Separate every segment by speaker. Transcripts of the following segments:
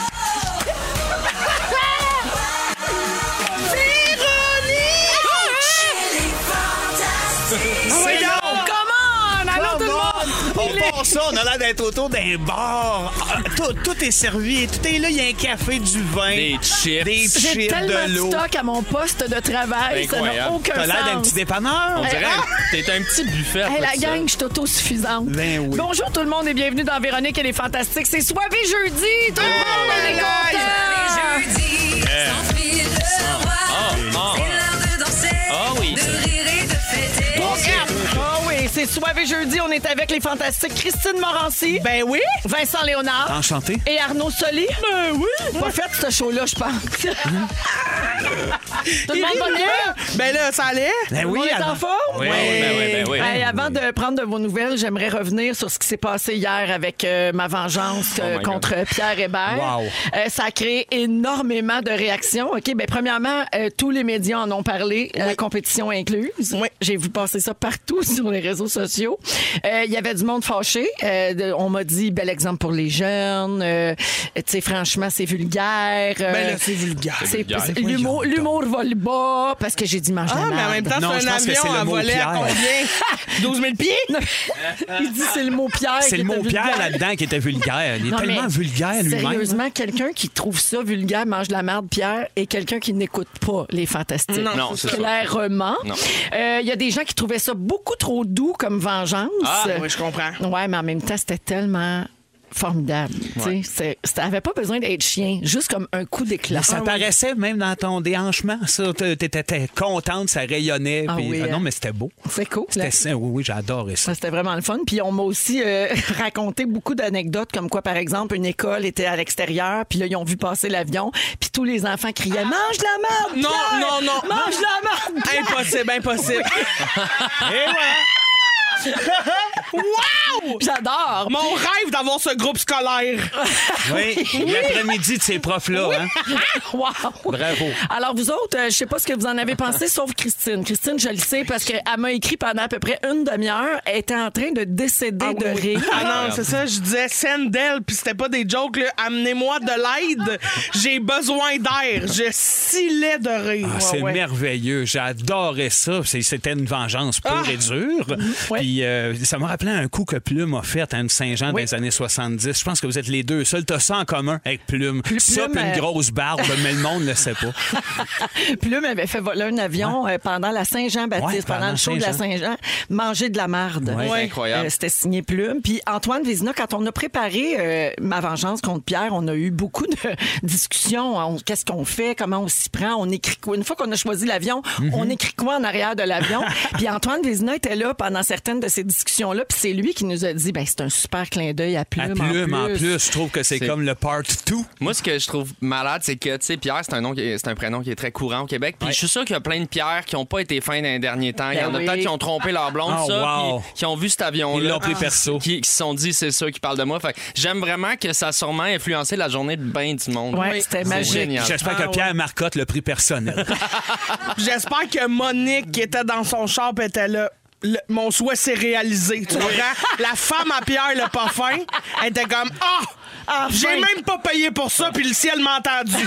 Speaker 1: Ah
Speaker 2: On part ça, on a l'air d'être autour d'un bar. Ah, Tout, tout est servi, tout est là. Il y a un café, du vin,
Speaker 3: Des chips.
Speaker 2: des
Speaker 4: J'ai
Speaker 2: chips,
Speaker 4: tellement
Speaker 2: de
Speaker 4: de
Speaker 2: l'eau.
Speaker 4: stock à mon poste de travail, ça n'a
Speaker 3: Incroyable.
Speaker 4: aucun
Speaker 2: T'as l'air d'un
Speaker 4: sens.
Speaker 2: petit dépanneur.
Speaker 3: On dirait que t'es un petit buffet.
Speaker 4: Hey, la
Speaker 3: tout ça.
Speaker 4: gang, je suis autosuffisante.
Speaker 2: Ben oui.
Speaker 4: Bonjour tout le monde et bienvenue dans Véronique et les Fantastiques. C'est soirée jeudi, tout
Speaker 2: Oh
Speaker 4: le monde on est content.
Speaker 3: Ah, ah, ah oui.
Speaker 4: Ah oui, c'est soirée jeudi, on est avec les Fantastiques Christine Morancy.
Speaker 2: Ben oui.
Speaker 4: Vincent Léonard.
Speaker 2: Enchanté.
Speaker 4: Et Arnaud Soli? Ben oui! Pas fait ce show-là, je pense. Tout le monde va bien?
Speaker 2: Ben là, ça allait. Ben
Speaker 4: Tout le
Speaker 2: oui.
Speaker 4: monde est en
Speaker 2: Anna.
Speaker 4: forme?
Speaker 3: Oui, ben oui, ben oui.
Speaker 4: Hey, avant de prendre de vos nouvelles, j'aimerais revenir sur ce qui s'est passé hier avec euh, ma
Speaker 5: Oh
Speaker 4: vengeance euh,
Speaker 3: my
Speaker 4: contre Pierre Hébert.
Speaker 2: Wow.
Speaker 4: Euh, ça a créé énormément de réactions. OK, ben, premièrement, euh, tous les médias en ont parlé, euh, compétition incluse. J'ai vu passer ça partout sur les réseaux sociaux. Euh, Il y avait du monde fâché. Euh, de- on m'a dit, bel exemple pour les jeunes. Euh, tu sais, franchement, c'est vulgaire.
Speaker 5: Ben
Speaker 4: Euh,
Speaker 5: là, c'est vulgaire.
Speaker 4: c'est-
Speaker 3: vulgaire.
Speaker 4: c'est- l'humour, l'humour vole bas parce que j'ai dit mange la
Speaker 5: Ah, mais en
Speaker 4: marde.
Speaker 5: même temps,
Speaker 2: Non, je
Speaker 5: c'est un
Speaker 2: pense que c'est
Speaker 5: avion
Speaker 2: le
Speaker 5: à
Speaker 2: mot
Speaker 5: voler à
Speaker 2: Pierre.
Speaker 5: combien? 12 000 pieds?
Speaker 4: Il dit c'est le mot Pierre.
Speaker 2: C'est
Speaker 4: qui
Speaker 2: le mot
Speaker 4: était
Speaker 2: Pierre
Speaker 4: vulgaire.
Speaker 2: là-dedans qui était vulgaire. Il est
Speaker 4: Non,
Speaker 2: tellement
Speaker 4: mais
Speaker 2: vulgaire lui-même.
Speaker 4: Sérieusement, quelqu'un qui trouve ça vulgaire mange de la merde, Pierre, et quelqu'un qui n'écoute pas les fantastiques.
Speaker 5: Non,
Speaker 3: Non, c'est ça.
Speaker 4: Clairement.
Speaker 3: Non.
Speaker 4: Euh, Il y a des gens qui trouvaient ça beaucoup trop doux comme vengeance.
Speaker 3: Ah,
Speaker 5: Oui, je comprends.
Speaker 4: Ouais, mais en même temps, c'était tellement formidable. Tu sais, c'est- Ça n'avait pas besoin d'être chien, juste comme un coup d'éclat.
Speaker 2: Ça paraissait même dans ton déhanchement, ça. T'étais- T'étais contente, ça rayonnait.
Speaker 4: Ah
Speaker 2: puis-
Speaker 4: oui,
Speaker 2: non,
Speaker 4: hein.
Speaker 2: mais c'était beau.
Speaker 4: C'est cool.
Speaker 2: C'était ça, oui, oui, j'ai adoré ça.
Speaker 4: Ça, c'était vraiment le fun. Puis on m'a aussi euh, raconté beaucoup d'anecdotes, comme quoi, par exemple, une école était à l'extérieur, puis là, ils ont vu passer l'avion, puis tous les enfants criaient « Mange de la merde,
Speaker 5: Ah! Non,
Speaker 4: Pierre!
Speaker 5: non, non.
Speaker 4: Mange de la merde, Pierre!
Speaker 5: Impossible, impossible. wow!
Speaker 4: J'adore!
Speaker 5: Mon rêve d'avoir ce groupe scolaire.
Speaker 2: Oui, l'après-midi de ces profs-là. Hein?
Speaker 4: Wow!
Speaker 3: Bravo.
Speaker 4: Alors, vous autres, euh, je sais pas ce que vous en avez pensé, sauf Christine. Christine, je le sais, parce qu'elle m'a écrit pendant à peu près une demi-heure. Elle était en train de décéder de rire.
Speaker 5: Ah non, c'est ça, je disais Sandel, puis c'était pas des jokes, là. Amenez-moi de l'aide. J'ai besoin d'air. Je silais de rire.
Speaker 2: Ah, c'est
Speaker 5: Ouais, ouais.
Speaker 2: merveilleux. J'adorais ça. C'est- C'était une vengeance pure et dure. Puis euh, ça me rappelait un coup que Plume a fait à une Saint-Jean dans les années 70. Je pense que vous êtes les deux seuls. T'as ça en commun avec Plume. ça,
Speaker 4: Plume,
Speaker 2: puis une
Speaker 4: euh,
Speaker 2: grosse barbe, mais le monde ne le sait pas.
Speaker 4: Plume avait fait voler un avion euh, pendant la Saint-Jean-Baptiste,
Speaker 2: Ouais,
Speaker 4: pendant,
Speaker 2: pendant
Speaker 4: le show de la Saint-Jean, manger de la marde.
Speaker 2: Ouais.
Speaker 3: C'est incroyable.
Speaker 4: Euh, C'était signé Plume. Puis Antoine Vézina, quand on a préparé euh, Ma vengeance contre Pierre, on a eu beaucoup de discussions. On- Qu'est-ce qu'on fait? Comment on s'y prend? On écrit quoi? Une fois qu'on a choisi l'avion,
Speaker 2: Mm-hmm.
Speaker 4: on écrit quoi en arrière de l'avion? puis Antoine Vézina était là pendant certaines de ces discussions-là. Puis c'est lui qui nous a dit, ben c'est un super clin d'œil à
Speaker 2: À
Speaker 4: Plume.
Speaker 2: Ah, Plume,
Speaker 4: en
Speaker 2: en plus, je trouve que c'est
Speaker 3: C'est-
Speaker 2: comme le part 2.
Speaker 3: Moi, ce que je trouve malade, c'est que, tu sais, Pierre, c'est un, nom qui est- c'est un prénom qui est très courant au Québec. Puis je suis sûr qu'il y a plein de Pierres qui n'ont pas été fins dans les derniers temps. Il y
Speaker 4: Ben
Speaker 3: en a
Speaker 4: oui.
Speaker 3: peut-être qui ont trompé leur blonde,
Speaker 2: Oh,
Speaker 3: ça,
Speaker 2: wow.
Speaker 3: puis qui ont vu cet avion-là.
Speaker 2: Ils l'ont pris
Speaker 3: puis
Speaker 2: perso.
Speaker 3: Qui qui se sont dit, c'est sûr qui parle de moi. Fait que j'aime vraiment que ça a sûrement influencé la journée de bain du monde.
Speaker 4: Ouais, c'était
Speaker 3: C'est
Speaker 4: magique.
Speaker 3: génial.
Speaker 2: J'espère que Pierre Marcotte le prix personnel.
Speaker 5: J'espère que Monique, qui était dans son char, puis était là. Le- mon souhait s'est réalisé. Tu comprends? La femme à Pierre, le pas fin, elle était comme Ah!
Speaker 4: Enfin!
Speaker 5: J'ai même pas payé pour ça, puis le ciel m'a entendu.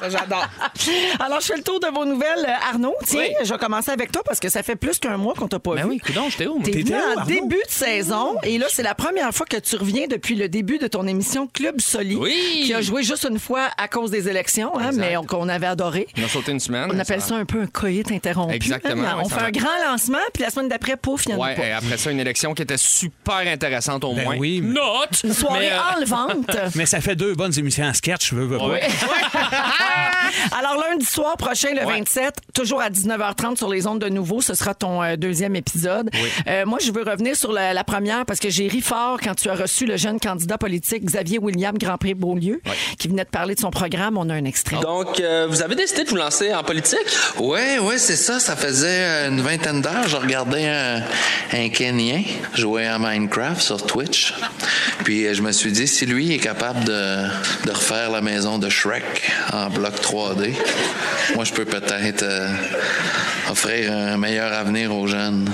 Speaker 5: ça, j'adore.
Speaker 4: Alors, je fais le tour de vos nouvelles. Euh, Arnaud, tiens, je vais commencer avec toi parce que ça fait plus qu'un mois qu'on t'a pas
Speaker 3: Ben
Speaker 4: vu.
Speaker 3: oui, coudonc, j'étais où, moi?
Speaker 4: T'es
Speaker 2: T'étais
Speaker 4: venu
Speaker 2: où,
Speaker 4: en
Speaker 2: Arnaud?
Speaker 4: début de saison et là, c'est la première fois que tu reviens depuis le début de ton émission Club Soli,
Speaker 3: Oui.
Speaker 4: qui a joué juste une fois à cause des élections, hein, mais on- qu'on avait adoré.
Speaker 3: On a sauté une semaine.
Speaker 4: On appelle ça un peu un coït interrompu.
Speaker 3: Exactement,
Speaker 4: hein, mais
Speaker 3: ouais,
Speaker 4: on
Speaker 3: ça
Speaker 4: fait
Speaker 3: va.
Speaker 4: un grand lancement, puis la semaine d'après, pouf, il y en a
Speaker 3: Ouais, euh,
Speaker 4: pas.
Speaker 3: et après ça, une élection qui était super intéressante au
Speaker 2: Ben
Speaker 3: moins.
Speaker 2: oui.
Speaker 3: Note!
Speaker 4: Une soirée
Speaker 3: Mais, euh,
Speaker 4: Charles Vente.
Speaker 2: Mais ça fait deux bonnes émissions en sketch, je veux, veux pas.
Speaker 4: Alors, lundi soir prochain, le 27, toujours à 19h30 sur les ondes de nouveau, ce sera ton euh, deuxième épisode. Euh, moi, je veux revenir sur la, la première parce que j'ai ri fort quand tu as reçu le jeune candidat politique Xavier William Grand Prix Beaulieu qui venait de parler de son programme. On a un extrait.
Speaker 6: Donc, euh, vous avez décidé de vous lancer en politique?
Speaker 7: Ouais, ouais, c'est ça. Ça faisait euh, une vingtaine d'heures. Je regardais un, un Kenyan jouer à Minecraft sur Twitch. Puis euh, je me suis dit, si lui est capable de, de refaire la maison de Shrek en bloc 3D, moi, je peux peut-être euh, offrir un meilleur avenir aux jeunes.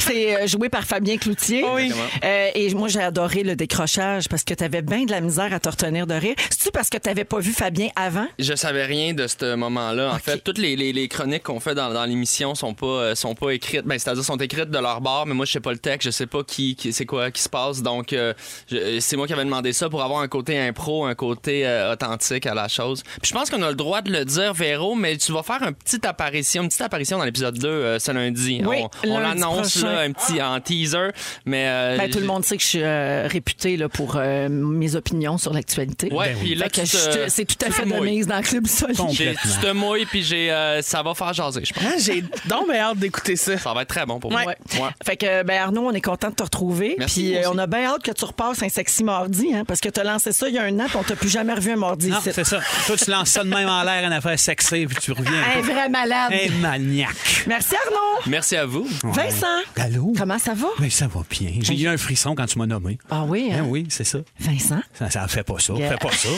Speaker 4: C'est euh, joué par Fabien Cloutier.
Speaker 5: Oui.
Speaker 4: Euh, et moi, j'ai adoré le décrochage parce que tu avais bien de la misère à te retenir de rire. C'est-tu parce que tu n'avais pas vu Fabien avant?
Speaker 3: Je savais rien de ce moment-là. En fait, toutes les, les- les chroniques qu'on fait dans, dans l'émission sont pas euh, sont pas écrites. Ben, c'est-à-dire sont écrites de leur bord, mais moi je sais pas le texte, je sais pas qui, qui- c'est quoi qui se passe. Donc euh, je- euh, c'est moi qui avais demandé ça pour avoir un côté impro, un côté euh, authentique à la chose. Puis je pense qu'on a le droit de le dire, Véro, mais tu vas faire une petite apparition, une petite apparition dans l'épisode 2 euh, ce lundi.
Speaker 4: Oui,
Speaker 3: on on
Speaker 4: lundi
Speaker 3: l'annonce
Speaker 4: prochain.
Speaker 3: là un petit en teaser, mais euh,
Speaker 4: Ben, tout le monde sait que je suis euh, réputée là, pour euh, mes opinions sur l'actualité.
Speaker 3: Ouais, puis là
Speaker 4: Fait que
Speaker 3: tu
Speaker 4: je
Speaker 3: te-
Speaker 4: te- c'est tout à
Speaker 3: tu
Speaker 4: fait
Speaker 3: te
Speaker 4: de
Speaker 3: mouilles.
Speaker 4: mise dans le club solide.
Speaker 3: J'ai- Tu te mouilles puis j'ai euh, ça va faire jaser, je pense.
Speaker 5: Ah, J'ai donc bien hâte d'écouter ça.
Speaker 3: Ça va être très bon pour moi.
Speaker 4: Ouais. Fait que, ben Arnaud, on est content de te retrouver.
Speaker 3: Merci,
Speaker 4: Puis
Speaker 3: moi
Speaker 4: euh,
Speaker 3: aussi.
Speaker 4: on a bien hâte que tu repasses un sexy mardi, hein, parce que tu as lancé ça il y a un an, puis on t'a plus jamais revu un mardi.
Speaker 2: Non,
Speaker 4: ici.
Speaker 2: c'est ça. Toi, tu lances ça de même en l'air, une affaire sexy, puis tu reviens.
Speaker 4: Un vrai malade.
Speaker 2: Un maniaque.
Speaker 4: Merci Arnaud.
Speaker 3: Merci à vous.
Speaker 4: Vincent.
Speaker 2: Allô?
Speaker 4: Comment ça va?
Speaker 2: Mais ça va bien. J'ai eu un frisson quand tu m'as nommé.
Speaker 4: Ah oui, hein?
Speaker 3: Ben
Speaker 2: Hein, oui, c'est ça.
Speaker 4: Vincent.
Speaker 2: Ça, ça fait pas ça.
Speaker 4: Yeah.
Speaker 2: Fais pas ça.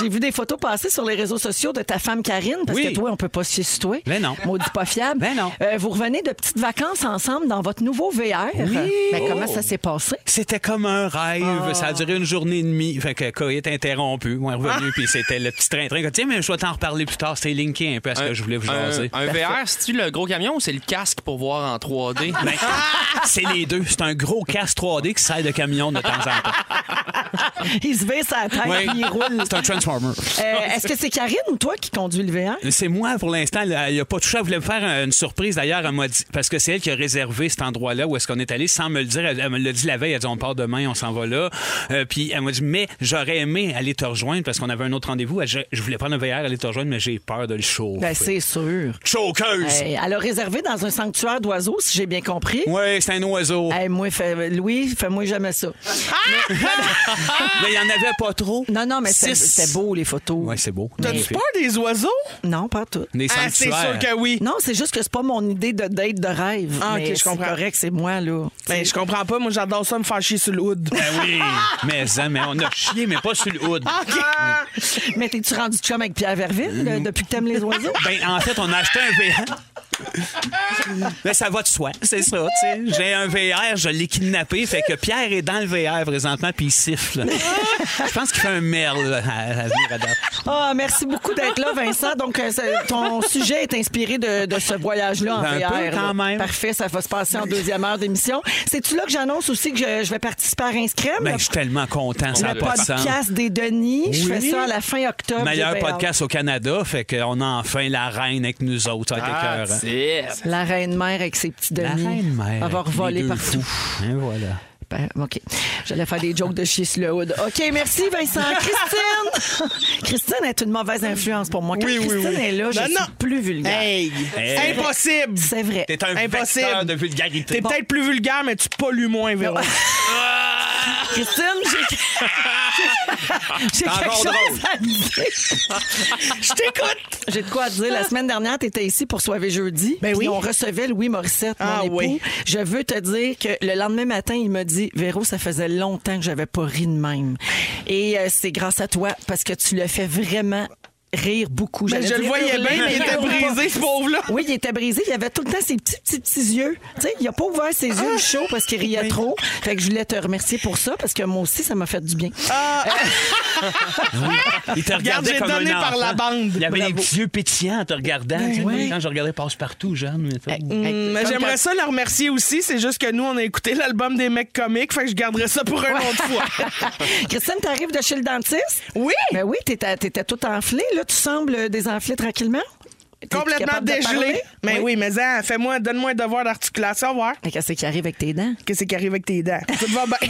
Speaker 4: J'ai vu des photos passer sur les réseaux sociaux de ta femme Karine, parce
Speaker 2: Oui.
Speaker 4: que toi, on peut pas se situer.
Speaker 2: Ben non.
Speaker 4: Maudit pas fiable.
Speaker 2: Ben non.
Speaker 4: Euh, vous revenez de petites vacances ensemble dans votre nouveau VR. Ben, comment
Speaker 2: Oh.
Speaker 4: ça s'est passé?
Speaker 2: C'était comme un rêve. Ça a duré une journée et demie. Fait que Coy est interrompu. On est revenu, puis c'était le petit train-train. que, Tiens, mais je vais t'en reparler plus tard. C'était linké un peu à
Speaker 3: Euh,
Speaker 2: ce que je voulais vous
Speaker 3: un,
Speaker 2: jaser.
Speaker 3: un VR, c'est-tu le gros camion ou c'est le casque pour voir en 3D?
Speaker 2: Ben, c'est les deux. C'est un gros casse 3D qui sert de camion de temps en temps.
Speaker 4: Il se baisse à la tête
Speaker 2: Oui.
Speaker 4: puis Ah, il roule.
Speaker 2: C'est un Transformer.
Speaker 4: Euh, Est-ce que c'est Karine ou toi qui conduis le VR?
Speaker 2: C'est moi pour l'instant. là, Il n'y a pas touché. Elle voulait me faire euh, une surprise d'ailleurs. elle m'a dit- Parce que c'est elle qui a réservé cet endroit-là où est-ce qu'on est allé sans me le dire. Elle, elle me l'a dit la veille. Elle a dit on part demain, on s'en va là. Euh, puis elle m'a dit mais j'aurais aimé aller te rejoindre parce qu'on avait un autre rendez-vous. Elle, Je, je voulais prendre un VR, aller te rejoindre, mais j'ai peur de le chauffer.
Speaker 4: Ben, c'est sûr.
Speaker 2: Chokeuse!
Speaker 4: Hey, elle a réservé dans un sanctuaire d'oiseaux, si j'ai bien compris.
Speaker 2: Ouais, c'est un oiseau.
Speaker 4: Hey, moi, fais- Louis, fais-moi jamais ça.
Speaker 2: Mais il n'y en avait pas trop.
Speaker 4: Non, non, mais c'est-
Speaker 2: Six.
Speaker 4: c'était beau, les photos.
Speaker 2: Ouais, c'est beau.
Speaker 5: T'as-tu peur des oiseaux?
Speaker 4: Non, pas toutes.
Speaker 2: Des
Speaker 5: Ah, c'est sûr
Speaker 2: sanctuaires.
Speaker 5: que oui.
Speaker 4: Non, c'est juste que c'est pas mon idée de date de rêve.
Speaker 5: Ah, ok,
Speaker 4: Mais
Speaker 5: je comprends.
Speaker 4: C'est correct, c'est moi, là.
Speaker 5: Ben, je comprends pas. Moi, j'adore ça me faire chier sur le hood.
Speaker 2: Ben oui, mais, hein, mais on a chié, mais pas sur le hood.
Speaker 5: Ah!
Speaker 4: Mais t'es-tu rendu chum avec Pierre Verville là, depuis que t'aimes les oiseaux?
Speaker 2: Ben, en fait, on a acheté un VR. Mais ça va de soi, c'est ça. tu sais. J'ai un VR, je l'ai kidnappé, fait que Pierre est dans le VR présentement, puis il siffle. Je pense qu'il fait un merle à, à venir à date.
Speaker 4: Ah, merci beaucoup d'être là, Vincent. Donc, euh, c'est- ton sujet est inspiré de, de ce voyage-là en
Speaker 2: Ben, un
Speaker 4: VR.
Speaker 2: peu, quand
Speaker 4: là.
Speaker 2: même.
Speaker 4: Parfait, ça va se passer en deuxième heure d'émission. C'est-tu là que j'annonce aussi que je, je vais participer à Rince Crème?
Speaker 2: Ben, je suis tellement content, ça n'a
Speaker 4: le
Speaker 2: pas de sens.
Speaker 4: podcast hein, des Denis. Je fais
Speaker 2: Oui.
Speaker 4: ça à la fin octobre.
Speaker 2: Meilleur
Speaker 4: J'ai bien hâte.
Speaker 2: podcast au Canada, fait qu'on a enfin la reine avec nous autres. Ça a été
Speaker 3: Ah,
Speaker 2: écœurant.
Speaker 3: c'est-
Speaker 4: La reine mère avec ses petits
Speaker 2: La
Speaker 4: Denis.
Speaker 2: reine mère.
Speaker 4: Elle va revoler
Speaker 2: les deux
Speaker 4: partout.
Speaker 2: fous. Hein, voilà.
Speaker 4: Ben, OK. J'allais faire des jokes de chier sur le hood. OK, merci Vincent. Christine! Christine est une mauvaise influence pour moi. Quand Christine est là, je
Speaker 5: Non,
Speaker 4: suis
Speaker 5: non.
Speaker 4: plus vulgaire.
Speaker 5: Hey!
Speaker 2: Hey.
Speaker 5: Impossible!
Speaker 4: C'est vrai.
Speaker 2: T'es un
Speaker 5: Impossible.
Speaker 2: vecteur de vulgarité.
Speaker 5: T'es peut-être plus vulgaire, mais tu pollues moins, Véro.
Speaker 4: Christine, j'ai... j'ai
Speaker 2: Encore
Speaker 4: quelque chose
Speaker 2: drôle.
Speaker 4: à dire.
Speaker 5: Je t'écoute!
Speaker 4: J'ai de quoi à dire. La semaine dernière, tu étais ici pour Soivé jeudi.
Speaker 5: Ben oui.
Speaker 4: Puis on recevait Louis Morissette, mon
Speaker 5: Ah
Speaker 4: époux.
Speaker 5: oui.
Speaker 4: Je veux te dire que le lendemain matin, il m'a dit, Véro, ça faisait longtemps que j'avais pas ri de même. Et euh, c'est grâce à toi parce que tu le fais vraiment rire beaucoup.
Speaker 5: Mais
Speaker 4: J'allais
Speaker 5: Ben, je le
Speaker 4: dire
Speaker 5: voyais
Speaker 4: hurler,
Speaker 5: bien,
Speaker 4: mais
Speaker 5: mais il était
Speaker 4: hurle pas.
Speaker 5: brisé, ce pauvre-là.
Speaker 4: Oui, il était brisé. Il avait tout le temps ses petits, petits, petits yeux. Tu sais, il a pas ouvert ses yeux
Speaker 5: Ah!
Speaker 4: le show parce qu'il riait trop. Fait que je voulais te remercier pour ça parce que moi aussi, ça m'a fait du bien.
Speaker 5: Ah!
Speaker 2: Il te
Speaker 5: Regarde,
Speaker 2: regardait
Speaker 5: j'ai
Speaker 2: comme
Speaker 5: donné
Speaker 2: un
Speaker 5: par
Speaker 2: enfant.
Speaker 5: la bande.
Speaker 2: Il avait
Speaker 5: Bravo.
Speaker 2: les yeux pétillants en te regardant. tu sais,
Speaker 4: oui.
Speaker 2: Quand je regardais passe-partout, jeune. mais tout.
Speaker 5: Hum, mais j'aimerais ça le remercier aussi. C'est juste que nous, on a écouté l'album des mecs comiques, fait que je garderai ça pour une autre fois.
Speaker 4: Christine, t'arrives de chez le dentiste?
Speaker 5: Oui.
Speaker 4: Ben oui, t'étais, t'étais tout enflé, là. Tu sembles désenflé tranquillement. T'es- t'es
Speaker 5: Complètement
Speaker 4: capable de
Speaker 5: dégelé.
Speaker 4: parler?
Speaker 5: Mais oui, mais hein, fais-moi, donne-moi un devoir d'articulation, voir.
Speaker 4: Mais qu'est-ce qui arrive avec tes dents?
Speaker 5: Qu'est-ce qui arrive avec tes dents? Tout va bien.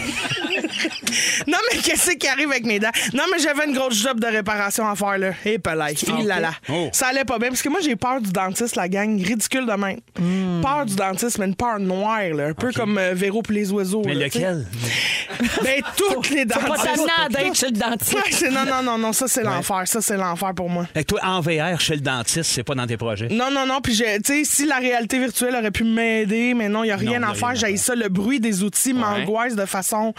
Speaker 5: non, mais qu'est-ce qui arrive avec mes dents? Non, mais j'avais une grosse job de réparation à faire, là. Et pelec. Et là, là.
Speaker 2: Oh.
Speaker 5: Ça allait pas bien, parce que moi, j'ai peur du dentiste, la gang. Ridicule de même.
Speaker 4: Hmm.
Speaker 5: Peur du dentiste, mais une peur noire, là. Un peu comme euh, Véro pour les oiseaux.
Speaker 2: Mais
Speaker 5: là, tu sais.
Speaker 2: lequel?
Speaker 5: Ben, toutes les
Speaker 4: Faut pas
Speaker 5: dentistes.
Speaker 4: t'amener à date chez le dentiste.
Speaker 5: Ouais, c'est- non, non, non, non, ça, c'est l'enfer. Ça, c'est l'enfer pour moi.
Speaker 2: Fait que toi, en VR, chez le dentiste, c'est pas dans tes projets.
Speaker 5: Non, non, non. Puis, je- tu sais, si la réalité virtuelle aurait pu m'aider, mais non, il n'y a rien
Speaker 2: Non, y a
Speaker 5: à faire.
Speaker 2: rien à
Speaker 5: J'ai
Speaker 2: faire.
Speaker 5: ça. Le bruit des outils m'angoisse de façon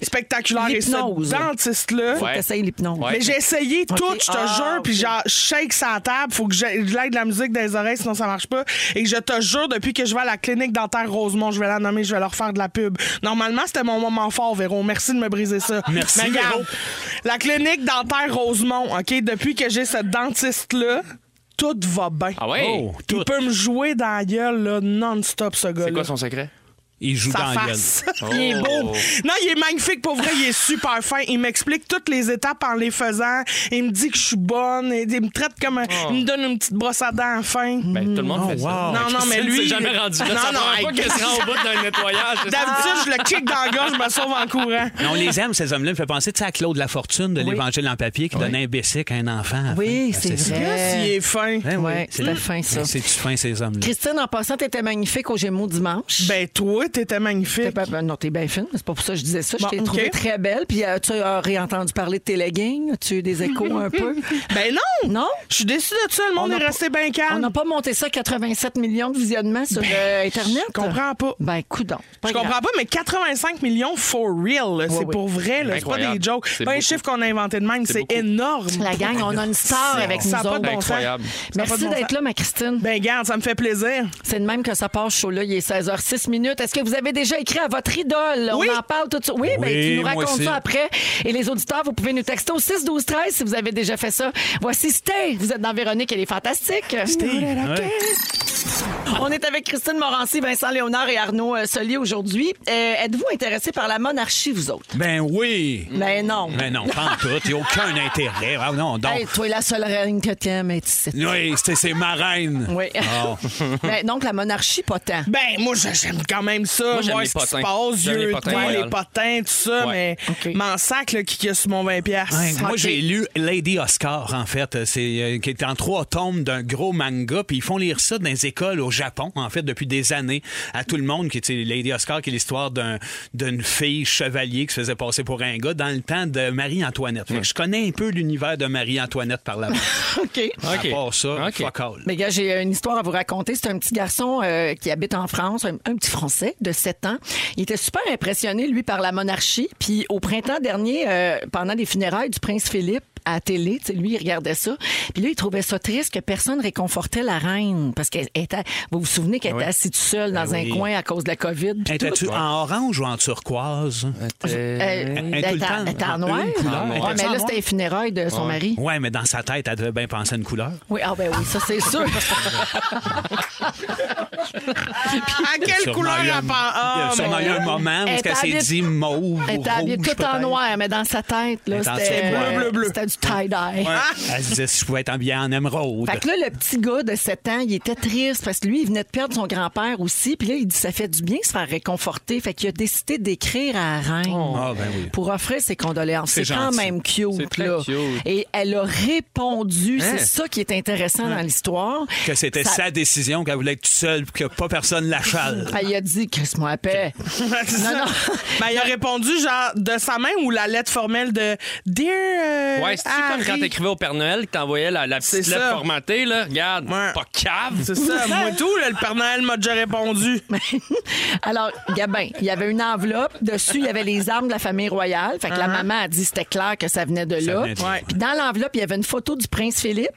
Speaker 5: spectaculaire. Et ce
Speaker 4: L'hypnose.
Speaker 5: dentiste-là.
Speaker 4: Faut que t'essayes l'hypnose.
Speaker 3: Ouais.
Speaker 5: Mais j'ai essayé tout, je te
Speaker 4: Ah,
Speaker 5: jure, puis
Speaker 4: ok.
Speaker 5: genre, je shake sa table, faut que j'ai- je l'aille de la musique dans les oreilles, sinon ça marche pas. Et je te jure, depuis que je vais à la clinique dentaire Rosemont, je vais la nommer, je vais leur faire de la pub. Normalement, c'était mon moment fort, Véro. Merci de me briser ça.
Speaker 2: Merci,
Speaker 5: Mais regarde,
Speaker 2: Véro.
Speaker 5: La clinique dentaire Rosemont, OK, depuis que j'ai ce dentiste-là, tout va bien.
Speaker 3: Ah ouais?
Speaker 2: Oh,
Speaker 5: Il
Speaker 2: tout.
Speaker 5: peut me jouer dans la gueule, là, non-stop, ce gars-là.
Speaker 3: C'est quoi son secret?
Speaker 2: Il joue
Speaker 5: Sa
Speaker 2: dans la gueule.
Speaker 5: face.
Speaker 3: Oh.
Speaker 5: Il est beau. Non, il est magnifique. Pour vrai, il est super fin. Il m'explique toutes les étapes en les faisant. Il me dit que je suis bonne. Il il me traite comme un-
Speaker 3: Oh.
Speaker 5: Il me donne une petite brosse à dents à la fin.
Speaker 3: Ben, tout le
Speaker 5: Oh,
Speaker 3: monde fait ça.
Speaker 2: wow.
Speaker 5: non, non, mais lui...
Speaker 3: C'est jamais rendu là.
Speaker 5: Non,
Speaker 3: ça
Speaker 5: non,
Speaker 3: prend
Speaker 5: hey,
Speaker 3: pas qu'il se rend au bout d'un nettoyage. c'est ça?
Speaker 5: D'habitude, je le kick dans la gorge, je me sauve en courant.
Speaker 4: Euh.
Speaker 2: Mais on les aime, ces hommes-là. Il me fait penser tu sais, à Claude Lafortune de l'Évangile en papier qui donne un baiser à un enfant.
Speaker 4: Oui, c'est
Speaker 2: ça.
Speaker 4: vrai.
Speaker 5: Yes, il est fin.
Speaker 2: Ben oui,
Speaker 4: Ouais, c'était fin, ça.
Speaker 2: C'est du fin, ces hommes-là.
Speaker 4: Christine, en passant, t'étais magnifique au Gémeaux dimanche.
Speaker 5: Ben, toi, t'étais
Speaker 4: T'es
Speaker 5: magnifique.
Speaker 4: pas- ben non, t'es bien fine, mais c'est pas pour ça que je disais ça.
Speaker 5: Bon,
Speaker 4: je t'ai
Speaker 5: ok.
Speaker 4: trouvée très belle. Puis euh, tu as réentendu parler de tes leggings. Tu as eu des échos un peu.
Speaker 5: Ben non!
Speaker 4: Non?
Speaker 5: Je suis déçue de ça. Le
Speaker 4: On
Speaker 5: monde
Speaker 4: a
Speaker 5: est
Speaker 4: pas-
Speaker 5: resté bien
Speaker 4: On n'a
Speaker 5: calme.
Speaker 4: pas monté ça à 87 millions de visionnements sur euh, Internet.
Speaker 5: Ben, Je comprends pas.
Speaker 4: Ben, coudon.
Speaker 5: Je comprends pas, mais 85 millions for real, là. c'est
Speaker 4: oui.
Speaker 5: pour vrai, là. c'est pas
Speaker 3: Incroyable.
Speaker 5: des jokes.
Speaker 3: C'est
Speaker 5: C'est pas un
Speaker 3: beaucoup.
Speaker 5: chiffre qu'on a inventé de même, c'est
Speaker 3: beaucoup.
Speaker 5: énorme.
Speaker 4: La gang, on a une star avec nous
Speaker 5: Ça a pas
Speaker 4: autres.
Speaker 5: de bon sens.
Speaker 3: Incroyable.
Speaker 5: Ça a pas de
Speaker 4: Merci
Speaker 5: bon
Speaker 4: d'être
Speaker 5: sens.
Speaker 4: là, ma Christine.
Speaker 5: Ben garde, ça me fait plaisir.
Speaker 4: C'est de même que ça passe chaud là. Il est 16h06 minutes. Est-ce que vous avez déjà écrit à votre idole?
Speaker 5: Oui.
Speaker 4: On en parle tout de suite. Oui, ben,
Speaker 2: Oui,
Speaker 4: tu nous
Speaker 2: moi
Speaker 4: racontes
Speaker 2: aussi.
Speaker 4: ça après. Et les auditeurs, vous pouvez nous texter au 6 12 13 si vous avez déjà fait ça. Voici Stay. Vous êtes dans Véronique, elle est fantastique.
Speaker 2: Ouais.
Speaker 4: On est avec Christine Morancy, Vincent Léonard et Arnaud euh, Solier aujourd'hui. Euh, Êtes-vous intéressés par la monarchie, vous autres?
Speaker 2: Ben oui.
Speaker 4: Ben non.
Speaker 2: Mais non, pas en tout. Il n'y a aucun intérêt. Ah non, donc.
Speaker 4: Hey, toi, la seule reine que t'aimes, et tu sais.
Speaker 2: Oui, c'est c'est ma reine.
Speaker 4: Oui.
Speaker 2: Oh.
Speaker 4: Ben, donc, la monarchie, pas tant.
Speaker 5: Ben, moi, je- j'aime quand même ça.
Speaker 3: Moi, j'aime
Speaker 5: voir
Speaker 3: les
Speaker 5: ce qui se
Speaker 3: potins.
Speaker 5: passe,
Speaker 3: J'aime les
Speaker 5: yeux,
Speaker 3: potins
Speaker 5: doigts,
Speaker 3: royales.
Speaker 5: les potins, tout ça,
Speaker 3: Ouais.
Speaker 5: mais
Speaker 4: OK.
Speaker 5: m'en sac, là, qui qui a sur mon 20$. piastres.
Speaker 2: Ouais, moi,
Speaker 4: Ok.
Speaker 2: j'ai lu Lady Oscar, en fait, euh, c'est, euh, qui est en trois tomes d'un gros manga, puis ils font lire ça dans les écoles au Japon, en fait, depuis des années, à tout le monde, qui était Lady Oscar, qui est l'histoire d'un- d'une fille chevalier qui se faisait passer pour un gars dans le temps de Marie-Antoinette. Fait que Je connais un peu l'univers de Marie-Antoinette par là
Speaker 4: OK.
Speaker 3: OK.
Speaker 2: À part ça,
Speaker 3: OK.
Speaker 2: fuck all.
Speaker 4: Mais gars, j'ai euh, une histoire à vous raconter. C'est un petit garçon euh, qui habite en France, un, un petit Français de 7 ans. Il était super impressionné, lui, par la monarchie. Puis au printemps dernier, euh, pendant les funérailles du prince Philippe, à la télé, tu sais, lui, il regardait ça. Puis là, il trouvait ça triste que personne réconfortait la reine. Parce qu'elle était, vous vous souvenez qu'elle était assise toute seule dans
Speaker 2: Ah Ben oui.
Speaker 4: un coin à cause de la COVID. puis tout.
Speaker 2: Étais-tu en orange ou en turquoise?
Speaker 4: Euh,
Speaker 2: Elle- elle
Speaker 4: elle
Speaker 2: tout le
Speaker 4: était en-
Speaker 2: temps,
Speaker 4: elle était en
Speaker 2: en
Speaker 4: noir.
Speaker 2: une couleur.
Speaker 4: Ouais,
Speaker 2: Elle était
Speaker 4: mais
Speaker 2: en
Speaker 4: là,
Speaker 2: noir?
Speaker 4: c'était les funérailles de son mari.
Speaker 2: Ouais, mais dans sa tête, elle devait bien penser à une couleur.
Speaker 4: Oui, ah ben oui, ça, c'est sûr.
Speaker 5: À
Speaker 2: Il y
Speaker 5: quelle
Speaker 2: a
Speaker 5: couleur
Speaker 2: sûrement eu un-
Speaker 5: à part?
Speaker 2: Il y
Speaker 5: Ah,
Speaker 2: a sûrement
Speaker 5: mais-
Speaker 2: eu un moment où
Speaker 4: Elle
Speaker 2: elle s'est
Speaker 4: était
Speaker 2: dit mauve.
Speaker 4: Elle
Speaker 2: ou
Speaker 4: était habillée
Speaker 2: rouge,
Speaker 4: tout en
Speaker 2: peut-être.
Speaker 4: noir, mais dans sa tête, là,
Speaker 2: Elle est en
Speaker 4: c'était
Speaker 2: bleu,
Speaker 4: euh,
Speaker 5: bleu, bleu.
Speaker 4: C'était du tie-dye.
Speaker 2: Ouais. Elle se disait si je pouvais être habillée en émeraude.
Speaker 4: Ah! Fait que là, le petit gars de 7 ans, il était triste parce que lui, il venait de perdre son grand-père aussi. Puis là, il dit ça fait du bien de se faire réconforter. Fait qu'il a décidé d'écrire à la reine
Speaker 2: Ah, ben oui.
Speaker 4: pour offrir ses condoléances.
Speaker 2: C'est
Speaker 4: C'est quand
Speaker 2: gentil.
Speaker 4: même cute.
Speaker 3: C'est très
Speaker 4: là.
Speaker 3: cute.
Speaker 4: Et elle a répondu.
Speaker 3: Hein?
Speaker 4: C'est ça qui est intéressant dans l'histoire.
Speaker 2: Que c'était
Speaker 4: Ça-
Speaker 2: sa décision, qu'elle voulait être toute seule, puis que pas personne la chale.
Speaker 4: Elle il a dit Chris, moi, la paix.
Speaker 5: non,
Speaker 4: non.
Speaker 5: Ben, il a répondu, genre, de sa main ou la lettre formelle de Dear. euh,
Speaker 3: Ouais, c'est comme
Speaker 5: Harry.
Speaker 3: quand t'écrivais au Père Noël que t'envoyais la, la
Speaker 5: C'est
Speaker 3: petite lettre
Speaker 5: ça.
Speaker 3: formatée, là. Regarde,
Speaker 5: Ouais.
Speaker 3: pas cave.
Speaker 5: C'est ça, moi tout, là, le Père Noël m'a déjà répondu.
Speaker 4: Alors, Gabin, il y avait une enveloppe. Dessus, il y avait les armes de la famille royale. Fait que la maman a dit c'était clair que ça venait de
Speaker 2: Ça
Speaker 4: là.
Speaker 2: venait de là,
Speaker 5: Ouais.
Speaker 4: Puis dans l'enveloppe, il y avait une photo du prince Philippe,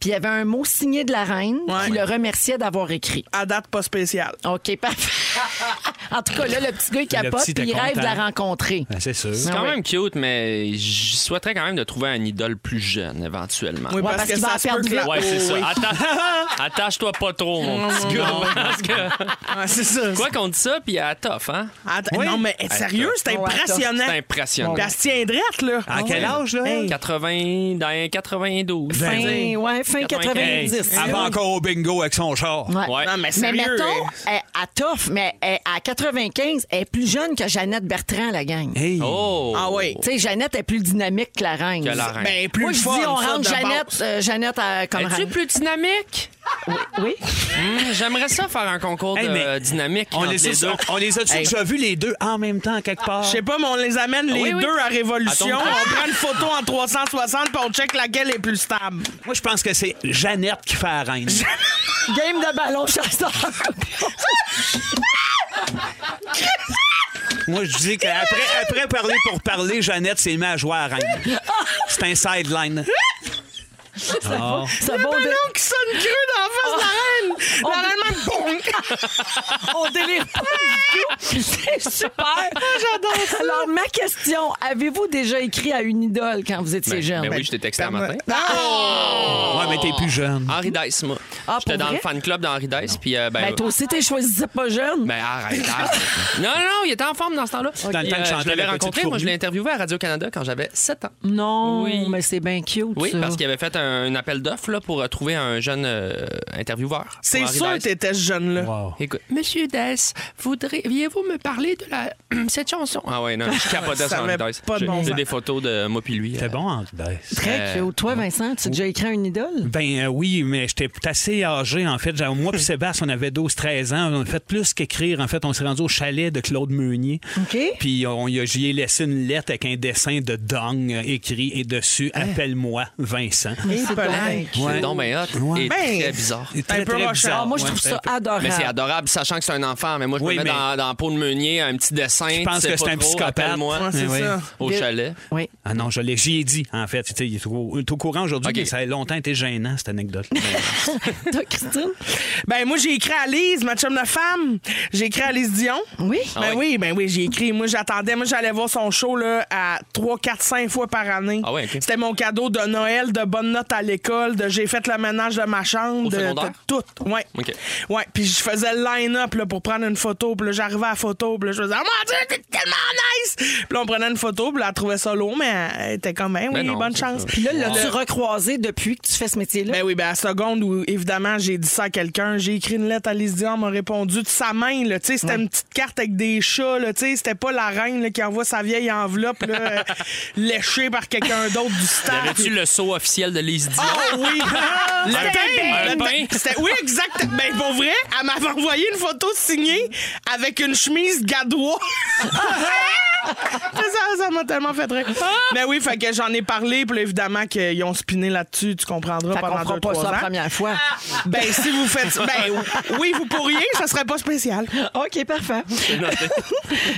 Speaker 4: puis il y avait un mot signé de la reine
Speaker 5: Ouais.
Speaker 4: qui le remerciait d'avoir écrit.
Speaker 5: À date, pas spécial.
Speaker 4: OK, parfait. en tout cas, là, le petit gars, il capote,
Speaker 2: petit
Speaker 4: puis il
Speaker 2: était
Speaker 4: rêve de la
Speaker 2: content.
Speaker 4: rencontrer.
Speaker 2: Ben, c'est sûr.
Speaker 3: C'est
Speaker 4: Ah
Speaker 3: quand
Speaker 4: ouais.
Speaker 3: même cute, mais je souhaiterais quand même de trouver un idole plus jeune, éventuellement.
Speaker 5: Oui,
Speaker 4: parce
Speaker 5: parce que
Speaker 4: qu'il va
Speaker 5: ça se peut
Speaker 4: perdre
Speaker 5: que la-
Speaker 4: vite.
Speaker 3: Ouais, c'est
Speaker 5: Oh,
Speaker 3: ça.
Speaker 5: oui.
Speaker 3: Atta- Attache-toi pas trop, mon petit gars. parce que-
Speaker 5: Ah, c'est ça.
Speaker 3: quoi qu'on dise ça, puis à tough, hein?
Speaker 5: Attends, Non, mais sérieux, c'est
Speaker 4: attends.
Speaker 5: impressionnant.
Speaker 3: C'est impressionnant.
Speaker 5: Puis elle se tient drette, là.
Speaker 2: À quel âge, là?
Speaker 5: Hey.
Speaker 3: 80, dans 92.
Speaker 4: Fin,
Speaker 2: Ben,
Speaker 4: ouais, fin
Speaker 3: 95.
Speaker 4: 90.
Speaker 2: Avant encore au bingo avec son char.
Speaker 4: Ouais.
Speaker 3: Ouais.
Speaker 5: Non, mais
Speaker 4: Mais
Speaker 5: sérieux. hein. euh,
Speaker 4: mettons, elle- à tough, mais elle- à 95, elle est plus jeune que Jeannette Bertrand, la gang.
Speaker 2: Hey.
Speaker 3: Oh!
Speaker 5: Ah oui.
Speaker 4: Tu sais, Jeannette est plus dynamique que la reine.
Speaker 3: Que la reine.
Speaker 5: Ben, plus
Speaker 4: Moi, je dis,
Speaker 5: fun,
Speaker 4: on
Speaker 5: ça,
Speaker 4: rentre
Speaker 5: de
Speaker 4: Jeannette,
Speaker 5: base.
Speaker 4: euh, Jeannette à- comme
Speaker 3: Es-tu
Speaker 4: reine.
Speaker 3: plus dynamique?
Speaker 4: Oui.
Speaker 3: Hmm, J'aimerais ça faire un concours
Speaker 2: Hey,
Speaker 3: de
Speaker 2: mais
Speaker 3: euh, dynamique.
Speaker 2: On
Speaker 3: entre
Speaker 2: les,
Speaker 3: les deux.
Speaker 2: a, on les a-tu déjà vus les deux en même temps, quelque part?
Speaker 5: Je sais pas, mais on les amène les
Speaker 3: oui.
Speaker 5: deux à Révolution.
Speaker 3: Attends.
Speaker 5: On prend une photo en 360 puis on check laquelle est plus stable.
Speaker 2: Moi, je pense que c'est Jeannette qui fait la reine.
Speaker 4: Game de ballon chasseur.
Speaker 2: Moi, je dis qu'après après parler pour parler, Jeannette s'est mise à jouer à la reine. C'est un sideline. Oh.
Speaker 4: Ça va, on, dé-
Speaker 5: Ballon qui sonne creux dans la face de la reine. La reine même, boum!
Speaker 4: on délire Ah, pas du tout. C'est super.
Speaker 5: j'adore ça.
Speaker 4: Alors, ma question, avez-vous déjà écrit à une idole quand vous étiez jeune?
Speaker 3: Ben oui, je t'ai texté un matin.
Speaker 2: Ouais, mais t'es plus jeune.
Speaker 3: Henri Dice, moi.
Speaker 4: Ah,
Speaker 3: J'étais
Speaker 4: pour
Speaker 3: dans
Speaker 4: vrai?
Speaker 3: le fan club d'Henri Dice, puis euh, ben.
Speaker 4: Ben, toi aussi, t'es choisi pas jeune.
Speaker 3: ben, arrête, arrête. non, non, non, il était en forme dans ce temps-là. euh,
Speaker 2: Dans le temps que
Speaker 3: je
Speaker 2: chantait
Speaker 3: l'avais
Speaker 2: la petite
Speaker 3: rencontré, moi
Speaker 2: fourmi.
Speaker 3: je l'ai interviewé à Radio-Canada quand j'avais 7 ans.
Speaker 4: non,
Speaker 3: Oui.
Speaker 4: mais c'est bien cute,
Speaker 3: Oui,
Speaker 4: ça.
Speaker 3: parce qu'il avait fait un, un appel d'offres là, pour euh, trouver un jeune euh, intervieweur.
Speaker 5: C'est
Speaker 3: pour Henri
Speaker 5: sûr que
Speaker 3: Dice.
Speaker 5: t'étais ce jeune-là.
Speaker 2: Wow.
Speaker 3: Écoute, Monsieur Dess, voudriez-vous me parler de la, cette chanson? Ah ouais, non, je capotais
Speaker 5: Ça
Speaker 3: sur Henri
Speaker 5: avait
Speaker 3: Dice.
Speaker 5: pas de
Speaker 3: J'ai-
Speaker 5: bon
Speaker 3: J'ai
Speaker 5: sens.
Speaker 3: des photos de moi puis lui.
Speaker 2: C'est
Speaker 3: euh,
Speaker 2: bon, Henri Dice.
Speaker 4: Très cute. Toi, Vincent, tu as déjà écrit à une idole?
Speaker 2: Ben euh, oui, mais j'étais assez âgé, en fait. J'avais- Moi et Sébastien, on avait 12-13 ans. On a fait plus qu'écrire. En fait, on s'est rendu au chalet de Claude Meunier.
Speaker 4: OK.
Speaker 2: Puis on, y a- j'y ai laissé une lettre avec un dessin de Dong euh, écrit et dessus « Appelle-moi Vincent
Speaker 5: Et
Speaker 4: C'est
Speaker 5: Pelin.
Speaker 3: C'est
Speaker 2: Ouais.
Speaker 3: donc bien hot
Speaker 2: Ouais.
Speaker 3: et
Speaker 5: Ben,
Speaker 3: très bizarre. ».
Speaker 2: C'est très,
Speaker 5: Un peu
Speaker 2: très
Speaker 5: rochant.
Speaker 2: bizarre.
Speaker 4: Ah, moi, je
Speaker 2: Ouais,
Speaker 4: trouve
Speaker 2: c'est
Speaker 4: ça
Speaker 2: un peu-
Speaker 4: adorable.
Speaker 3: Mais c'est adorable, sachant que c'est un enfant. Mais moi, je
Speaker 2: Oui,
Speaker 3: me mets
Speaker 2: mais-
Speaker 3: dans, dans la peau de meunier, un petit dessin.
Speaker 2: Je pense que c'est un psychopathe.
Speaker 3: Moi,
Speaker 5: Ouais, c'est
Speaker 2: oui.
Speaker 5: ça.
Speaker 3: au
Speaker 4: Des-
Speaker 3: chalet.
Speaker 4: Oui.
Speaker 2: Ah non, je l'ai, j'y ai dit, en fait. Tu sais, Il est au, il est au courant aujourd'hui,
Speaker 3: OK.
Speaker 2: mais ça a longtemps été gênant, cette anecdote
Speaker 4: Toi, Christine?
Speaker 5: Ben, moi, j'ai écrit à Lise, ma chum de femme. J'ai écrit à Lise Dion.
Speaker 4: Oui?
Speaker 3: Ah
Speaker 5: Ben oui, ben oui, j'ai écrit. Moi, j'attendais. Moi, j'allais voir son show là, à 3, 4, 5 fois par année.
Speaker 3: Ah ouais, ok.
Speaker 5: C'était mon cadeau de Noël, de bonne note à l'école, de j'ai fait le ménage de ma chambre.
Speaker 3: Au
Speaker 5: de,
Speaker 3: secondaire?
Speaker 5: de tout. Ouais.
Speaker 3: Ok.
Speaker 5: Ouais. Puis je faisais le line-up là, pour prendre une photo. Puis là, j'arrivais à la photo. Puis là, je faisais, oh mon Dieu, t'es tellement nice! Puis là, on prenait une photo. Puis là, elle trouvait ça lourd, mais elle était comme, ben oui,
Speaker 3: Ben non,
Speaker 5: bonne
Speaker 3: c'est
Speaker 5: chance.
Speaker 3: ça.
Speaker 4: Puis là, l'as-tu recroisé depuis que tu fais ce métier-là?
Speaker 5: Ben oui, ben à la seconde où, évidemment, j'ai dit ça à quelqu'un, j'ai écrit une lettre à Lise Dion, elle m'a répondu de sa main, là, tu sais, c'était une petite carte avec des chats, là, tu sais, c'était pas la reine, là, qui envoie sa vieille enveloppe, là, euh, léchée par quelqu'un d'autre du staff.
Speaker 3: Avais-tu le saut officiel de Lise Dion?
Speaker 5: Oh oui! le
Speaker 3: Un pain.
Speaker 5: pain!
Speaker 3: Un
Speaker 5: Le
Speaker 3: pain.
Speaker 5: pain. C'était- Oui, exact. Ben, pour vrai, elle m'avait envoyé une photo signée avec une chemise gadois. C'est ça, ça m'a tellement fait rire. Mais oui, fait que j'en ai parlé, puis là, évidemment qu'ils ont spiné là-dessus, tu comprendras
Speaker 4: Fait qu'on
Speaker 5: pendant
Speaker 4: fera
Speaker 5: deux,
Speaker 4: pas
Speaker 5: trois
Speaker 4: ça la
Speaker 5: ans.
Speaker 4: première fois.
Speaker 5: Ben, si vous faites. Ben, oui, vous pourriez, ça serait pas spécial.
Speaker 4: OK, parfait.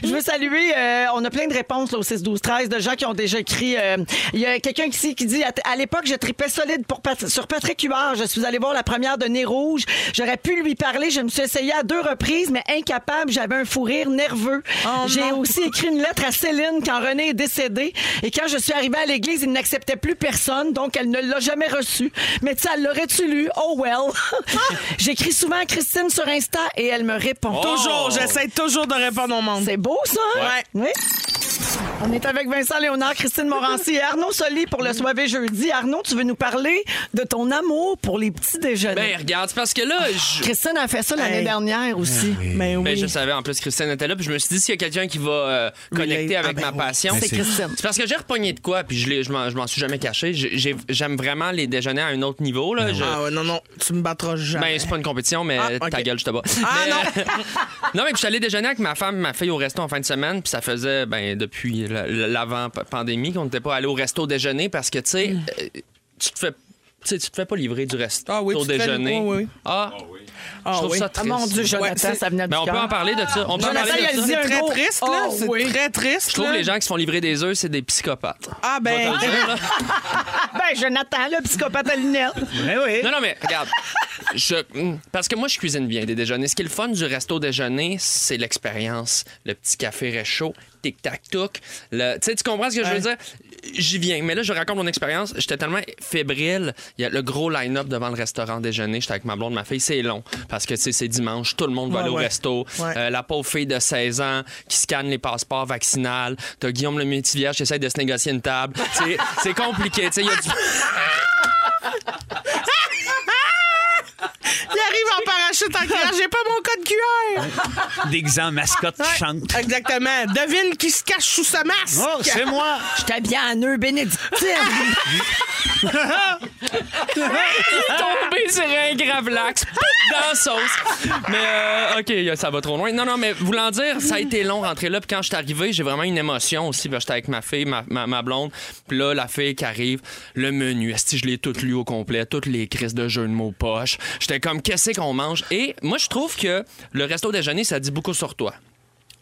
Speaker 4: Je veux saluer, euh, on a plein de réponses là, au 6, 12, 13 de gens qui ont déjà écrit. euh, Il y a quelqu'un ici qui dit À, à l'époque, je tripais solide pour Pat- sur Patrick Huard. Je suis allé voir la première de Nez Rouge. J'aurais pu lui parler. Je me suis essayé à deux reprises, mais incapable. J'avais un fou rire nerveux. J'ai aussi écrit une lettre à Céline quand René est décédé. Et quand je suis arrivée à l'église, il n'acceptait plus personne, donc elle ne l'a jamais reçu. Mais ça, l'aurait-tu lu? Oh well. J'écris souvent à Christine sur Insta et elle me
Speaker 3: Oh.
Speaker 4: répond.
Speaker 5: Toujours, j'essaie toujours de répondre au monde.
Speaker 4: C'est beau, ça? hein? Oui. On est avec Vincent Léonard, Christine Morancy et Arnaud Soli pour le Soivé Jeudi. Arnaud, tu veux nous parler de ton amour pour les petits déjeuners.
Speaker 3: Ben, regarde, c'est parce que là, je,
Speaker 4: Christine a fait ça l'année
Speaker 5: Hey.
Speaker 4: dernière aussi.
Speaker 5: Mais
Speaker 3: Ben,
Speaker 5: Ah oui.
Speaker 3: je savais, en plus, Christine était là, puis je me suis dit, s'il y a quelqu'un qui va euh, connecter
Speaker 5: Relate.
Speaker 3: avec
Speaker 5: Ah, ben
Speaker 3: ma
Speaker 5: oui.
Speaker 3: passion,
Speaker 4: Mais C'est c'est- Christine.
Speaker 3: C'est parce que j'ai repogné de quoi, puis je, l'ai- je m'en, je m'en suis jamais caché. J'ai- j'ai- j'aime vraiment les déjeuners à un autre niveau. Là. Je-
Speaker 5: Ah ouais, non, non, tu me battras jamais.
Speaker 3: Ben, c'est pas une compétition, mais
Speaker 5: Ah, ok.
Speaker 3: ta gueule, je te bats.
Speaker 5: Ah,
Speaker 3: Mais,
Speaker 5: non.
Speaker 3: euh, non, mais puis je suis allé déjeuner avec ma femme, et ma fille au resto en fin de semaine, puis ça faisait, ben, depuis la- la- l'avant-pandémie qu'on n'était pas allé au resto déjeuner parce que, tu sais, euh, tu te fais. tu sais, tu te fais pas livrer du resto
Speaker 5: Mm. Ah oui,
Speaker 3: au
Speaker 5: tu te fais-
Speaker 3: déjeuner.
Speaker 5: oui, oui.
Speaker 3: Ah,
Speaker 5: Ah
Speaker 3: je trouve
Speaker 5: oui.
Speaker 3: ça triste.
Speaker 4: Ah, mon Dieu, Jonathan,
Speaker 5: c'est-
Speaker 4: ça venait du
Speaker 3: Ben, on peut
Speaker 4: cœur.
Speaker 3: en parler de ça. On
Speaker 5: Ah,
Speaker 3: peut en
Speaker 4: Jonathan,
Speaker 3: parler de
Speaker 4: il a
Speaker 3: ça.
Speaker 4: dit
Speaker 5: C'est
Speaker 4: un
Speaker 5: très
Speaker 4: gros-
Speaker 5: triste, là.
Speaker 4: Oh,
Speaker 5: c'est
Speaker 4: oui.
Speaker 5: très triste.
Speaker 3: Je trouve
Speaker 5: là.
Speaker 3: les gens qui se font livrer des œufs, c'est des psychopathes.
Speaker 5: Ah, ben.
Speaker 4: Ben, Jonathan, le psychopathe à lunettes.
Speaker 2: Ben oui.
Speaker 3: Non, non, mais regarde. Je, mm, parce que moi, je cuisine bien des déjeuners. Ce qui est le fun du resto déjeuner, c'est l'expérience. Le petit café réchaud, tic-tac-toc. Le- Tu sais, tu comprends ce que je veux dire? J'y viens. Mais là, je raconte mon expérience. J'étais tellement fébrile. Il y a le gros line-up devant le restaurant déjeuner. J'étais avec ma blonde, ma fille. C'est long. Parce que, tu sais, c'est dimanche. Tout le monde va
Speaker 5: Ouais,
Speaker 3: aller au
Speaker 5: ouais.
Speaker 3: resto.
Speaker 5: Ouais.
Speaker 3: Euh, la pauvre fille de 16 ans qui scanne les passeports vaccinales. T'as Guillaume le Métivier qui essaie de se négocier une table. Tu sais, c'est compliqué. Tu sais, il y a du.
Speaker 5: Il arrive en parachute à j'ai pas mon code QR.
Speaker 2: Déguisé en mascotte qui chante.
Speaker 5: Exactement. Devine qui se cache sous sa masque.
Speaker 2: Oh, c'est moi!
Speaker 4: J'étais bien en nœud bénédictine.
Speaker 3: tombé sur un gravlax pouf, dans la sauce. Mais euh, OK, ça va trop loin. Non, non, mais voulant dire, ça a été long rentrer là. Puis quand je suis arrivé, j'ai vraiment une émotion aussi. parce que J'étais avec ma fille, ma, ma- ma blonde. Puis là, la fille qui arrive, le menu. Est-ce que je l'ai tout lu au complet? Toutes les crises de jeux de mots poche. J'étais comme, qu'est-ce qu'on mange? Et moi, je trouve que le resto déjeuner, ça dit beaucoup sur toi.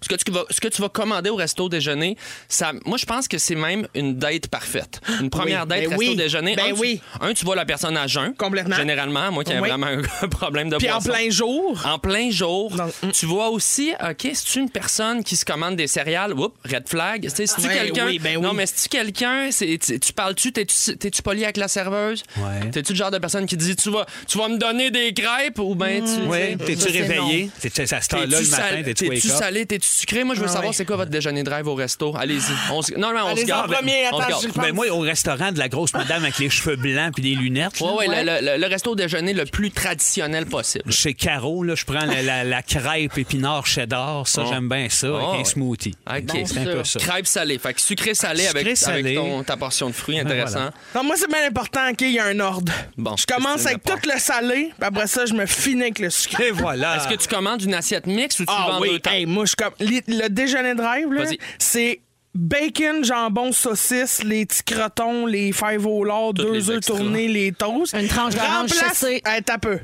Speaker 3: Ce que, tu vas, ce que tu vas commander au resto déjeuner, ça, moi, je pense que c'est même une date parfaite. Une première
Speaker 5: Oui,
Speaker 3: date
Speaker 5: ben
Speaker 3: resto
Speaker 5: oui,
Speaker 3: déjeuner.
Speaker 5: ben
Speaker 3: un, tu-
Speaker 5: oui.
Speaker 3: un, tu vois la personne à jeun.
Speaker 5: Complètement.
Speaker 3: Généralement, moi qui ai
Speaker 5: Oui.
Speaker 3: vraiment un problème de
Speaker 5: Puis en
Speaker 3: poisson.
Speaker 5: plein jour.
Speaker 3: En plein jour,
Speaker 5: Non, mm.
Speaker 3: tu vois aussi, OK, c'est une personne qui se commande des céréales, oups, red flag. C'est tu
Speaker 5: Ouais,
Speaker 3: quelqu'un
Speaker 5: oui, ben oui.
Speaker 3: Non, mais c'est tu quelqu'un, c'est- tu tu parles-tu, t'es-tu t'es-tu poli avec la serveuse
Speaker 2: Ouais.
Speaker 3: T'es-tu le genre de personne qui dit tu vas tu vas me donner des crêpes ou ben tu
Speaker 2: Oui, t'es-tu réveillé? T'es-tu à cette heure-là le matin?
Speaker 3: sal-
Speaker 2: T'es-tu wake up?
Speaker 3: salé, t'es-tu sucré? Moi, je veux savoir c'est quoi votre déjeuner drive au resto. Allez-y. On se- Non, mais on se
Speaker 5: Ah, Allez-y en
Speaker 3: garde.
Speaker 5: premier,
Speaker 3: on se
Speaker 5: attends,
Speaker 3: garde.
Speaker 5: je le
Speaker 2: Ben moi, au restaurant de la grosse madame avec les cheveux blancs puis des lunettes, là,
Speaker 3: Ouais, ouais, Le, le- le resto au déjeuner le plus traditionnel possible.
Speaker 2: chez Caro, là, je prends la, la- la crêpe épinard cheddar, ça,
Speaker 3: Oh.
Speaker 2: j'aime bien ça,
Speaker 3: Oh,
Speaker 2: avec un
Speaker 3: ouais.
Speaker 2: smoothie.
Speaker 3: OK.
Speaker 2: C'est un peu ça.
Speaker 3: Crêpe salée. Fait que sucré salé Ben avec,
Speaker 2: Sucré-salé.
Speaker 3: avec ton, ta portion de fruits, intéressant.
Speaker 5: Non, moi, c'est bien important, OK? Il y a un ordre.
Speaker 3: Bon,
Speaker 5: je commence
Speaker 3: c'est
Speaker 5: avec
Speaker 3: une
Speaker 5: tout le salé, puis après ça, je me finis avec le sucré.
Speaker 2: Et voilà.
Speaker 3: Est-ce que tu commandes une assiette mixte ou tu
Speaker 5: Ah
Speaker 3: vends
Speaker 5: oui,
Speaker 3: deux temps?
Speaker 5: hey, moi, je suis comme. li- Le déjeuner drive, là,
Speaker 3: Vas-y.
Speaker 5: c'est bacon, jambon, saucisse, les petits crotons, les fèves au lard,
Speaker 3: les
Speaker 5: deux œufs
Speaker 3: extras.
Speaker 5: tournés, les toasts.
Speaker 4: Une tranche d'orange
Speaker 5: Remplace.
Speaker 4: chassée.
Speaker 5: Hey, t'as peu.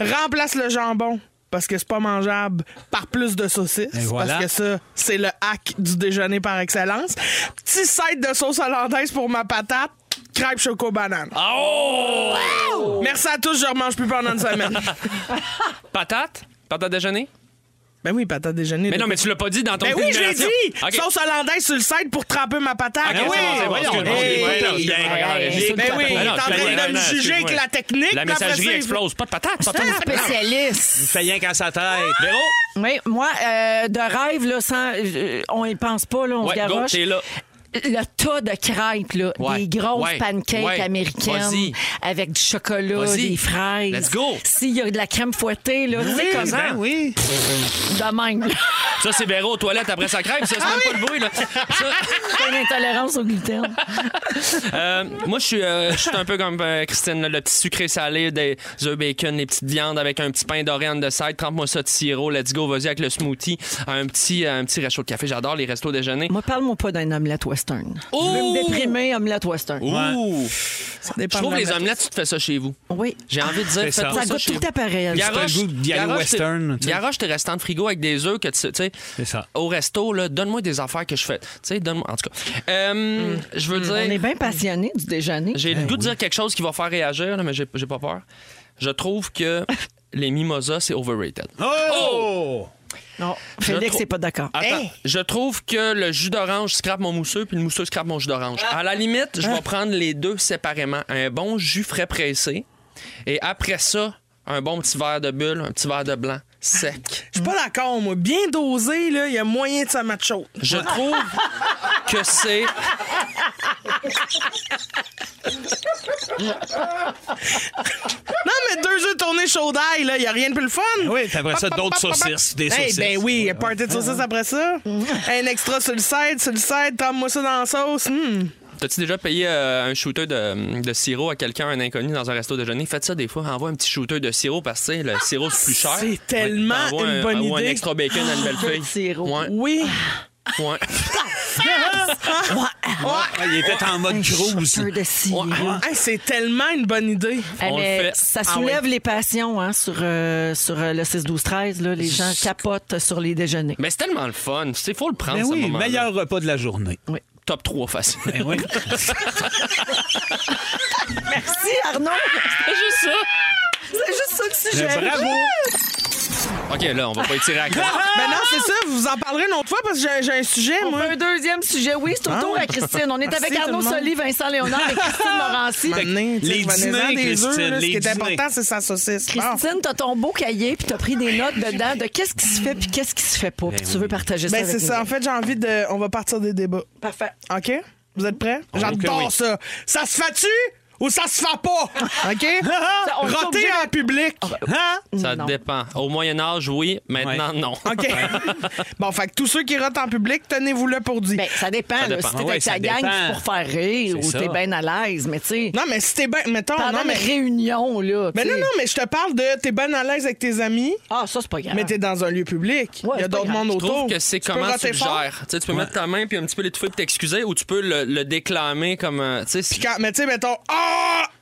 Speaker 5: Remplace le jambon. Parce que c'est pas mangeable par plus de saucisses.
Speaker 2: Et voilà.
Speaker 5: Parce que ça, c'est le hack du déjeuner par excellence. Petit set de sauce hollandaise pour ma patate, crêpe choco banane.
Speaker 3: Oh!
Speaker 5: Merci à tous, je remange plus pendant une semaine.
Speaker 3: Patate? Patate déjeuner?
Speaker 5: ben oui, patate déjeuner.
Speaker 3: Mais non, mais tu l'as pas dit dans ton
Speaker 5: Ben oui, je l'ai
Speaker 3: énumération.
Speaker 5: dit!
Speaker 3: OK.
Speaker 5: Sauce hollandaise sur le site pour tremper ma patate.
Speaker 3: Ok,
Speaker 5: Ben
Speaker 3: c'est
Speaker 5: oui!
Speaker 3: bon, c'est bon,
Speaker 5: voyons.
Speaker 3: excuse-moi,
Speaker 5: Hey,
Speaker 2: Ben
Speaker 3: excuse-moi,
Speaker 5: hey,
Speaker 3: excuse-moi, regarde,
Speaker 5: hey,
Speaker 3: j'ai-
Speaker 5: Ben oui,
Speaker 3: Ah
Speaker 5: t'es
Speaker 3: non,
Speaker 5: en train
Speaker 3: excuse-moi,
Speaker 5: de me
Speaker 3: excuse-moi.
Speaker 5: juger avec la technique.
Speaker 3: La
Speaker 5: puis après
Speaker 3: messagerie
Speaker 5: ça, il-
Speaker 3: explose. Pas de patate, pas de
Speaker 4: C'est un
Speaker 3: patate.
Speaker 4: spécialiste.
Speaker 2: Fais rien qu'à sa tête.
Speaker 3: Véro?
Speaker 4: Oui, moi, euh, de rêve, là, sans, euh, on y pense pas, là, on se
Speaker 3: Ouais, go,
Speaker 4: garoche.
Speaker 3: t'es là.
Speaker 4: le tas de crêpes, là,
Speaker 3: Ouais.
Speaker 4: des grosses
Speaker 3: Ouais.
Speaker 4: pancakes
Speaker 3: Ouais.
Speaker 4: américaines
Speaker 3: Vas-y.
Speaker 4: avec du chocolat,
Speaker 3: Vas-y.
Speaker 4: des fraises.
Speaker 3: Let's go.
Speaker 4: S'il y a de la crème fouettée, là, tu sais comment?
Speaker 2: Ben oui.
Speaker 4: De même.
Speaker 3: Ça, c'est Véro aux toilettes après sa crêpe. Ça, c'est même pas le bruit, là. Ça-
Speaker 4: J'ai une intolérance au gluten.
Speaker 3: Euh, moi, je suis, euh, je suis un peu comme euh, Christine, là, le petit sucré salé, des œufs bacon, les petites viandes avec un petit pain d'orient de side. Trempe-moi ça de sirop. Let's go, vas-y avec le smoothie. Un petit, euh, un petit réchaud de café. J'adore les restos déjeuner.
Speaker 4: Moi, parle-moi pas d'un omelette western. Je veux me
Speaker 3: Ouh!
Speaker 4: déprimer, omelette western.
Speaker 3: Ouh! Je
Speaker 5: dépend
Speaker 3: trouve
Speaker 5: de la
Speaker 3: les
Speaker 5: méthode.
Speaker 3: omelettes, tu te fais ça chez vous.
Speaker 4: Oui.
Speaker 3: J'ai envie de dire,
Speaker 2: C'est
Speaker 3: faites
Speaker 2: ça.
Speaker 3: ça,
Speaker 4: Ça
Speaker 3: ça
Speaker 4: goûte
Speaker 3: chez
Speaker 4: tout à pareil.
Speaker 2: Garoche, t'as le goût d'y aller western, tu sais.
Speaker 3: Garoche, tes restants de frigo avec des œufs que tu tu sais.
Speaker 2: C'est ça.
Speaker 3: Au resto, là, donne-moi des affaires que je fais. Tu sais, donne-moi. En tout cas. Euh, Je veux
Speaker 4: Mm. On est
Speaker 3: dire.
Speaker 4: bien passionné du déjeuner.
Speaker 3: J'ai le goût de dire quelque chose qui va faire réagir, là, mais j'ai j'ai pas peur. Je trouve que les mimosas, c'est overrated.
Speaker 2: Ah. Oh!
Speaker 4: Non, Félix
Speaker 3: trouve-
Speaker 4: n'est pas d'accord.
Speaker 3: Attends, je trouve que le jus d'orange scrape mon mousseux, puis le mousseux scrape mon jus d'orange. À la limite, je vais prendre les deux séparément. Un bon jus frais pressé, et après ça, un bon petit verre de bulle, un petit verre de blanc sec.
Speaker 5: Je suis pas d'accord, moi. Bien dosé, là, il y a moyen de sa match chaude.
Speaker 3: Je trouve que c'est...
Speaker 5: Non, mais deux œufs tournés chaud d'ail, là, il y a rien de plus le fun.
Speaker 3: Ben
Speaker 2: Oui, puis après ça,
Speaker 5: Pop, pop,
Speaker 2: d'autres
Speaker 5: pop, pop,
Speaker 2: saucisses,
Speaker 5: pop.
Speaker 2: des
Speaker 5: Hey,
Speaker 2: saucisses.
Speaker 5: Ben oui, un party de saucisses après ça. Un extra sur le side, sur le side, trempe-moi ça dans la sauce. Hmm.
Speaker 3: T'as-tu déjà payé euh, un shooter de, de sirop à quelqu'un, un inconnu, dans un resto déjeuner? Faites ça des fois. Envoie un petit shooter de sirop parce que tu sais, le sirop, c'est plus cher.
Speaker 5: Ah, C'est
Speaker 3: Ouais,
Speaker 5: tellement
Speaker 3: t'envoies
Speaker 5: une
Speaker 3: un-
Speaker 5: bonne
Speaker 3: envoie
Speaker 5: idée.
Speaker 3: un extra bacon à une belle fille.
Speaker 4: sirop.
Speaker 3: Ouais,
Speaker 5: Oui.
Speaker 3: ouais.
Speaker 2: Ah, il était en mode cruise.
Speaker 4: Peu de
Speaker 3: Ah,
Speaker 4: sirop.
Speaker 5: Hey, c'est tellement une bonne idée.
Speaker 4: Eh,
Speaker 3: On le
Speaker 4: mais
Speaker 3: fait.
Speaker 4: Ça
Speaker 3: Ah
Speaker 4: soulève les passions hein, sur, euh, sur euh, le 6-12-13. là. Les gens capotent sur les déjeuners.
Speaker 3: Mais c'est tellement le fun. Il faut le prendre,
Speaker 2: Ben
Speaker 3: ce
Speaker 2: oui,
Speaker 3: moment-là.
Speaker 2: meilleur repas de la journée.
Speaker 3: Top 3 facile.
Speaker 2: Ben oui.
Speaker 4: Merci Arnaud!
Speaker 3: C'est juste ça.
Speaker 4: C'est juste ça le sujet.
Speaker 2: Bravo!
Speaker 3: OK, là, on va pas étirer à cœur.
Speaker 5: Ben non, c'est ça, vous en parlerez une autre fois parce que j'ai- j'ai un sujet,
Speaker 4: On
Speaker 5: moi.
Speaker 4: fait un deuxième sujet. Oui, c'est au tour à Christine. On est
Speaker 5: Merci,
Speaker 4: avec
Speaker 5: tout
Speaker 4: Arnaud
Speaker 5: le monde.
Speaker 4: Soli, Vincent Léonard et Christine Morancy.
Speaker 5: Maintenant, tu sais,
Speaker 2: les
Speaker 5: venez-en
Speaker 2: dîners,
Speaker 5: des œufs,
Speaker 2: Christine,
Speaker 5: là, ce
Speaker 2: les
Speaker 5: qui est
Speaker 2: dîners.
Speaker 5: important, c'est sa saucisse. Bon.
Speaker 4: Christine, t'as ton beau cahier, puis t'as pris des notes dedans de qu'est-ce qui se fait, puis qu'est-ce qui se fait pas. Puis tu veux partager ça
Speaker 5: Ben,
Speaker 4: avec
Speaker 5: c'est
Speaker 4: nous.
Speaker 5: ça. En fait, j'ai envie de. On va partir des débats.
Speaker 4: Parfait.
Speaker 5: OK? Vous êtes prêts? J'adore
Speaker 2: oui.
Speaker 5: ça. Ça se fait-tu? ou ça se fait pas. OK?
Speaker 4: on est
Speaker 5: Roter
Speaker 4: obligé
Speaker 5: en public. Hein?
Speaker 3: Ça
Speaker 4: Non.
Speaker 3: dépend. Au Moyen Âge, oui. Maintenant, non.
Speaker 5: OK. bon, fait que tous ceux qui rotent en public, tenez-vous-le pour dire.
Speaker 4: Ben, ça dépend.
Speaker 2: Ça
Speaker 4: là.
Speaker 2: dépend.
Speaker 4: Si t'es
Speaker 2: Ouais,
Speaker 4: avec
Speaker 2: ça
Speaker 4: ta gang,
Speaker 2: dépend.
Speaker 4: c'est pour faire rire
Speaker 2: C'est
Speaker 4: ou
Speaker 2: ça.
Speaker 4: t'es bien à l'aise. Mais tu sais,
Speaker 5: non, mais si t'es bien. Mettons,
Speaker 4: pendant
Speaker 5: non, mais.
Speaker 4: une réunion, là.
Speaker 5: Mais
Speaker 4: tu
Speaker 5: non,
Speaker 4: sais.
Speaker 5: non, mais je te parle de t'es bonne à l'aise avec tes amis,
Speaker 4: Ah, ça, c'est pas grave.
Speaker 5: mais t'es dans un lieu public. Il y a
Speaker 4: Ouais, c'est pas
Speaker 5: d'autres
Speaker 4: grave.
Speaker 5: mondes
Speaker 3: Je
Speaker 5: autour.
Speaker 3: trouve que c'est
Speaker 5: Tu peux
Speaker 3: comment tu
Speaker 5: roter
Speaker 3: le
Speaker 5: fort.
Speaker 3: gères. Tu sais, tu peux mettre ta main puis un petit peu l'étouffer puis t'excuser ou tu peux le, le déclamer comme. un- Tu sais,
Speaker 5: Puis
Speaker 3: c'est-
Speaker 5: quand- mais tu sais, mettons. Ah!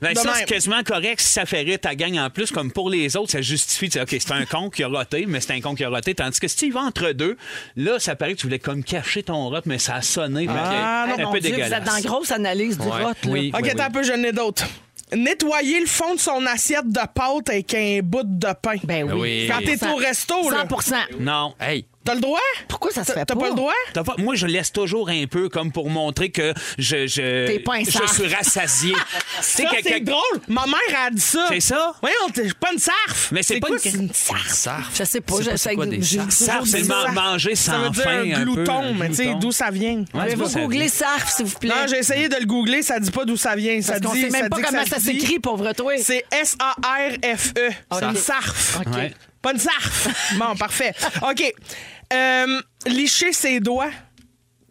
Speaker 2: Ben,
Speaker 5: De
Speaker 2: ça,
Speaker 5: même.
Speaker 2: c'est quasiment correct si ça fait rire ta gang en plus. Comme pour les autres, ça justifie. tu sais, OK, c'est un con qui a roté, mais c'est un con qui a roté. Tandis que si tu y vas entre deux, là, ça paraît que tu voulais comme cacher ton rot, mais ça a sonné. fait que
Speaker 5: Ah,
Speaker 2: c'est
Speaker 4: Hey,
Speaker 2: un
Speaker 4: mon
Speaker 2: peu
Speaker 4: Dieu, vous
Speaker 2: dégueulasse.
Speaker 4: êtes dans grosse analyse du
Speaker 3: Ouais.
Speaker 4: vote.
Speaker 2: Oui.
Speaker 5: OK, t'as un peu jeûné d'autres. Nettoyer le fond de son assiette de pâte avec un bout de pain.
Speaker 4: Ben
Speaker 3: Ben
Speaker 4: oui.
Speaker 3: oui.
Speaker 5: Quand t'es au resto, là.
Speaker 4: 100
Speaker 2: Non.
Speaker 3: Hey,
Speaker 5: T'as le droit?
Speaker 4: Pourquoi ça
Speaker 5: T'as
Speaker 4: se fait
Speaker 5: t'as
Speaker 4: pas?
Speaker 5: pas le droit?
Speaker 2: T'as pas- moi, je laisse toujours un peu comme pour montrer que je, je,
Speaker 4: T'es pas un
Speaker 2: je
Speaker 4: sarf.
Speaker 2: suis rassasié.
Speaker 5: Ça,
Speaker 2: que-
Speaker 5: c'est
Speaker 2: que-
Speaker 5: drôle. Ma mère a dit ça.
Speaker 2: C'est ça?
Speaker 5: Voyons, t'es pas une sarf.
Speaker 2: Mais c'est pas
Speaker 5: quoi,
Speaker 2: une-
Speaker 5: c'est une sarf.
Speaker 3: sarf.
Speaker 4: Je sais pas,
Speaker 3: C'est
Speaker 4: j'essaie
Speaker 3: c'est quoi
Speaker 4: de-
Speaker 3: des
Speaker 4: j'ai-
Speaker 3: sarfs?
Speaker 2: Sarf, c'est le man- manger
Speaker 5: Ça
Speaker 2: sans
Speaker 5: veut dire
Speaker 2: fin.
Speaker 5: un
Speaker 2: peu,
Speaker 5: glouton,
Speaker 2: un
Speaker 5: mais tu sais,
Speaker 2: glouton.
Speaker 5: d'où ça vient.
Speaker 2: Ouais,
Speaker 4: Avez-vous
Speaker 2: d'où ça
Speaker 4: googlé
Speaker 2: vient.
Speaker 4: SARF, s'il vous plaît?
Speaker 5: Non, j'ai essayé de le googler, ça dit pas d'où ça vient. Ça
Speaker 4: Parce
Speaker 5: dit,
Speaker 4: qu'on sait
Speaker 5: ça
Speaker 4: même pas
Speaker 5: dit que
Speaker 4: comment ça
Speaker 5: se dit-
Speaker 4: s'écrit, pauvre toi.
Speaker 5: C'est S-A-R-F-E. Une E. sarf.
Speaker 4: Ah, OK.
Speaker 2: Ouais.
Speaker 5: Pas une sarf. Bon, parfait. OK. Euh, licher ses doigts.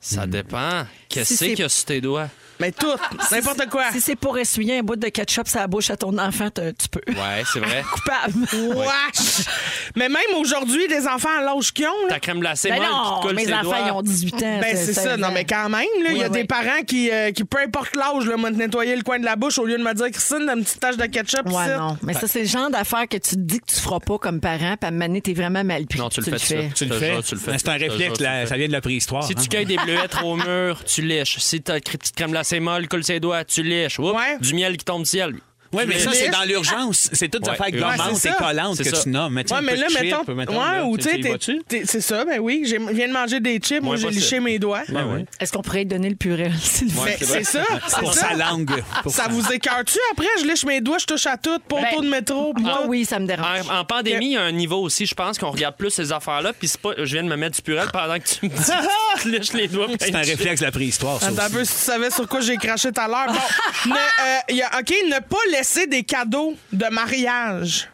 Speaker 3: Ça dépend.
Speaker 4: Si
Speaker 3: Qu'est-ce
Speaker 4: c'est-
Speaker 3: qu'il y a sur tes doigts?
Speaker 5: Mais tout. N'importe quoi.
Speaker 4: Si Ah, c'est pour essuyer un bout de ketchup sur la bouche à ton enfant, te- tu peux.
Speaker 3: Ouais, c'est vrai.
Speaker 4: Coupable.
Speaker 5: Wesh! Mais même aujourd'hui, des enfants à l'âge qu'ils ont, là,
Speaker 3: Ta crème glacée,
Speaker 4: Ben
Speaker 3: molle qui te
Speaker 4: non,
Speaker 3: coule
Speaker 4: mes
Speaker 3: ses
Speaker 4: enfants,
Speaker 3: doigts.
Speaker 4: ils ont 18 ans.
Speaker 5: ben c'est ça. Non, mais quand même, là, il y a
Speaker 4: Oui,
Speaker 5: des
Speaker 4: oui.
Speaker 5: parents qui, euh, qui peu importe l'âge, là, m'ont nettoyé le coin de la bouche au lieu de me dire, Christine, t'as une petite tache de ketchup ici.
Speaker 4: Ouais, non. Mais ça, c'est le genre d'affaires que tu te dis que tu feras pas comme parent, puis à un moment donné, t'es vraiment mal pris.
Speaker 3: Non, tu le fais, tu le fais.
Speaker 2: Tu le
Speaker 3: Je te
Speaker 2: fais.
Speaker 3: jure, tu le fais.
Speaker 2: Mais C'est un
Speaker 3: Je te jure,
Speaker 2: réflexe,
Speaker 3: tu le
Speaker 2: la-
Speaker 3: fais.
Speaker 2: ça vient de la
Speaker 5: Ah,
Speaker 2: préhistoire.
Speaker 3: Si
Speaker 2: hein.
Speaker 3: tu cueilles des bleuettes au mur, tu liches. Si ta cr- petite crème glacée molle coule ses doigts, tu liches. Oups,
Speaker 5: Ouais.
Speaker 3: Du miel qui tombe du ciel.
Speaker 2: Oui,
Speaker 3: Tu
Speaker 2: mais ça,
Speaker 3: liches.
Speaker 2: c'est dans l'urgence. C'est toutes des
Speaker 3: Ouais.
Speaker 2: affaires
Speaker 3: Ouais,
Speaker 2: gommantes
Speaker 5: c'est
Speaker 2: et
Speaker 5: ça.
Speaker 2: collantes
Speaker 3: C'est
Speaker 2: que
Speaker 3: ça.
Speaker 2: tu nommes. Mais tu sais,
Speaker 5: Ouais,
Speaker 2: un
Speaker 5: mais
Speaker 2: peu
Speaker 5: là,
Speaker 2: de chip,
Speaker 5: mettons.
Speaker 2: mettons,
Speaker 5: ouais,
Speaker 2: là,
Speaker 5: ou tu sais,
Speaker 2: y
Speaker 5: t'es-
Speaker 2: vas-tu?
Speaker 5: t'es- c'est ça, ben oui. J'ai- Je viens de manger des chips, moi, j'ai
Speaker 3: possible.
Speaker 5: liché mes doigts.
Speaker 2: Ben oui.
Speaker 4: Est-ce qu'on pourrait donner le purel, s'il vous
Speaker 5: Mais
Speaker 4: plaît?
Speaker 5: c'est ça.
Speaker 2: Pour
Speaker 5: c'est
Speaker 2: sa
Speaker 5: ça.
Speaker 2: langue. Pour
Speaker 5: Ça
Speaker 2: sa-
Speaker 5: vous écarte-tu après? Je lèche mes doigts, je touche à tout, poteau
Speaker 4: Ben,
Speaker 5: de métro. puis
Speaker 4: Moi,
Speaker 5: tout.
Speaker 4: oui, ça me
Speaker 5: Ah,
Speaker 4: dérange.
Speaker 3: En, en pandémie, il y a un niveau aussi, je pense, qu'on regarde plus ces affaires-là. Puis c'est pas, je viens de me mettre du purel pendant que tu me dis, tu liches les doigts.
Speaker 2: C'est un réflexe de la préhistoire, ça.
Speaker 5: Attends un
Speaker 2: aussi.
Speaker 5: peu si tu savais sur quoi j'ai craché tout à l'heure. Bon, ne, euh, y a- OK, ne pas laisser des cadeaux de mariage.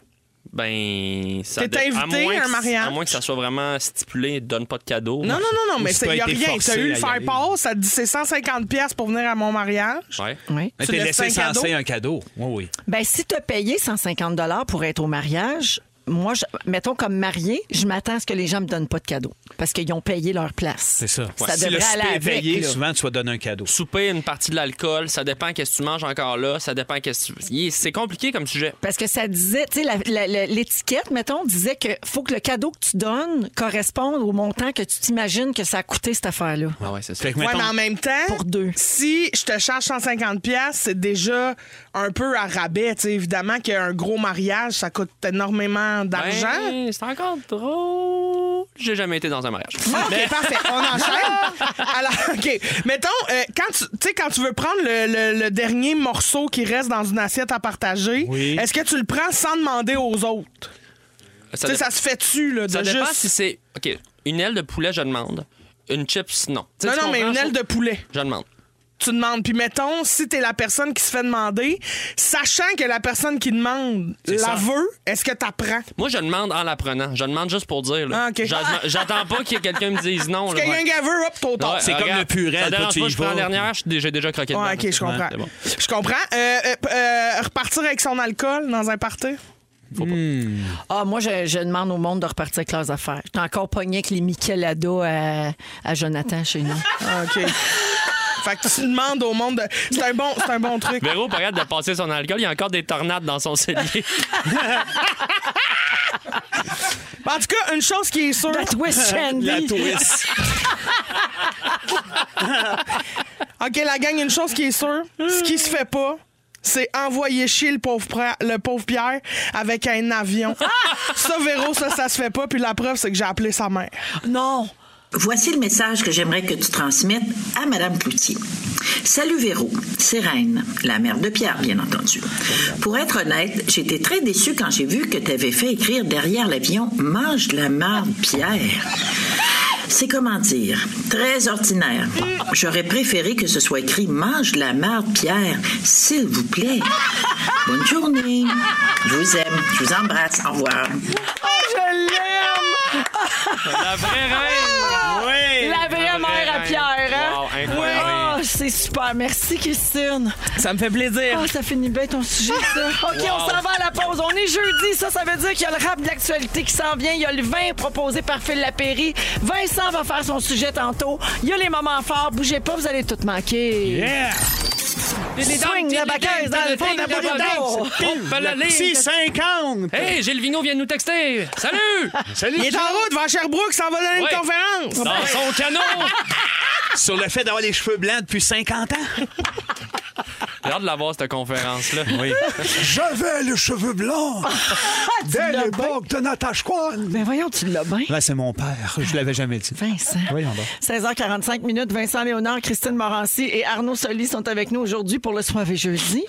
Speaker 3: Ben, ça
Speaker 5: T'es
Speaker 3: dé- à
Speaker 5: invité
Speaker 3: moins
Speaker 5: à un
Speaker 3: que-
Speaker 5: mariage?
Speaker 3: À moins que ça soit vraiment stipulé, donne pas de cadeau.
Speaker 5: Non, non, non, non,
Speaker 2: Ou
Speaker 5: mais
Speaker 2: si
Speaker 5: il
Speaker 2: t'as
Speaker 5: n'y a
Speaker 2: été
Speaker 5: rien.
Speaker 2: forcé
Speaker 5: T'as eu le
Speaker 2: à y aller.
Speaker 5: faire-part, ça te dit c'est 150$ piastres pour venir à mon mariage.
Speaker 3: Ah, Ouais.
Speaker 4: Oui.
Speaker 2: Mais
Speaker 5: Tu
Speaker 2: t'es
Speaker 5: laisses
Speaker 2: laissé
Speaker 5: un cadeau?
Speaker 2: censer un cadeau. Oui, oui.
Speaker 4: Ben, si tu as payé 150 pour être au mariage, moi, je- mettons comme marié, je m'attends à ce que les gens me donnent pas de cadeaux parce qu'ils ont payé leur place.
Speaker 2: C'est ça.
Speaker 4: Ça
Speaker 2: Ouais. si le
Speaker 4: devrait
Speaker 2: souper
Speaker 4: aller
Speaker 2: est
Speaker 4: avec.
Speaker 2: payé,
Speaker 4: là.
Speaker 2: souvent, tu vas donner un cadeau.
Speaker 3: Souper, une partie de l'alcool, ça dépend qu'est-ce que tu manges encore là, ça dépend qu'est-ce que tu... Hi, C'est compliqué comme sujet.
Speaker 4: Parce que ça disait, tu sais, la- la- la- l'étiquette, mettons, disait que faut que le cadeau que tu donnes corresponde au montant que tu t'imagines que ça a coûté cette affaire-là.
Speaker 3: Ah ouais, c'est ça.
Speaker 2: Fait que,
Speaker 5: Ouais,
Speaker 2: mettons,
Speaker 5: mais en même temps,
Speaker 4: Pour deux.
Speaker 5: si je te charge 150$, piastres, c'est déjà un peu à rabais. Tu sais, évidemment qu'un gros mariage, ça coûte énormément d'argent.
Speaker 3: Ben, c'est encore drôle. J'ai jamais été dans un mariage.
Speaker 5: Ah, OK, parfait. On enchaîne. Alors, OK. Mettons, euh, quand tu tu sais, quand tu veux prendre le, le- le dernier morceau qui reste dans une assiette à partager,
Speaker 2: Oui.
Speaker 5: est-ce que tu le prends sans demander aux autres? Tu
Speaker 3: Ça,
Speaker 5: sais,
Speaker 3: dé-
Speaker 5: ça se fait-tu, là, de
Speaker 3: ça dépend
Speaker 5: juste...
Speaker 3: si c'est... OK, une aile de poulet, je demande. Une chips, non. Tu sais,
Speaker 5: non,
Speaker 3: tu
Speaker 5: non, mais
Speaker 3: comprends,
Speaker 5: une
Speaker 3: je
Speaker 5: aile de
Speaker 3: trouve-
Speaker 5: poulet,
Speaker 3: Je demande.
Speaker 5: tu demandes. Puis mettons, si t'es la personne qui se fait demander, sachant que la personne qui demande la
Speaker 3: ça.
Speaker 5: veut, est-ce que t'apprends?
Speaker 3: Moi, je demande en l'apprenant. Je demande juste pour dire. là.
Speaker 5: Ah, OK.
Speaker 3: J'a- J'attends pas que quelqu'un me dise non. là,
Speaker 5: Parce que
Speaker 3: ouais.
Speaker 5: quelqu'un qui veut, hop, t'au tort.
Speaker 3: Ouais,
Speaker 2: C'est comme
Speaker 3: regarde,
Speaker 2: le purel,
Speaker 3: Ça
Speaker 2: toi,
Speaker 3: dérange
Speaker 2: tu y
Speaker 3: pas, je prends
Speaker 2: vas.
Speaker 3: la dernière, je- j'ai déjà croqué dedans.
Speaker 5: Ouais, OK, je comprends.
Speaker 3: Ouais, c'est bon.
Speaker 5: Je comprends. Euh, euh, p- euh, repartir avec son alcool dans un party?
Speaker 4: Ah, moi, je, je demande au monde de repartir avec leurs affaires. J'étais encore pogné avec les Michelada à, à Jonathan chez nous.
Speaker 5: Ah, OK. fait que tu demandes au monde. de- C'est un bon, c'est un bon truc.
Speaker 3: Véro, pas arrête de passer son alcool. Il y a encore des tornades dans son cellier.
Speaker 5: Bah, En tout cas, une chose qui est sûre,
Speaker 4: La twist candy.
Speaker 2: la twist.
Speaker 5: OK, la gang, une chose qui est sûre, ce qui se fait pas, c'est envoyer chier le pauvre, pra- le pauvre Pierre avec un avion. ça, Véro, ça, ça se fait pas. Puis la preuve, c'est que j'ai appelé sa mère.
Speaker 4: Non.
Speaker 8: Voici le message que j'aimerais que tu transmettes à Madame Cloutier. Salut Véro, c'est Reine, la mère de Pierre, bien entendu. Pour être honnête, j'étais très déçue quand j'ai vu que tu avais fait écrire derrière l'avion Mange de la marde, Pierre. C'est comment dire, très ordinaire. J'aurais préféré que ce soit écrit Mange de la merde, Pierre, s'il vous plaît. Bonne journée. Je vous aime. Je vous embrasse. Au revoir.
Speaker 5: Oh, je l'aime!
Speaker 3: La vraie reine! Oui!
Speaker 4: La vraie mère à
Speaker 3: reine.
Speaker 4: Pierre, hein?
Speaker 3: Wow, incroyable.
Speaker 4: Ah, c'est super. Merci, Christine.
Speaker 5: Ça me fait plaisir.
Speaker 4: Ah, ça finit bien ton sujet, ça. OK, on
Speaker 3: Wow.
Speaker 4: s'en va à la pause. On est jeudi. Ça, ça veut dire qu'il y a le rap de l'actualité qui s'en vient. Il y a le vin proposé par Phil Lapéry. Vincent va faire son sujet tantôt. Il y a les moments forts. Bougez pas, vous allez tout manquer.
Speaker 2: Yeah!
Speaker 4: Swing la baqueuse dans le fond de Oh, ben, la boule d'eau.
Speaker 3: Oh, ben, Hey,
Speaker 2: 6,50!
Speaker 3: Hey, Gilles Vigneault vient de nous texter! Salut!
Speaker 5: Il est en route vers Sherbrooke, s'en va donner
Speaker 3: Ouais.
Speaker 5: une conférence.
Speaker 3: Dans son canot!
Speaker 2: Sur le fait d'avoir les cheveux blancs depuis 50 ans.
Speaker 3: J'ai hâte de l'avoir, cette conférence-là. Oui.
Speaker 2: J'avais les cheveux blancs
Speaker 4: Ah,
Speaker 2: dès l'époque de Natasha Kwan.
Speaker 4: Mais Ben, voyons, tu l'as bien.
Speaker 2: Là, c'est mon père. Je l'avais jamais dit.
Speaker 4: Vincent.
Speaker 2: Voyons donc.
Speaker 4: 16h45 minutes, Vincent Léonard, Christine Morancy et Arnaud Soli sont avec nous aujourd'hui pour le soivé jeudi.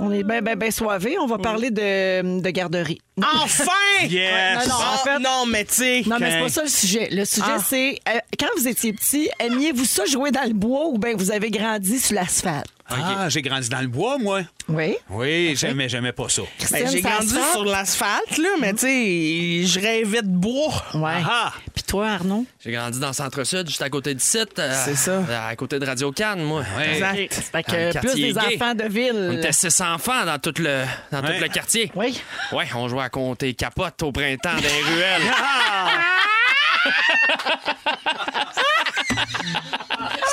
Speaker 4: On est bien, bien, bien soivé. On va parler de, de garderie.
Speaker 5: Enfin!
Speaker 2: Yes!
Speaker 4: Ouais, non, non.
Speaker 5: Ah,
Speaker 4: en fait-
Speaker 5: non, mais tu sais.
Speaker 4: Non, mais c'est
Speaker 2: Ok.
Speaker 4: pas ça le sujet. Le sujet,
Speaker 5: Ah.
Speaker 4: c'est euh, quand vous étiez petit, aimiez-vous ça jouer dans le bois ou bien vous avez grandi sur l'asphalte?
Speaker 2: Ah, j'ai grandi dans le bois, moi.
Speaker 4: Oui.
Speaker 2: Oui, j'aimais, j'aimais pas ça.
Speaker 5: Ben,
Speaker 4: Christine,
Speaker 5: j'ai
Speaker 4: ça
Speaker 5: grandi
Speaker 4: asphalte?
Speaker 5: sur l'asphalte, là, mais tu sais, je rêvais de bois.
Speaker 4: Ouais.
Speaker 2: Ah!
Speaker 4: Puis toi, Arnaud?
Speaker 3: J'ai grandi dans Centre-Sud, juste à côté de site. euh,
Speaker 5: C'est ça.
Speaker 3: euh, À côté de Radio Cannes, moi. Ah Ouais.
Speaker 5: Exact.
Speaker 4: Fait
Speaker 3: Dans le
Speaker 4: que plus
Speaker 3: quartier
Speaker 4: des
Speaker 3: gay.
Speaker 4: enfants de
Speaker 3: On
Speaker 4: ville.
Speaker 3: était six enfants dans tout le, dans
Speaker 2: Ouais.
Speaker 3: tout le quartier.
Speaker 4: Oui.
Speaker 3: Ouais, on jouait à compter capote au printemps dans les ruelles.
Speaker 2: Ah!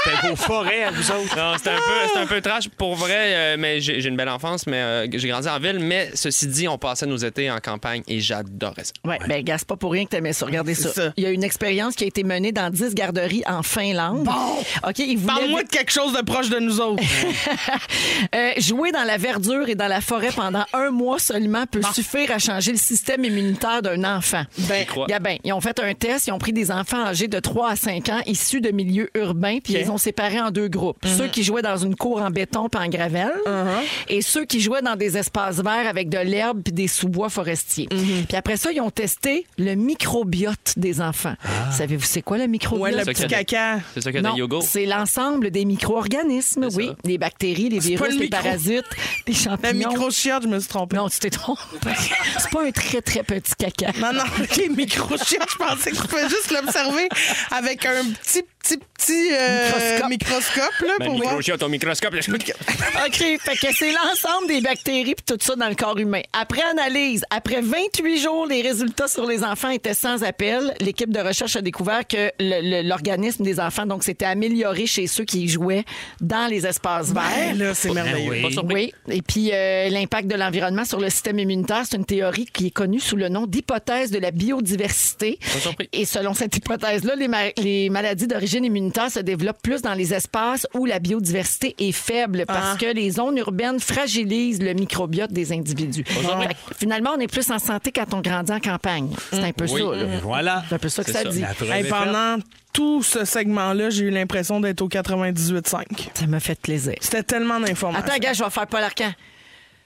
Speaker 2: C'était vos forêts, à vous autres.
Speaker 3: Non, c'était Ah, un, peu- c'était un peu trash pour vrai, euh, mais j'ai j'ai une belle enfance, mais euh, j'ai grandi en ville. Mais ceci dit, on passait nos étés en campagne et j'adorais ça.
Speaker 4: Ouais, ben gars, c'est pas pour rien que t'aimais ça. Regardez ça.
Speaker 5: ça.
Speaker 4: Il y a une expérience qui a été menée dans 10 garderies en Finlande. Bon! OK, ils voulaient
Speaker 5: Parle-moi de quelque chose de proche de nous autres.
Speaker 4: Euh, jouer dans la verdure et dans la forêt pendant un mois seulement peut suffire à changer le système immunitaire d'un enfant.
Speaker 5: Ben,
Speaker 3: crois.
Speaker 4: Gabin, ils ont fait un test, ils ont pris des enfants âgés de 3 à 5 ans issus de milieux urbains, puis ils les ont séparés en deux groupes.
Speaker 5: Mhm.
Speaker 4: Ceux qui jouaient dans une cour en béton puis en gravelle,
Speaker 5: Uh-huh.
Speaker 4: et ceux qui jouaient dans des espaces verts avec de l'herbe puis des sous-bois forestiers.
Speaker 5: Mhm.
Speaker 4: Puis après ça, ils ont testé le microbiote des enfants. Savez-vous c'est quoi le microbiote?
Speaker 5: Ah. ouais, le
Speaker 3: ça
Speaker 5: petit
Speaker 3: que-
Speaker 5: caca.
Speaker 3: C'est ça que
Speaker 4: Non,
Speaker 3: des yogos.
Speaker 4: C'est l'ensemble des micro-organismes,
Speaker 3: C'est
Speaker 4: oui.
Speaker 3: ça.
Speaker 4: Les bactéries, les
Speaker 5: pas
Speaker 4: virus,
Speaker 5: le
Speaker 4: les
Speaker 5: micro.
Speaker 4: parasites, les
Speaker 5: La
Speaker 4: champignons.
Speaker 5: microchiotte, je me suis trompée.
Speaker 4: Non, tu t'es trompé. C'est pas un très, très petit caca.
Speaker 5: Non, non, les microchiottes, je pensais que tu pouvais juste l'observer avec un petit, petit, petit euh, microscope. là,
Speaker 3: Ben,
Speaker 5: pour voir.
Speaker 3: microchiote au microscope.
Speaker 4: OK, fait que c'est l'ensemble des bactéries puis tout ça dans le corps humain. Après analyse, après 28 jours, les résultats sur les enfants étaient sans appel. L'équipe de recherche a découvert que le- le- l'organisme des enfants, donc, s'était amélioré chez ceux qui y jouaient dans les espaces verts.
Speaker 5: Ben, là, c'est merveilleux.
Speaker 3: Pas surpris.
Speaker 4: Oui, et puis euh, l'impact de l'environnement sur le système immunitaire, c'est une théorie qui est connue sous le nom d'hypothèse de la biodiversité.
Speaker 3: surpris.
Speaker 4: Et selon cette hypothèse-là, les, ma- les maladies d'origine immunitaire se développent plus dans les espaces où la biodiversité est faible
Speaker 3: Ah.
Speaker 4: parce que les zones urbaines fragilisent le microbiote des individus. Fait que finalement, on est plus en santé quand on grandit en campagne. C'est un peu
Speaker 3: Oui. Mm-hmm.
Speaker 4: ça. là.
Speaker 2: Et voilà.
Speaker 4: C'est un peu ça que
Speaker 3: C'est
Speaker 4: ça,
Speaker 3: ça.
Speaker 4: dit.
Speaker 2: La preuve
Speaker 5: Hey,
Speaker 2: est faite.
Speaker 5: pendant tout ce segment-là, j'ai eu l'impression d'être au 98.5.
Speaker 4: Ça m'a fait plaisir.
Speaker 5: C'était tellement
Speaker 3: Ah,
Speaker 5: d'informations.
Speaker 4: Attends, gars, je vais faire Paul Arcan.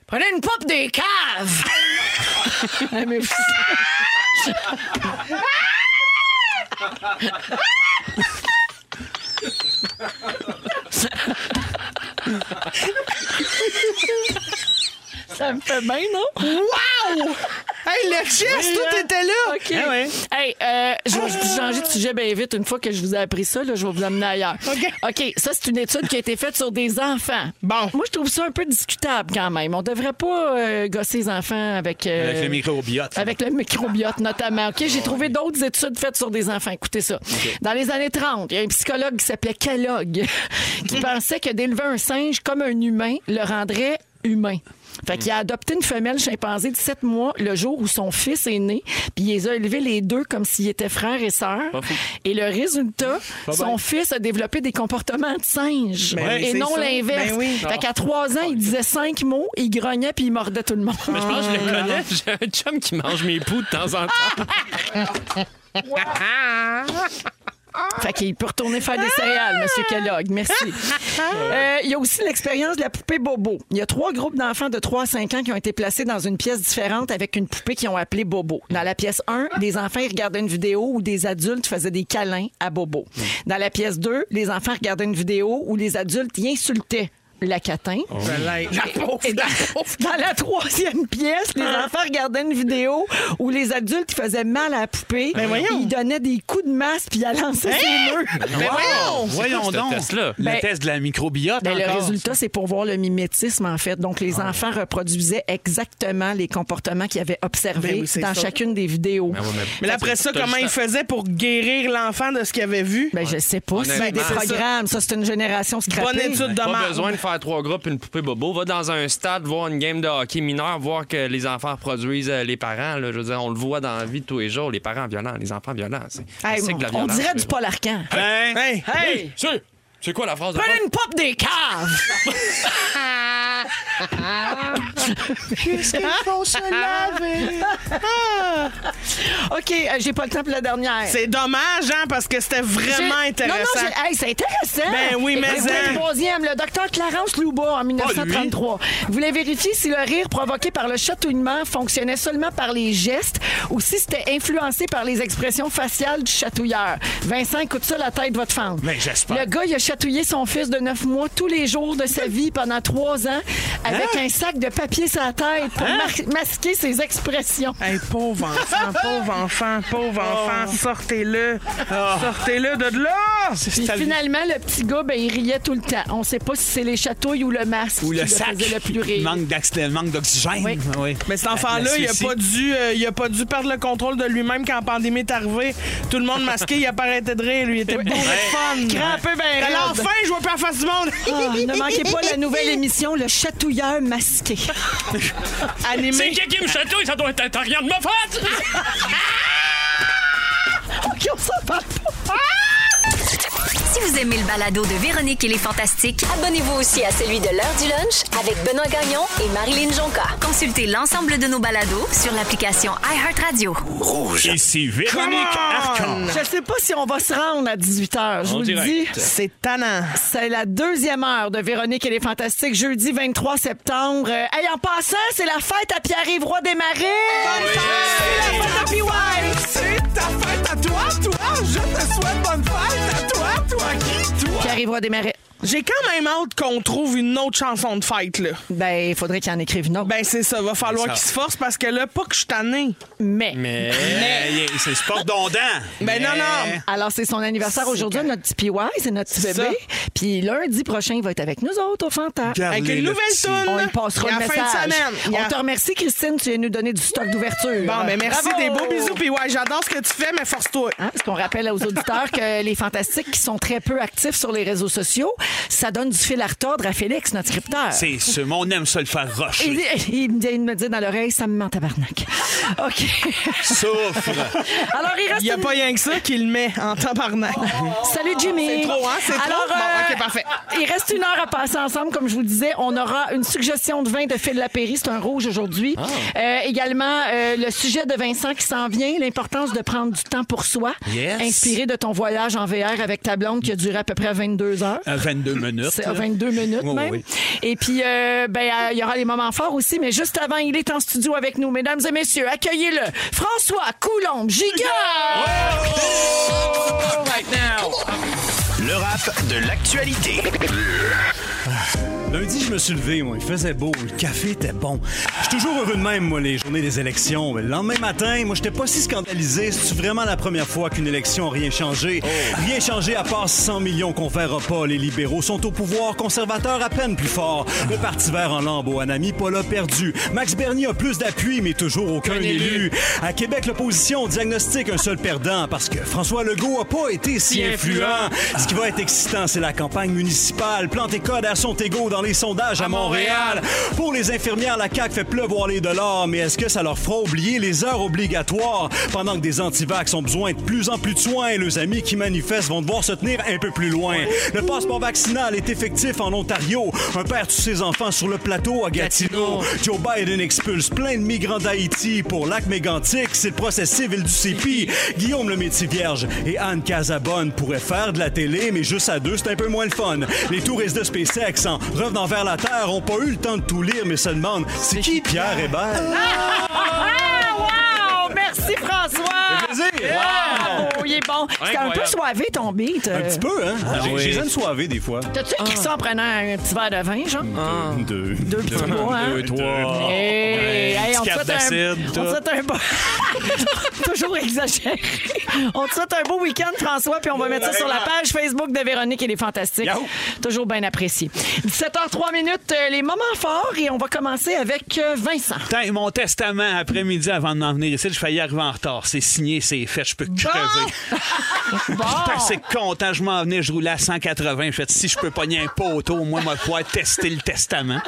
Speaker 4: Prenez une poupe des caves! Aimez-vous ça? Ça me fait bien, non?
Speaker 5: Hey, le chest, tout était là!
Speaker 4: hein? Ah, OK. Hey, euh, je vais je vais changer de sujet bien vite. Une fois que je vous ai appris ça, là, je vais vous l'amener ailleurs.
Speaker 5: OK.
Speaker 4: OK, ça, c'est une étude qui a été faite sur des enfants.
Speaker 5: Bon.
Speaker 4: Moi, je trouve ça un peu discutable quand même. On devrait pas euh, gosser les enfants avec... euh,
Speaker 2: Avec le microbiote.
Speaker 4: Avec le microbiote, notamment. OK, j'ai trouvé
Speaker 5: Ah,
Speaker 4: d'autres études faites sur des enfants. Écoutez ça. Dans les années 30, il y a un psychologue qui s'appelait Kellogg
Speaker 5: Mhm.
Speaker 4: qui pensait que d'élever un singe comme un humain le rendrait humain. Fait
Speaker 5: Mhm.
Speaker 4: qu'il a adopté une femelle chimpanzé de 7 mois le jour où son fils est né, puis il les a élevés les deux comme s'ils étaient frères et sœurs. Et le résultat, son fils a développé des comportements de singe
Speaker 5: Ben oui,
Speaker 4: et
Speaker 5: c'est
Speaker 4: non
Speaker 5: ça.
Speaker 4: l'inverse.
Speaker 5: Ben oui.
Speaker 4: Fait qu'à 3 ans, il disait cinq mots, il grognait puis il mordait tout le monde.
Speaker 3: Mais je pense que je le connais. J'ai un Ah. chum qui mange mes poux de temps en temps.
Speaker 4: Fait qu'il peut retourner faire des céréales, Monsieur Kellogg. Merci. Euh, Il y a aussi l'expérience de la poupée Bobo. Il y a trois groupes d'enfants de 3 à 5 ans qui ont été placés dans une pièce différente avec une poupée qu'ils ont appelée Bobo. Dans la pièce 1, les enfants ils regardaient une vidéo où des adultes faisaient des câlins à Bobo. Dans la pièce 2, les enfants regardaient une vidéo où les adultes y insultaient la catin.
Speaker 5: La pauvre,
Speaker 4: Et dans,
Speaker 5: la Ah. pauvre.
Speaker 4: dans la troisième pièce, les enfants regardaient une vidéo où les adultes faisaient mal à la poupée.
Speaker 5: Ben voyons.
Speaker 4: Ils donnaient des coups de masse puis ils la lançaient
Speaker 5: Hein?
Speaker 4: sur les murs.
Speaker 5: Mais voyons!
Speaker 2: Voyons donc.
Speaker 3: test-là?
Speaker 2: Le
Speaker 4: Ben-
Speaker 2: test de la microbiote.
Speaker 4: Ben, le
Speaker 2: encore.
Speaker 4: résultat, c'est pour voir le mimétisme, en fait. Donc, les enfants reproduisaient exactement les comportements qu'ils avaient observés
Speaker 5: Ben oui, c'est
Speaker 4: dans
Speaker 5: ça.
Speaker 4: chacune des vidéos. Ben,
Speaker 5: Mais là, après ça,
Speaker 3: T'as
Speaker 5: comment il
Speaker 3: juste
Speaker 5: faisait pour guérir l'enfant de ce qu'il avait vu?
Speaker 4: Ben, je sais pas.
Speaker 3: Honnêtement,
Speaker 4: C'est des
Speaker 3: c'est ça.
Speaker 4: programmes. Ça, c'est une génération
Speaker 5: Bonne
Speaker 4: scrappée.
Speaker 5: étude de
Speaker 3: Pas
Speaker 5: marde.
Speaker 3: besoin de faire trois groupes et une poupée bobo. Va dans un stade, voir une game de hockey mineur, voir que les enfants reproduisent euh, les parents. là. Je veux dire, on le voit dans la vie de tous les jours, les parents violents, les enfants violents. C'est
Speaker 4: Hey,
Speaker 3: c'est que de la
Speaker 4: on
Speaker 3: violence,
Speaker 4: dirait
Speaker 3: mais-
Speaker 4: du Paul Arcan.
Speaker 2: Ben,
Speaker 5: Hey,
Speaker 4: Hey!
Speaker 3: C'est- C'est quoi la phrase de
Speaker 4: Prenez une pop des caves! Ah. OK, euh, j'ai pas le temps pour la dernière.
Speaker 5: c'est dommage, hein, parce que c'était vraiment
Speaker 4: J'ai-
Speaker 5: intéressant.
Speaker 4: Non, non, j'ai- hey, c'est intéressant.
Speaker 5: Ben oui, mais
Speaker 4: Et
Speaker 5: ça.
Speaker 4: le troisième, le docteur Clarence Louba en 1933 voulait vérifier si le rire provoqué par le chatouillement fonctionnait seulement par les gestes ou si c'était influencé par les expressions faciales du chatouilleur. Vincent, écoute ça, la tête va te fendre.
Speaker 2: Ben, j'espère.
Speaker 4: Le gars, il a chatouillé son fils de 9 mois tous les jours de sa vie pendant 3 ans avec
Speaker 2: Hein?
Speaker 4: un sac de papier sur la tête pour mar- masquer ses expressions.
Speaker 5: Hey, pauvre enfant, pauvre enfant, pauvre enfant, sortez-le. Sortez-le de là!
Speaker 4: Puis finalement, le petit gars, ben, il riait tout le temps. On sait pas si c'est les chatouilles ou le masque
Speaker 2: ou
Speaker 4: qui
Speaker 2: le sac.
Speaker 4: faisait le plus rire.
Speaker 2: Manque d'acc- manque d'oxygène.
Speaker 4: Oui.
Speaker 2: Oui.
Speaker 5: Mais cet enfant-là,
Speaker 2: La-
Speaker 5: il
Speaker 2: la
Speaker 5: a
Speaker 2: Suisse.
Speaker 5: pas dû, euh, il a pas dû perdre le contrôle de lui-même quand la pandémie est arrivée. Tout le monde masqué, il apparaissait de rire, lui, il était bourré de fun.
Speaker 4: Crampé, ben raide.
Speaker 5: Alors enfin, je vois plus la face du monde.
Speaker 4: Ah, ne manquez pas la nouvelle émission, le chatouilleur masqué.
Speaker 5: Animé.
Speaker 3: qui me chatouille? Ça doit être rien de ma fête!
Speaker 4: OK, on s'en parle pas.
Speaker 9: Si vous aimez le balado de Véronique et les Fantastiques,
Speaker 10: Abonnez-vous aussi à celui de l'heure du lunch avec Benoît Gagnon et Marilyn Jonca.
Speaker 9: consultez l'ensemble de nos balados sur l'application iHeartRadio.
Speaker 11: Rouge.
Speaker 2: Ici Véronique Arcan.
Speaker 4: Je sais pas si on va se rendre à 18h, je vous le dis.
Speaker 5: C'est tannant.
Speaker 4: C'est la deuxième heure de Véronique et les Fantastiques, jeudi 23 septembre. Euh, hey, en passant, c'est la fête à Pierre-Yves Roy des Marais. Bonne fête! La fête à PY.
Speaker 1: C'est ta fête à toi, toi. Je te souhaite bonne fête à toi, toi qui, toi.
Speaker 4: Pierre-Yves Roy des Marais.
Speaker 5: J'ai quand même hâte qu'on trouve une autre chanson de fête, là.
Speaker 4: Ben, il faudrait qu'il en écrive une autre.
Speaker 5: Ben, c'est ça, va falloir qu'il se force parce que là, pas que je suis tanné.
Speaker 4: mais.
Speaker 2: Mais, il- c'est sport d'ondant.
Speaker 5: Ben, non, non.
Speaker 4: Alors, c'est son anniversaire aujourd'hui, notre petit PY, c'est notre petit
Speaker 5: C'est ça.
Speaker 4: bébé. Puis lundi prochain, il va être avec nous autres au Fanta.
Speaker 5: Avec une nouvelle toune.
Speaker 4: On lui passera
Speaker 5: Et
Speaker 4: le
Speaker 5: à la
Speaker 4: message.
Speaker 5: fin de semaine. Il y a-
Speaker 4: On te remercie, Christine. Tu viens nous donner du stock d'ouverture.
Speaker 5: Bon, mais merci,
Speaker 4: Bravo!
Speaker 5: des beaux bisous. Puis ouais, j'adore ce que tu fais, mais force-toi.
Speaker 4: Hein, parce qu'on rappelle aux auditeurs que les fantastiques qui sont très peu actifs sur les réseaux sociaux, ça donne du fil à retordre à Félix, notre scripteur.
Speaker 2: C'est ce on aime ça le faire
Speaker 4: Il,
Speaker 2: rocher.
Speaker 4: il me dit- il me dit dans l'oreille, ça me ment tabarnak. OK.
Speaker 2: Souffre.
Speaker 4: Alors, il reste
Speaker 5: Il n'y a
Speaker 4: une-
Speaker 5: pas rien que ça qu'il met en tabarnak.
Speaker 4: Salut Jimmy.
Speaker 5: C'est trop, hein? C'est trop?
Speaker 4: Alors, euh,
Speaker 5: Bon, ok, parfait.
Speaker 4: Il reste une heure à passer ensemble, comme je vous le disais. On aura une suggestion de vin de Phil Lapéry, c'est un rouge
Speaker 5: Ah.
Speaker 4: aujourd'hui. Euh, également, euh, le sujet de Vincent qui s'en vient, l'importance de prendre du temps pour soi.
Speaker 2: Yes.
Speaker 4: Inspiré de ton voyage en VR avec ta blonde qui a duré à peu près 22 heures.
Speaker 5: Ah,
Speaker 2: À 22 minutes.
Speaker 4: C'est
Speaker 2: là.
Speaker 4: 22 minutes
Speaker 2: Oui,
Speaker 4: même.
Speaker 2: oui.
Speaker 4: Et puis, euh, ben, euh, il y aura les moments forts aussi, mais juste avant, il est en studio avec nous. Mesdames et messieurs, accueillez-le. François Coulombe Giga!
Speaker 1: Le rap de l'actualité.
Speaker 12: Lundi, je me suis levé, moi. Il faisait beau, le café était bon. Je suis toujours heureux de même, moi, les journées des élections. Mais le lendemain matin, moi, j'étais pas si scandalisé. C'est vraiment la première fois qu'une élection a rien changé. Rien changé à part 100 millions qu'on verra pas. Les libéraux sont au pouvoir, conservateurs à peine plus forts. Le Parti vert en lambeaux, Anami Paul a perdu. Max Bernier a plus d'appui, mais toujours aucun élu. À Québec, l'opposition diagnostique un seul perdant parce que François Legault a pas été si influent. Ce qui va être excitant, c'est la campagne municipale. Plante et code à sont égaux dans les les sondages à, Montréal. Pour les infirmières, la CAQ fait pleuvoir les dollars, mais est-ce que ça leur fera oublier les heures obligatoires pendant que des antivax ont besoin de plus en plus de soins? Leurs amis qui manifestent vont devoir se tenir un peu plus loin. Le passeport vaccinal est effectif en Ontario. Un père tue ses enfants sur le plateau à Gatineau. Joe Biden expulse plein de migrants d'Haïti pour lac mégantic. C'est le procès civil du CPI. Guillaume le Métis Vierge et Anne Casabonne pourraient faire de la télé, mais juste à deux, c'est un peu moins le fun. Les touristes de SpaceX en revenant vers la Terre ont pas eu le temps de tout lire, mais se demandent c'est qui Pierre Hébert?
Speaker 4: Ah, wow! Merci, François!
Speaker 12: Fait plaisir.
Speaker 4: Wow!
Speaker 12: Wow!
Speaker 4: Il est bon. C'est un
Speaker 12: Incroyable.
Speaker 4: peu soivé, ton beat.
Speaker 12: Un petit Ah. peu, hein?
Speaker 2: Ah
Speaker 12: J'ai-
Speaker 2: oui.
Speaker 12: J'ai les aime soivés des fois.
Speaker 4: T'as-tu écrit ça en prenant un petit verre de vin, Jean?
Speaker 12: Deux. Ah, Deux Oh,
Speaker 4: petits mois, hein?
Speaker 2: Deux, trois.
Speaker 4: Hey,
Speaker 2: Un
Speaker 4: hey,
Speaker 2: petit
Speaker 4: on te
Speaker 2: cap
Speaker 4: souhaite un,
Speaker 2: d'acide,
Speaker 4: on te
Speaker 2: tout.
Speaker 4: souhaite un bon... Toujours exagéré. On te souhaite un beau week-end, François, puis on va mettre ça sur la page Facebook de Véronique et les Fantastiques. Toujours bien apprécié. 17h03 minutes, euh, les moments forts, et on va commencer avec euh, Vincent.
Speaker 2: Putain, mon testament après-midi avant de m'en venir ici, je failli arriver en retard. C'est signé, c'est fait, je peux crever. Putain, c'est content, je m'en venais, je roulais à 180. Je fais, si je peux pogner un poteau, moi, je vais pouvoir tester le testament.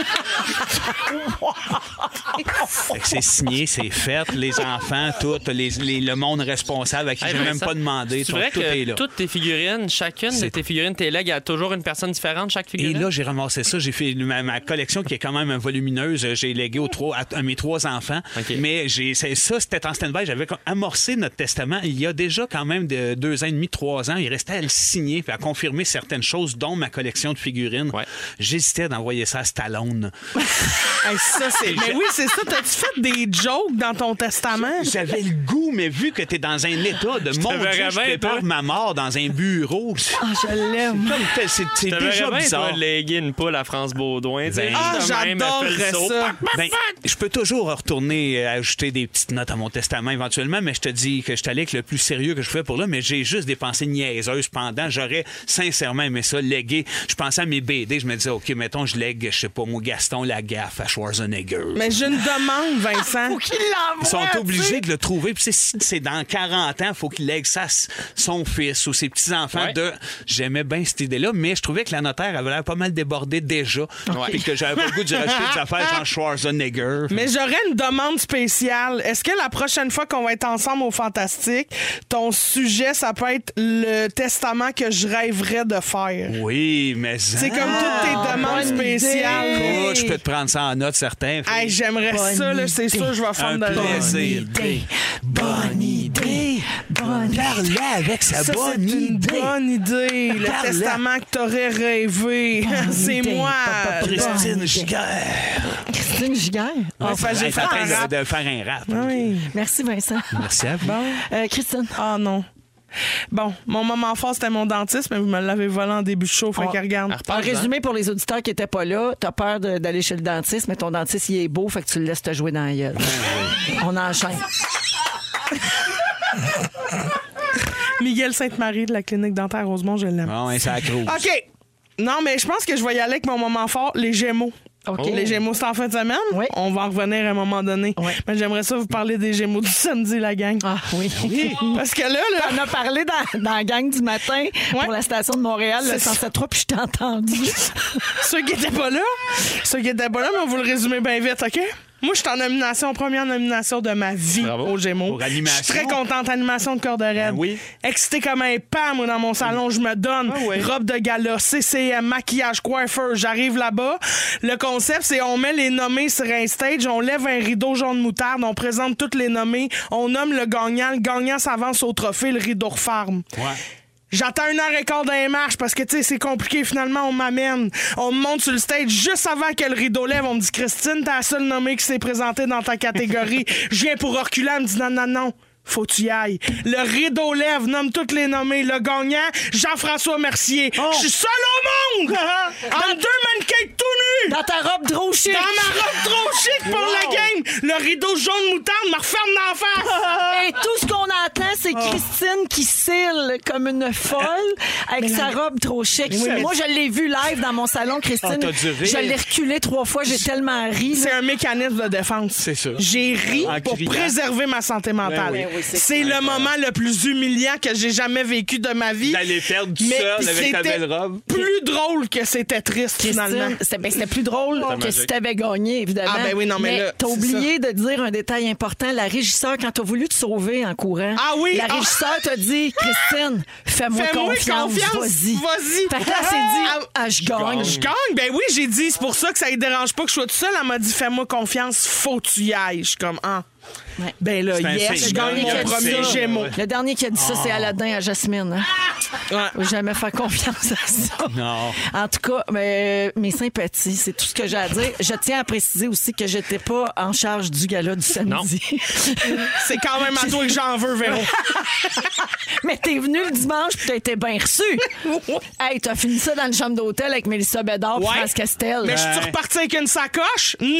Speaker 2: Fait que c'est signé, c'est fait. Les enfants, tout, les- les- le monde responsable à qui
Speaker 3: Hey,
Speaker 2: je n'ai même
Speaker 3: Vincent,
Speaker 2: pas demandé.
Speaker 3: C'est
Speaker 2: tout-
Speaker 3: vrai
Speaker 2: tout
Speaker 3: que
Speaker 2: est là.
Speaker 3: toutes tes figurines, chacune de
Speaker 2: C'est-
Speaker 3: tes figurines, tes legs, il y a toujours une personne différente, chaque
Speaker 2: Et
Speaker 3: figurine.
Speaker 2: là, j'ai ramassé ça. J'ai fait ma, ma collection qui est quand même volumineuse. J'ai légué aux trois, à, à mes trois enfants. Mais j'ai, c'est- ça, c'était en stand-by. J'avais comme amorcé notre testament. Il y a déjà quand même de- deux ans et demi, trois ans. Il restait à le signer et à confirmer certaines choses, dont ma collection de figurines. J'hésitais d'envoyer ça à Stallone.
Speaker 5: Hey, ça, c'est- Mais oui, c'est ça. T'as-tu fait des jokes dans ton testament?
Speaker 2: J'avais le goût, mais vu que t'es dans un état de mon Dieu,
Speaker 3: verrais
Speaker 2: je
Speaker 3: bien,
Speaker 2: prépare
Speaker 3: toi.
Speaker 2: ma mort dans un bureau. C'est
Speaker 4: Ah, je l'aime.
Speaker 2: comme tel- c'est, c'est
Speaker 3: Je te
Speaker 2: déjà
Speaker 3: verrais bien,
Speaker 2: bizarre.
Speaker 3: toi, léguer une poule à France Baudouin. tu sais,
Speaker 2: Ah,
Speaker 3: juste de même, elle fait le saut.
Speaker 2: Ben, je peux toujours retourner euh, ajouter des petites notes à mon testament éventuellement, mais je te dis que je t'allais avec le plus sérieux que je fais pour là, mais j'ai juste des pensées niaiseuses pendant. J'aurais sincèrement aimé ça, léguer. Je pensais à mes BD, je me disais, OK, mettons, je lègue, je sais pas, mon Gaston Lagaffe à Schwarzenegger.
Speaker 5: Mais j'ai une demande, Vincent. Faut
Speaker 4: qu'il
Speaker 2: Ils sont obligés de le trouver. Puis c'est- si c'est dans 40 ans, il faut qu'il lègue ça à s- son fils ou ses petits-enfants
Speaker 3: Ouais.
Speaker 2: de. J'aimais bien cette idée-là, mais je trouvais que la notaire avait l'air pas mal débordée déjà.
Speaker 3: Ouais.
Speaker 2: Puis que j'avais pas le goût de rajouter des affaires genre Schwarzenegger.
Speaker 5: Mais j'aurais une demande spéciale. Est-ce que la prochaine fois qu'on va être ensemble au Fantastique, ton sujet, ça peut être le testament que je rêverais de faire?
Speaker 2: Oui, mais.
Speaker 5: C'est comme toutes tes demandes spéciales.
Speaker 2: Oh, je peux te prendre ça en note, certains.
Speaker 5: Hey, J'aimerais ça, là, c'est sûr, je vais
Speaker 2: Un
Speaker 5: faire de
Speaker 2: plaisir.
Speaker 5: Bonne idée. Bonne
Speaker 2: Parler avec sa
Speaker 5: Ça,
Speaker 2: bonne
Speaker 5: c'est une
Speaker 2: idée.
Speaker 5: bonne idée. Le
Speaker 2: Parle-la.
Speaker 5: testament que t'aurais rêvé. C'est
Speaker 4: idée.
Speaker 5: moi.
Speaker 4: Pas- pas- pas-
Speaker 2: Christine Giguère.
Speaker 4: Christine Giguère.
Speaker 2: Ouais,
Speaker 5: Enfin, j'ai
Speaker 2: elle
Speaker 5: fait
Speaker 2: est en train
Speaker 5: un
Speaker 2: de-
Speaker 5: rap.
Speaker 2: de faire un rap.
Speaker 5: Oui.
Speaker 4: Merci, Vincent.
Speaker 2: Merci à vous.
Speaker 4: Euh, Christine.
Speaker 5: Ah non. Bon, mon moment fort, c'était mon dentiste, mais vous me l'avez volé en début de show, fait
Speaker 4: On-
Speaker 5: que regarde.
Speaker 4: En résumé, pour les auditeurs qui n'étaient pas là, t'as peur de- d'aller chez le dentiste, mais ton dentiste, il est beau, fait que tu le laisses te jouer dans la gueule.
Speaker 5: Ah,
Speaker 4: On enchaîne.
Speaker 5: Miguel Sainte-Marie de la clinique dentaire Rosemont, je l'aime.
Speaker 2: Bon, hein, ça accroche.
Speaker 5: OK. Non, mais je pense que je vais y aller avec mon moment fort, les Gémeaux.
Speaker 4: OK.
Speaker 5: Les Gémeaux, c'est en fin de semaine. On va en revenir à un moment donné. Mais j'aimerais ça vous parler des Gémeaux du samedi, la gang.
Speaker 4: Ah oui.
Speaker 5: Parce que là, là,
Speaker 4: On a parlé dans, dans la gang du matin pour la station de Montréal, le
Speaker 5: C'est ça.
Speaker 4: 107.3, puis je t'ai entendu.
Speaker 5: ceux qui étaient pas là, ceux qui étaient pas là, mais on vous le résumer bien vite, OK? Moi, je suis en nomination, première nomination de ma vie aux Gémeaux.
Speaker 2: Pour animation. Ben
Speaker 5: Je suis très contente, animation de corps de raide.
Speaker 2: oui. Ah
Speaker 5: Excitée comme un pan, moi, dans mon salon, je me donne. Robe de gala, CCM, maquillage, coiffeur, j'arrive là-bas. Le concept, c'est on met les nommés sur un stage, on lève un rideau jaune moutarde, on présente toutes les nommées, on nomme le gagnant, le gagnant s'avance au trophée, le rideau referme. J'attends une heure et quart dans les marches parce que, tu sais, c'est compliqué. Finalement, on m'amène. On me monte sur le stage juste avant que le rideau lève. On me dit, Christine, t'es la seule nommée qui s'est présentée dans ta catégorie. Je viens pour reculer. Elle me dit, non, non, non. Faut que tu y ailles. Le rideau lève, nomme toutes les nommées. Le gagnant, Jean-François Mercier.
Speaker 4: Oh.
Speaker 5: Je suis seul au monde! en deux mannequins tout nus!
Speaker 4: Dans ta robe trop chic.
Speaker 5: Dans ma robe trop chic pour la gang même, le rideau jaune moutarde me referme d'en face.
Speaker 4: Et tout ce qu'on entend, c'est
Speaker 5: Oh.
Speaker 4: Christine qui cille comme une folle avec sa robe trop chic.
Speaker 5: Mais oui, mais-
Speaker 4: Moi, je l'ai vue live dans mon salon, Christine.
Speaker 5: t'as dû rire.
Speaker 4: Je l'ai reculée trois fois, j'ai tellement ri. là.
Speaker 5: C'est un mécanisme de défense. C'est
Speaker 2: ça.
Speaker 5: J'ai ri
Speaker 4: En
Speaker 5: pour
Speaker 4: criant.
Speaker 5: préserver ma santé mentale.
Speaker 4: Ben oui. Ben oui, c'est
Speaker 5: c'est le moment le plus humiliant que j'ai jamais vécu de ma vie.
Speaker 2: D'aller perdre tout
Speaker 5: Mais
Speaker 2: seul avec ta
Speaker 5: c'était
Speaker 2: belle robe.
Speaker 5: Plus drôle que c'était triste finalement.
Speaker 4: Christine, c'était ben, c'était plus drôle
Speaker 5: C'était
Speaker 4: que
Speaker 5: magique.
Speaker 4: si t'avais gagné, évidemment.
Speaker 5: Ah, ben oui, non, mais là,
Speaker 4: T'as
Speaker 5: c'est
Speaker 4: oublié de dire un détail important. La régisseur, quand t'as voulu te sauver en courant,
Speaker 5: Ah oui,
Speaker 4: la
Speaker 5: ah.
Speaker 4: régisseur t'a dit Christine, fais-moi
Speaker 5: Fais-moi
Speaker 4: confiance.
Speaker 5: confiance,
Speaker 4: Vas-y.
Speaker 5: vas-y.
Speaker 4: Fait que là, elle s'est dit
Speaker 5: Ah,
Speaker 4: ah, je gagne.
Speaker 5: Je gagne. Ben oui, j'ai dit. C'est pour ça que ça ne dérange pas que je sois tout seul. Elle m'a dit Fais-moi confiance, faut que tu y ailles. Je suis comme Ah. Ben là,
Speaker 4: C'est un
Speaker 5: yes,
Speaker 4: signe.
Speaker 5: je gagne
Speaker 4: Le
Speaker 5: mon
Speaker 4: dernier qui a dit
Speaker 5: premier
Speaker 4: ça.
Speaker 5: Gémeaux.
Speaker 4: Le dernier qui a dit ça, c'est
Speaker 5: Ah!
Speaker 4: Aladdin à Jasmine. hein. Faut jamais faire confiance à ça.
Speaker 2: Non.
Speaker 4: En tout cas, mais- mes sympathies, c'est tout ce que j'ai à dire. Je tiens à préciser aussi que j'étais pas en charge du gala du samedi.
Speaker 5: C'est quand même à toi que j'en veux, Véro.
Speaker 4: mais t'es venu le dimanche puis t'as été bien reçu. hey, t'as fini ça dans une chambre d'hôtel avec Mélissa Bédard et
Speaker 5: Ouais.
Speaker 4: France Castel.
Speaker 5: Mais je suis reparti avec une sacoche? Non!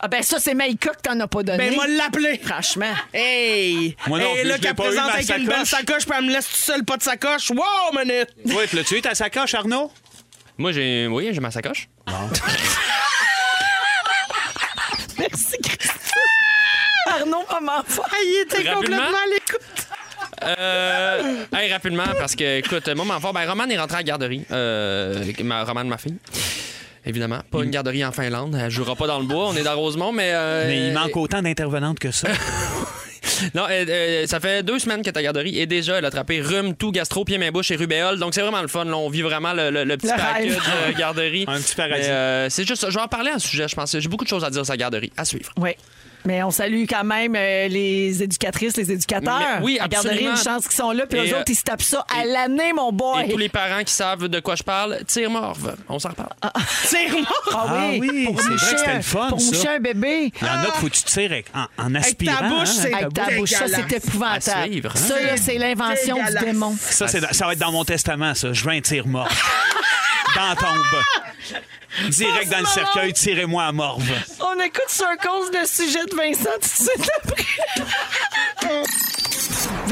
Speaker 4: Ah ben ça, c'est Maïka que t'en as pas donné.
Speaker 5: Ben, moi, l'appeler.
Speaker 4: Franchement.
Speaker 5: Hey!
Speaker 2: Moi non
Speaker 5: hey,
Speaker 2: plus,
Speaker 5: là,
Speaker 2: je
Speaker 5: qu'elle
Speaker 2: l'ai pas eu,
Speaker 5: présente
Speaker 2: ma
Speaker 5: avec une
Speaker 2: sacoche.
Speaker 5: belle sacoche, puis elle me laisse tout seul, pas de sacoche. Wow, minute!
Speaker 2: Oui, puis là, tu as eu ta sacoche, Arnaud?
Speaker 3: Moi, j'ai. Oui, j'ai ma sacoche.
Speaker 4: Merci, Christine. Arnaud, maman,
Speaker 5: il était
Speaker 3: Rapidement.
Speaker 5: complètement à l'écoute.
Speaker 3: Euh, hey, rapidement, parce que, écoute, moi, ma fort, ben, Roman est rentrée à la garderie. Euh, ma, Roman, ma fille. Évidemment, pas une garderie en Finlande. Elle jouera pas dans le bois. On est dans Rosemont, mais. euh,
Speaker 2: Mais il manque autant d'intervenantes que ça.
Speaker 3: Non, euh, euh, ça fait deux semaines que ta garderie et déjà elle a attrapé rhume, tout, gastro, pied, main, bouche et rubéole. Donc c'est vraiment le fun. Là, on vit vraiment le, le- le petit
Speaker 2: Le
Speaker 3: package
Speaker 2: rêve.
Speaker 3: euh, garderie.
Speaker 2: Un petit paradis.
Speaker 3: Mais, euh, c'est juste, ça. je vais en parler à ce sujet. Je pense j'ai beaucoup de choses à dire sur la garderie. À suivre.
Speaker 4: Oui. Mais on salue quand même euh, les éducatrices, les éducateurs.
Speaker 3: Mais oui,
Speaker 4: La garderie,
Speaker 3: absolument.
Speaker 4: une chance qu'ils sont là, puis
Speaker 3: Et,
Speaker 4: eux
Speaker 3: euh,
Speaker 4: autres, ils se tapent ça à l'année, mon boy.
Speaker 3: Et tous les parents qui savent de quoi je parle, tire morve. On s'en reparle.
Speaker 5: C'est
Speaker 4: Ah oui, pour
Speaker 2: c'est vrai
Speaker 4: moucher
Speaker 2: que c'était
Speaker 4: un-
Speaker 2: le fun,
Speaker 4: Pour
Speaker 2: ça. Ah,
Speaker 4: moucher un bébé.
Speaker 2: Il y en a, faut que tu tires avec- en, en aspirant.
Speaker 4: bouche,
Speaker 2: hein,
Speaker 4: c'est Avec ta bouche, ça,
Speaker 2: dégueulasse.
Speaker 4: c'est épouvantable.
Speaker 2: À suivre, hein.
Speaker 4: Ça, là, c'est l'invention du
Speaker 2: Dégueulasse.
Speaker 4: démon.
Speaker 2: Ça, c'est dans- ça va être dans mon testament, ça. Je veux un tir mort. dans la tombe. Direct dans le cercueil, tirez-moi à morve.
Speaker 4: On écoute sur cause le sujet de Vincent tout de suite après.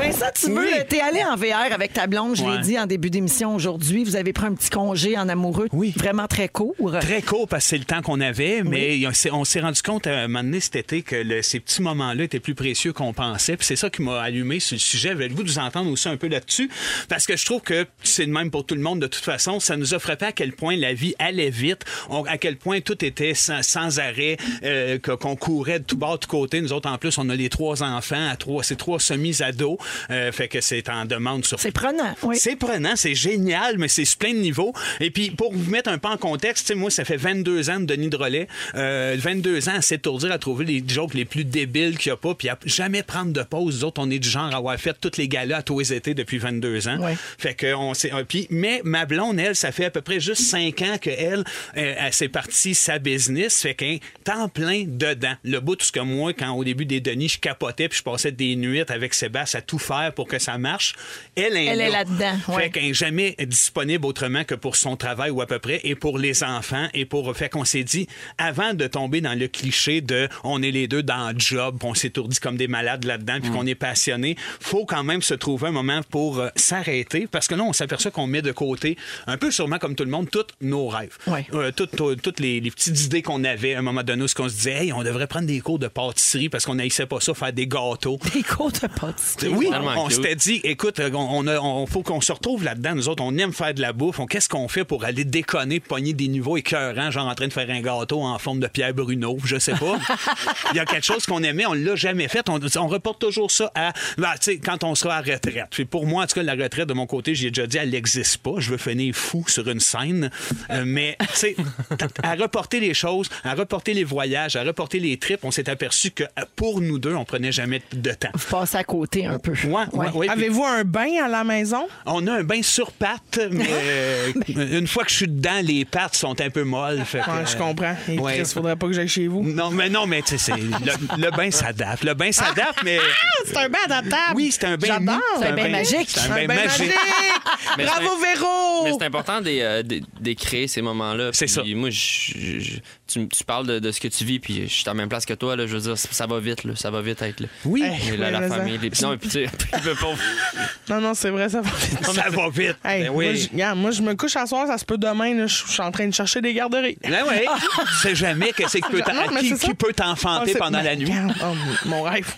Speaker 4: Vincent, tu veux,
Speaker 1: Oui.
Speaker 4: t'es allé en VR avec ta blonde, je
Speaker 2: Ouais.
Speaker 4: l'ai dit en début d'émission aujourd'hui. Vous avez pris un petit congé en amoureux, vraiment très court.
Speaker 2: Très court parce que c'est le temps qu'on avait, mais on s'est- on s'est rendu compte à un moment donné cet été que le- ces petits moments-là étaient plus précieux qu'on pensait. Puis c'est ça qui m'a allumé sur le sujet. J'avais le goût de vous entendre aussi un peu là-dessus parce que je trouve que c'est le même pour tout le monde de toute façon. Ça nous a frappé à quel point la vie allait vite, on- à quel point tout était sans, sans arrêt, euh, que- qu'on courait de tout bord, de tout côté. Nous autres, en plus, on a les trois enfants, à trois, c'est trois semis-ados. Euh, fait que c'est en demande sur
Speaker 4: C'est prenant, oui.
Speaker 2: c'est prenant, c'est génial, mais c'est sur plein de niveaux. Et puis, pour vous mettre un peu en contexte, tu sais, moi, ça fait 22 ans de Denis Drolet. Euh, 22 ans à s'étourdir, à trouver les jokes les plus débiles qu'il n'y a pas, puis à jamais prendre de pause. Nous autres, on est du genre à avoir fait toutes les galas à tous les étés depuis 22 ans. Fait que on s'est... euh, Puis, mais ma blonde, elle, ça fait à peu près juste 5 ans qu'elle, elle, euh, elle s'est partie sa business. Fait qu'un temps plein dedans. Le bout, tout ce que moi, quand au début des Denis, je capotais, puis je passais des nuits avec Sébastien à tout faire pour que ça marche. Elle,
Speaker 4: Elle est
Speaker 2: là.
Speaker 4: là-dedans, ouais.
Speaker 2: Fait qu'elle est jamais disponible autrement que pour son travail ou à peu près, et pour les enfants, et pour. Fait qu'on s'est dit, avant de tomber dans le cliché de on est les deux dans le job, puis on s'étourdit comme des malades là-dedans, puis qu'on est passionné, faut quand même se trouver un moment pour euh, s'arrêter, parce que là, on s'aperçoit qu'on met de côté, un peu sûrement comme tout le monde, tous nos rêves.
Speaker 4: Ouais.
Speaker 2: Euh, toutes tout- toutes les, les petites idées qu'on avait à un moment donné, où ce qu'on se disait, hey, on devrait prendre des cours de pâtisserie parce qu'on n'haïssait pas ça, faire des gâteaux.
Speaker 4: Des cours de pâtisserie.
Speaker 2: Oui,
Speaker 3: Tellement
Speaker 2: on
Speaker 3: cute.
Speaker 2: s'était dit, écoute, on, on a- on- faut qu'on se retrouve là-dedans. Nous autres, on aime faire de la bouffe. On- Qu'est-ce qu'on fait pour aller déconner, pogner des niveaux écœurants, genre en train de faire un gâteau en forme de Pierre Bruno, je sais pas. Il y a quelque chose qu'on aimait, on l'a jamais fait. On, on reporte toujours ça à, ben, tu sais, quand on sera à retraite. Puis pour moi, en tout cas, la retraite de mon côté, j'ai déjà dit, elle n'existe pas. Je veux finir fou sur une scène. Euh, mais, tu sais, t- à reporter les choses, à reporter les voyages, à reporter les trips, on s'est aperçu que euh, pour nous deux, on prenait jamais de temps.
Speaker 4: Vous passez à côté un peu.
Speaker 2: Ouais, ouais,
Speaker 5: Avez-vous un bain à la maison?
Speaker 2: On a un bain sur pattes, mais euh, une fois que je suis dedans, les pattes sont un peu molles. fait que,
Speaker 5: Ouais, je comprends. Et
Speaker 2: Euh, ouais. Mm.
Speaker 5: Chris, faudrait pas que j'aille chez vous.
Speaker 2: Non, mais non, mais tu sais, c'est- le, le bain s'adapte. Le bain s'adapte, mais.
Speaker 5: C'est un bain adaptable.
Speaker 2: Oui, c'est un bain.
Speaker 5: Ah, J'adore.
Speaker 2: mou,
Speaker 4: C'est un bain magique.
Speaker 2: C'est un bain magique.
Speaker 3: Mais
Speaker 5: Bravo,
Speaker 3: c'est un-
Speaker 5: Véro!
Speaker 3: Mais c'est important de, créer ces moments-là. C'est ça. Moi, je- je- tu, tu parles de, de ce que tu vis, puis je suis à la même place que toi. Là, je veux dire, ça va vite, là, ça va vite avec le-
Speaker 2: Oui.
Speaker 3: le- la, la
Speaker 5: mais
Speaker 3: famille.
Speaker 5: ça-
Speaker 3: Les, non, mais puis tu sais, il veut pas-
Speaker 5: Non, non, c'est vrai, ça va vite.
Speaker 2: Ça va vite.
Speaker 5: Hey,
Speaker 2: Ben
Speaker 5: moi,
Speaker 2: oui.
Speaker 5: je- regarde, moi, je me couche à soir, ça se peut demain. là, Je je suis en train de chercher des garderies. Ah
Speaker 2: Ben oui. Tu sais jamais qu'est-ce qui peut
Speaker 5: Non,
Speaker 2: t'en-
Speaker 5: Ah. mais
Speaker 2: qui-
Speaker 5: c'est ça.
Speaker 2: qui peut t'enfanter
Speaker 5: Ah, c'est-
Speaker 2: pendant la
Speaker 5: mais
Speaker 2: nuit.
Speaker 5: regarde, oh, mon rêve.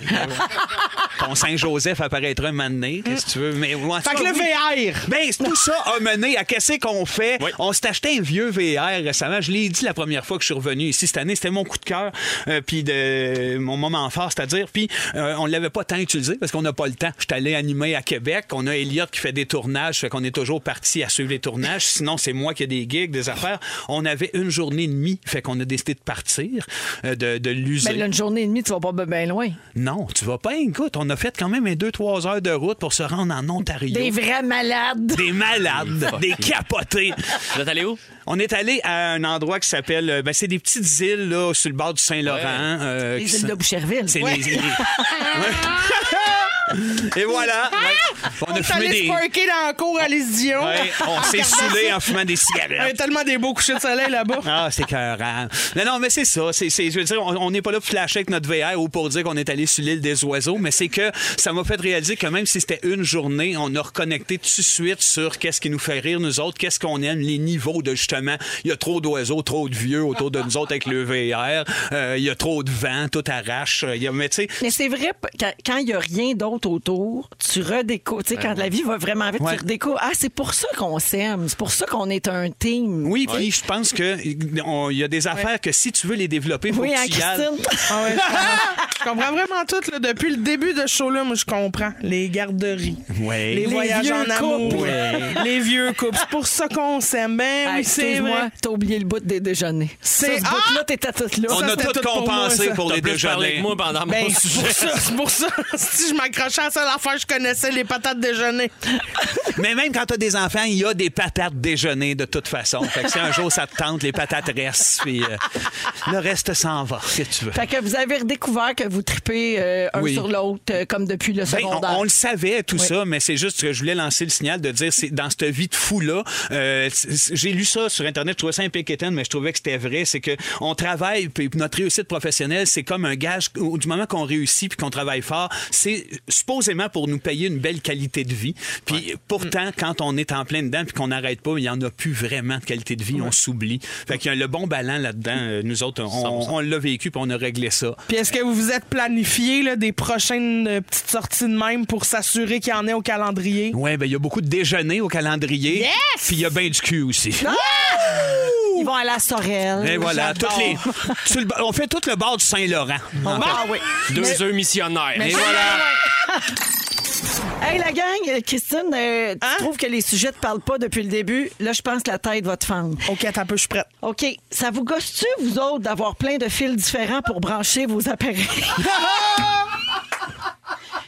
Speaker 2: Ton Saint-Joseph apparaîtra un moment donné, qu'est-ce que tu veux. Mais, ouais,
Speaker 5: Fait
Speaker 2: ça,
Speaker 5: que le
Speaker 2: oui.
Speaker 5: VR.
Speaker 2: Ben, c'est tout ça a mené à qu'est-ce qu'on fait. On s'est acheté un vieux VR récemment. Je l'ai dit la première fois que je suis revenu ici cette année. C'était mon coup de cœur, euh, puis de mon moment fort, c'est-à-dire. Puis euh, on l'avait pas tant utilisé parce qu'on n'a pas le temps. Je suis allé animer à Québec. On a Elliot qui fait des tournages, fait qu'on est toujours parti à suivre les tournages. Sinon, c'est moi qui ai des gigs, des affaires. On avait une journée et demie, fait qu'on a décidé de partir, euh, de, de l'user.
Speaker 4: Mais Ben, là, une journée et demie, tu vas pas bien loin.
Speaker 2: Non, tu vas pas. Écoute, on a fait quand même un 2-3 heures de route pour se rendre en Ontario.
Speaker 4: Des vrais malades.
Speaker 2: Des malades, des capotés.
Speaker 3: Vous êtes allé où?
Speaker 2: On est allé à un endroit qui s'appelle. euh, Ben, c'est des petites îles, là, sur le bord du Saint-Laurent. euh,
Speaker 4: Les
Speaker 2: qui
Speaker 4: îles
Speaker 2: sont-
Speaker 4: de Boucherville.
Speaker 2: C'est
Speaker 4: Ouais.
Speaker 2: les îles. Ouais. Et voilà. Ouais. On a
Speaker 5: On
Speaker 2: fumé
Speaker 5: allé
Speaker 2: des.
Speaker 5: se parker dans la cour à Les Dion.
Speaker 2: Ouais, on s'est saoulé en fumant des
Speaker 5: Il y a
Speaker 2: cigarettes.
Speaker 5: tellement des beaux couchers de soleil là-bas.
Speaker 2: Ah, c'est écœurant. Non, non, mais c'est ça. C'est, c'est- je veux dire, on on n'est pas là pour flasher avec notre VR ou pour dire qu'on est allé sur l'île des oiseaux, mais c'est que ça m'a fait réaliser que même si c'était une journée, on a reconnecté tout de suite sur qu'est-ce qui nous fait rire, nous autres, qu'est-ce qu'on aime, les niveaux de justement. Il y a trop d'oiseaux, trop de vieux autour de nous autres avec le VR. Euh, il y a trop de vent, tout arrache. euh, Il y a, mais tu sais,
Speaker 4: Mais c'est vrai, p- quand- quand il n'y a rien d'autre autour, tu redécouvres. Tu sais, quand la vie va vraiment vite,
Speaker 2: Ben Ouais.
Speaker 4: tu redécouvres. Ah, c'est pour ça qu'on s'aime. C'est pour ça qu'on est un team.
Speaker 2: oui, puis je pense que on- il y a des affaires que si tu veux les développer, faut
Speaker 4: Oui, hein,
Speaker 2: que tu y ailles.
Speaker 4: Christine?
Speaker 5: Ah ouais, je, comprends. Je comprends vraiment tout. là. Depuis le début de ce show-là, moi, je comprends. Les garderies,
Speaker 2: Ouais.
Speaker 5: les,
Speaker 4: Les
Speaker 5: voyages
Speaker 4: vieux
Speaker 5: en amour,
Speaker 4: couples.
Speaker 2: Ouais.
Speaker 5: les vieux couples. C'est pour ça qu'on s'aime. Ben
Speaker 4: Ah,
Speaker 5: oui, c'est vrai.
Speaker 4: Excuse-moi, t'as oublié le bout des déjeuners.
Speaker 5: C'est-
Speaker 4: C'est ce
Speaker 5: Ah!
Speaker 4: bout-là, t'étais toute là.
Speaker 2: On
Speaker 4: Ça,
Speaker 2: a
Speaker 4: c'était
Speaker 2: tout
Speaker 4: pour moi,
Speaker 2: compensé
Speaker 4: ça.
Speaker 2: pour
Speaker 3: T'as
Speaker 2: les
Speaker 3: plus parlé
Speaker 2: déjeuners.
Speaker 3: que moi pendant
Speaker 5: Ben,
Speaker 3: mon
Speaker 5: c'est pour
Speaker 3: sujet.
Speaker 5: ça, c'est pour ça. si je m'accrochais à ça, l'affaire, je connaissais les patates déjeuner.
Speaker 2: Mais même quand t'as des enfants, il y a des patates déjeuner de toute façon. Fait que si un jour ça te tente, les patates restent, puis euh, le reste s'en va, si tu veux.
Speaker 4: Fait que vous avez redécouvert que vous tripez euh, un
Speaker 2: Oui.
Speaker 4: sur l'autre, euh, comme depuis le
Speaker 2: Ben,
Speaker 4: secondaire.
Speaker 2: on, on le savait, tout
Speaker 4: Oui.
Speaker 2: ça, mais c'est juste que je voulais lancer le signal de dire, c'est dans cette vie de fou-là, euh, c- c- j'ai lu ça sur Internet, je trouvais ça impeccable, mais je trouvais que c'était vrai, c'est que on travaille, puis notre réussite professionnelle, c'est comme un gage, au- du moment qu'on réussit puis qu'on travaille fort, c'est supposément pour nous payer une belle qualité de vie. Puis pourtant, quand on est en plein dedans puis qu'on n'arrête pas, il n'y en a plus vraiment de qualité de vie, on s'oublie. Fait qu'il y a le bon ballon là-dedans, euh, nous autres, on, on l'a vécu puis on a réglé ça.
Speaker 5: Puis est-ce que vous vous êtes planifié là, des prochaines euh, petites sorties de même pour s'assurer qu'il y en ait au calendrier?
Speaker 2: Ouais, ben il y a beaucoup de déjeuners au calendrier.
Speaker 5: Yes!
Speaker 2: Puis il y a ben du cul aussi.
Speaker 4: Ah! Ils vont aller à Sorel.
Speaker 2: Et voilà, toutes les, sur le ba- on fait tout le bord du Saint-Laurent. En fait.
Speaker 4: Ah oui. Mais-
Speaker 3: Deux œufs missionnaires. Et voilà.
Speaker 4: Hey, la gang, euh, Christine, euh,
Speaker 5: Hein?
Speaker 4: tu trouves que les sujets ne te parlent pas depuis le début? Là, je pense que la tête va te fendre.
Speaker 5: OK, attends un peu, je suis prête.
Speaker 4: OK. Ça vous gosse-tu, vous autres, d'avoir plein de fils différents pour brancher vos appareils?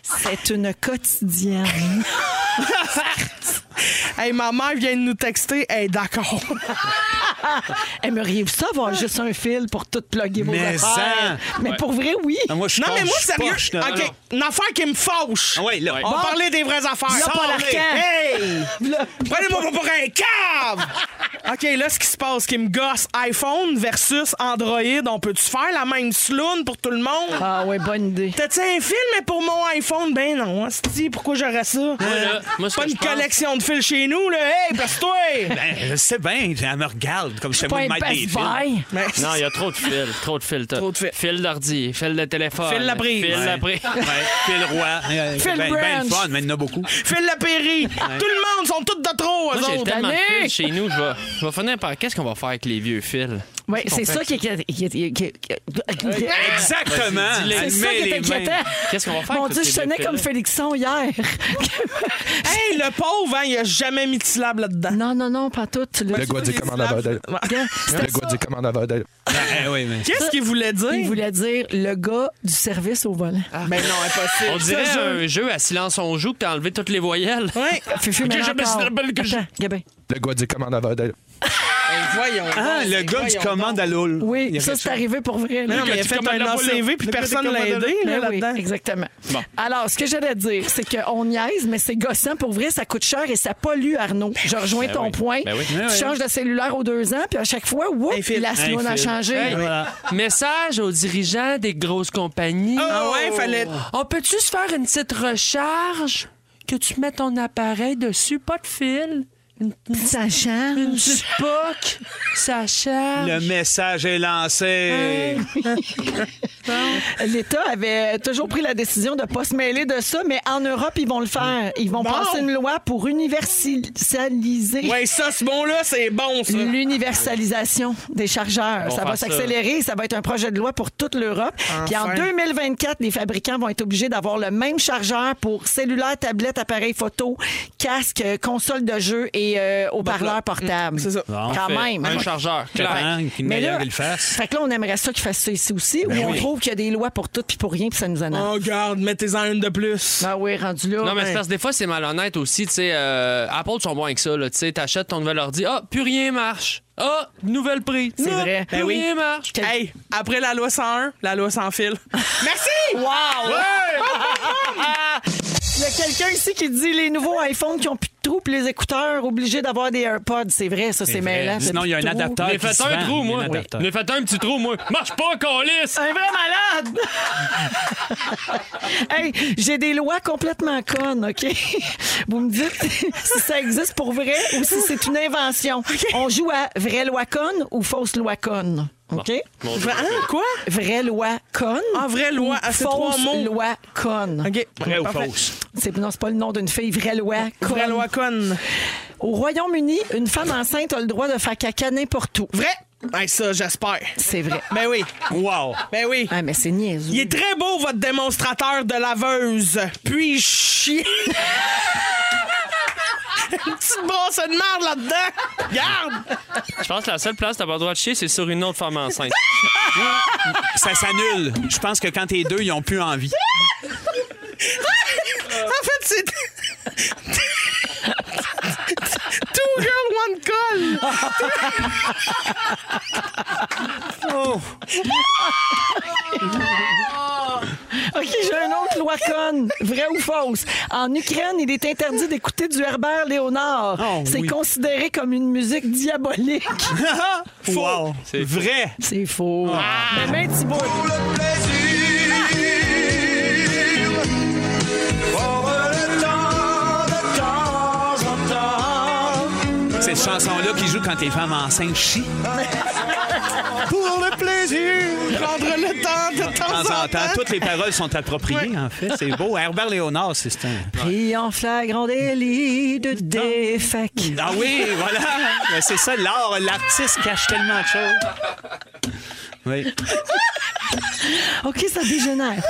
Speaker 4: C'est une quotidienne.
Speaker 5: Hey, ma mère vient de nous texter. Hey, d'accord.
Speaker 4: Aimeriez-vous ça, avoir juste un fil pour tout plugger vos
Speaker 2: Mais
Speaker 4: affaires?
Speaker 2: ça!
Speaker 4: Mais pour vrai, oui.
Speaker 2: Ah, Moi, je suis
Speaker 5: Non, mais
Speaker 2: poche,
Speaker 5: moi,
Speaker 2: je suis
Speaker 5: sérieux.
Speaker 2: poche, là.
Speaker 5: OK, une affaire qui me fâche.
Speaker 2: Ah ouais, là.
Speaker 5: On va parler des vraies affaires.
Speaker 4: Là, pas l'arcan.
Speaker 5: Hey! Prenez-moi pas pour un cave! OK, là, ce qui se passe, qui me gosse, iPhone versus Android, on peut-tu faire la même sloune pour tout le monde?
Speaker 4: Ah ouais, bonne idée.
Speaker 5: T'as-tu un film mais pour mon iPhone? Ben non, hostie, pourquoi j'aurais ça?
Speaker 3: là, moi, ce
Speaker 5: pas
Speaker 3: que
Speaker 5: une
Speaker 3: je pense-
Speaker 5: collection de fils chez nous, là. Hey, passe-toi!
Speaker 2: Ben, je sais bien, elle me regarde comme c'est moi
Speaker 4: Pas
Speaker 2: de
Speaker 4: un
Speaker 2: mettre des fils.
Speaker 4: passe-by.
Speaker 5: Ben,
Speaker 3: Non, il y a trop de fils. Trop de fils. t'as-
Speaker 5: Trop de fils.
Speaker 3: Fil d'ordi, fil de téléphone.
Speaker 5: Fil la prise.
Speaker 3: Fil la
Speaker 2: Ouais,
Speaker 3: prise.
Speaker 2: Phil Roy. euh,
Speaker 4: Phil
Speaker 2: ben, ben le
Speaker 4: Branch.
Speaker 2: fun, mais il y en a beaucoup.
Speaker 5: Phil Lapéry! Tout le monde, sont tous de trop, eux
Speaker 3: Moi, j'ai
Speaker 5: autres.
Speaker 3: tellement de
Speaker 4: allez!
Speaker 3: fils chez nous. Je vais, je vais finir par. Qu'est-ce qu'on va faire avec les vieux fils?
Speaker 4: Oui, c'est ça qui est. qui est- qui est- qui est-
Speaker 2: Exactement.
Speaker 4: C'est
Speaker 2: Elle
Speaker 4: ça
Speaker 2: met
Speaker 4: qui est
Speaker 2: les mains.
Speaker 4: inquiétant.
Speaker 3: Qu'est-ce qu'on va faire
Speaker 4: Mon
Speaker 3: avec
Speaker 4: Dieu,
Speaker 3: tous
Speaker 4: je
Speaker 3: ces
Speaker 4: sonnais
Speaker 3: effets-là?
Speaker 4: comme Félixon hier.
Speaker 5: hey, le pauvre, hein, il a jamais mis de syllabe là-dedans.
Speaker 4: Non, non, non, pas tout.
Speaker 13: Le gars dit comment la vedette. Le gars dit comment la vedette.
Speaker 2: Eh oui, mais-
Speaker 5: Qu'est-ce qu'il voulait dire? Ah.
Speaker 4: Il voulait dire le gars du service au volant.
Speaker 5: Mais non, impossible.
Speaker 3: On dirait un jeu à silence on joue que t'as enlevé toutes les voyelles.
Speaker 5: Oui.
Speaker 4: Fufu, mais Attends, Gabin.
Speaker 13: Le gars dit comment la vedette.
Speaker 5: voyons.
Speaker 2: Ah,
Speaker 5: donc,
Speaker 2: le gars du
Speaker 5: voyons
Speaker 2: commande à l'oul.
Speaker 4: Oui,
Speaker 2: Il a
Speaker 4: ça,
Speaker 2: fait
Speaker 4: c'est arrivé pour vrai.
Speaker 5: Mais
Speaker 4: là.
Speaker 5: non, mais il a fait un ACV, puis personne l'a aidé là,
Speaker 4: Ben oui,
Speaker 5: là-dedans.
Speaker 4: exactement. Alors, ce que j'allais dire, c'est qu'on niaise, mais c'est gossant. Pour vrai, ça coûte cher et ça pollue, Arnaud. Je rejoins
Speaker 3: Ben
Speaker 4: ton
Speaker 3: oui.
Speaker 4: point.
Speaker 3: Ben oui.
Speaker 4: Tu
Speaker 3: Ben oui.
Speaker 4: changes de cellulaire aux deux ans, puis à chaque fois, whoop, la semaine a changé.
Speaker 3: Hey, Message aux dirigeants des grosses compagnies.
Speaker 5: Ah ouais, fallait-
Speaker 3: On peut-tu se faire une petite recharge? Que tu mets ton appareil dessus, pas de fil. Une, une-
Speaker 4: Ça change.
Speaker 3: une petite poque, ça charge.
Speaker 2: Le message est lancé.
Speaker 4: L'État avait toujours pris la décision de ne pas se mêler de ça, mais en Europe, ils vont le faire. Ils vont
Speaker 5: Bon.
Speaker 4: passer une loi pour universaliser.
Speaker 5: Ouais, ça, ce bon-là, c'est bon, ça.
Speaker 4: L'universalisation des chargeurs.
Speaker 5: On va
Speaker 4: Ça va
Speaker 5: faire ça.
Speaker 4: s'accélérer. Ça va être un projet de loi pour toute l'Europe. Puis en
Speaker 5: Enfin.
Speaker 4: 2024, les fabricants vont être obligés d'avoir le même chargeur pour cellulaire, tablette, appareil photo, casque, euh, console de jeu et euh, haut-parleur portable. C'est ça. Quand
Speaker 3: Fait
Speaker 4: Ah, même.
Speaker 3: Un chargeur, clair.
Speaker 2: Clair. Qu'une
Speaker 4: Mais
Speaker 2: meilleure,
Speaker 4: là-
Speaker 2: il le fasse.
Speaker 4: Fait que là, on aimerait ça qu'ils fassent ça ici aussi,
Speaker 2: Ben
Speaker 4: où on
Speaker 2: oui.
Speaker 4: trouve qu'il y a des lois pour tout puis pour rien, puis ça nous énerve.
Speaker 5: Oh, regarde, mettez-en une de plus.
Speaker 4: Ah oui, rendu là.
Speaker 3: Non, mais
Speaker 4: ben,
Speaker 3: c'est parce que des fois, c'est malhonnête aussi. Tu sais, euh, Apple sont bons avec ça. là. Tu sais, t'achètes ton nouvel ordi. Ah, plus rien marche. Ah, nouvelle prix.
Speaker 4: C'est
Speaker 3: Ah,
Speaker 4: vrai.
Speaker 3: Plus
Speaker 5: Ben oui.
Speaker 3: rien marche.
Speaker 5: Hey, après la loi 101, la loi sans fil. Merci!
Speaker 4: Wow! Il y a quelqu'un ici qui dit les nouveaux iPhones qui ont plus de trous, puis les écouteurs obligés d'avoir des AirPods. C'est vrai, ça, c'est
Speaker 2: vrai.
Speaker 4: mêlant.
Speaker 2: Sinon,
Speaker 4: T'as
Speaker 2: il y a
Speaker 4: plus
Speaker 2: un
Speaker 4: de trous.
Speaker 2: adaptateur.
Speaker 3: Mais
Speaker 2: qui
Speaker 3: faites
Speaker 2: se
Speaker 3: un
Speaker 2: vend,
Speaker 3: trou,
Speaker 2: il y a
Speaker 3: moi.
Speaker 2: un adaptateur.
Speaker 3: Mais faites un petit trou, moi. Marche pas, calice.
Speaker 4: Un vrai malade! hey, j'ai des lois complètement connes, OK? Vous me dites si ça existe pour vrai ou si c'est une invention. On joue à vraie loi conne ou fausse loi conne, OK?
Speaker 5: Hein, quoi?
Speaker 4: Vraie loi conne.
Speaker 5: Ah, vraie loi,
Speaker 4: ou
Speaker 5: ah, c'est trois
Speaker 4: fausse
Speaker 5: mots.
Speaker 4: loi conne.
Speaker 5: OK.
Speaker 2: Vrai ou
Speaker 5: parfait.
Speaker 2: fausse?
Speaker 4: C'est, non, c'est pas le nom d'une fille. Vraie loi conne.
Speaker 5: Vraie loi conne.
Speaker 4: Au Royaume-Uni, une femme enceinte a le droit de faire caca n'importe où.
Speaker 5: Vrai? Hey, ça, j'espère.
Speaker 4: C'est vrai.
Speaker 5: Ben oui,
Speaker 2: Wow.
Speaker 5: ben oui.
Speaker 4: Ah, mais c'est niaiseux.
Speaker 5: Il est très beau, votre démonstrateur de laveuse. Puis chier. Une petite brosse de merde là-dedans. Garde!
Speaker 3: Je pense que la seule place que t'as pas le droit de chier, c'est sur une autre femme enceinte.
Speaker 2: Ça s'annule. Je pense que quand t'es deux, ils ont plus envie.
Speaker 5: En fait, c'est. Two girl, one call!
Speaker 4: Oh. OK, j'ai un autre loi conne. Vrai ou fausse? En Ukraine, il est interdit d'écouter du Herbert Léonard.
Speaker 2: Oh,
Speaker 4: c'est
Speaker 2: oui.
Speaker 4: considéré comme une musique diabolique.
Speaker 2: Faux.
Speaker 5: Oh,
Speaker 3: C'est
Speaker 2: vrai.
Speaker 4: c'est faux. Mais ben, Thibault,
Speaker 2: Cette chanson-là qui joue quand t'es femme enceinte chie.
Speaker 5: Pour le plaisir, prendre le temps de
Speaker 2: De
Speaker 5: temps
Speaker 2: temps en temps, toutes les paroles sont appropriées, en fait. C'est beau. Herbert Léonard, c'est un.
Speaker 4: pris en flagrant délit de défac.
Speaker 2: Ah oui, voilà. Ben, C'est ça, l'art. L'artiste cache tellement de choses. Oui.
Speaker 4: OK, ça dégénère.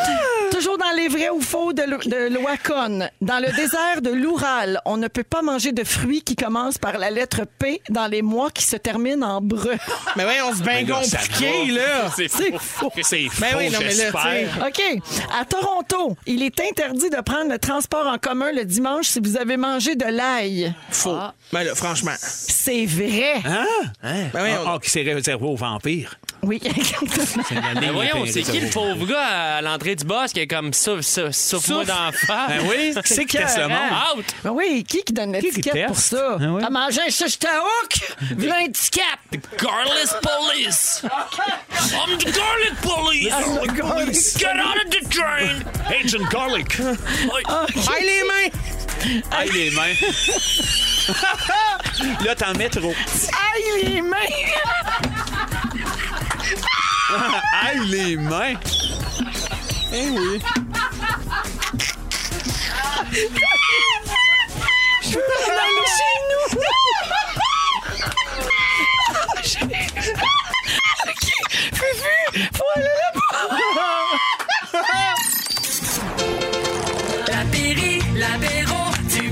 Speaker 4: Toujours dans les vrais ou faux de, lo- de loi conne. Dans le désert de l'Oural, on ne peut pas manger de fruits qui commencent par la lettre P dans les mois qui se terminent en breu.
Speaker 5: Mais ouais, on se bien
Speaker 2: là, ça
Speaker 5: compliqué, là.
Speaker 3: C'est
Speaker 4: C'est faux.
Speaker 2: C'est faux,
Speaker 5: Ben oui, non, mais là,
Speaker 2: j'espère.
Speaker 4: OK. À Toronto, il est interdit de prendre le transport en commun le dimanche si vous avez mangé de l'ail.
Speaker 5: Faux. Mais Ah. Ben là, franchement.
Speaker 4: C'est vrai.
Speaker 2: Hein?
Speaker 5: Ben oui, on-
Speaker 2: Ah, qui s'est réservé aux vampires.
Speaker 4: Oui, exactement.
Speaker 2: C'est la
Speaker 3: Mais
Speaker 2: ligne
Speaker 3: Ben voyons,
Speaker 2: des
Speaker 3: c'est qui le
Speaker 2: réservés.
Speaker 3: pauvre gars à l'entrée du boss qui est comme ça, ça, moi d'en
Speaker 2: Ben
Speaker 3: face.
Speaker 2: oui, qui c'est qui teste le monde?
Speaker 3: Ah, Out!
Speaker 4: Ben oui, qui qui donne l'étiquette
Speaker 2: teste?
Speaker 4: pour ça?
Speaker 2: Ah oui.
Speaker 4: T'as mangé un shish taouk? V'là un petit cap!
Speaker 3: Garlic police! I'm the garlic police! Get out of the train!
Speaker 2: Agent Garlic.
Speaker 5: Aïe, les mains!
Speaker 2: Aïe, les mains. Là, t'en mets trop.
Speaker 4: Aïe, les mains!
Speaker 2: Aïe, les mains. Eh oui.
Speaker 4: Aïe, chez nous!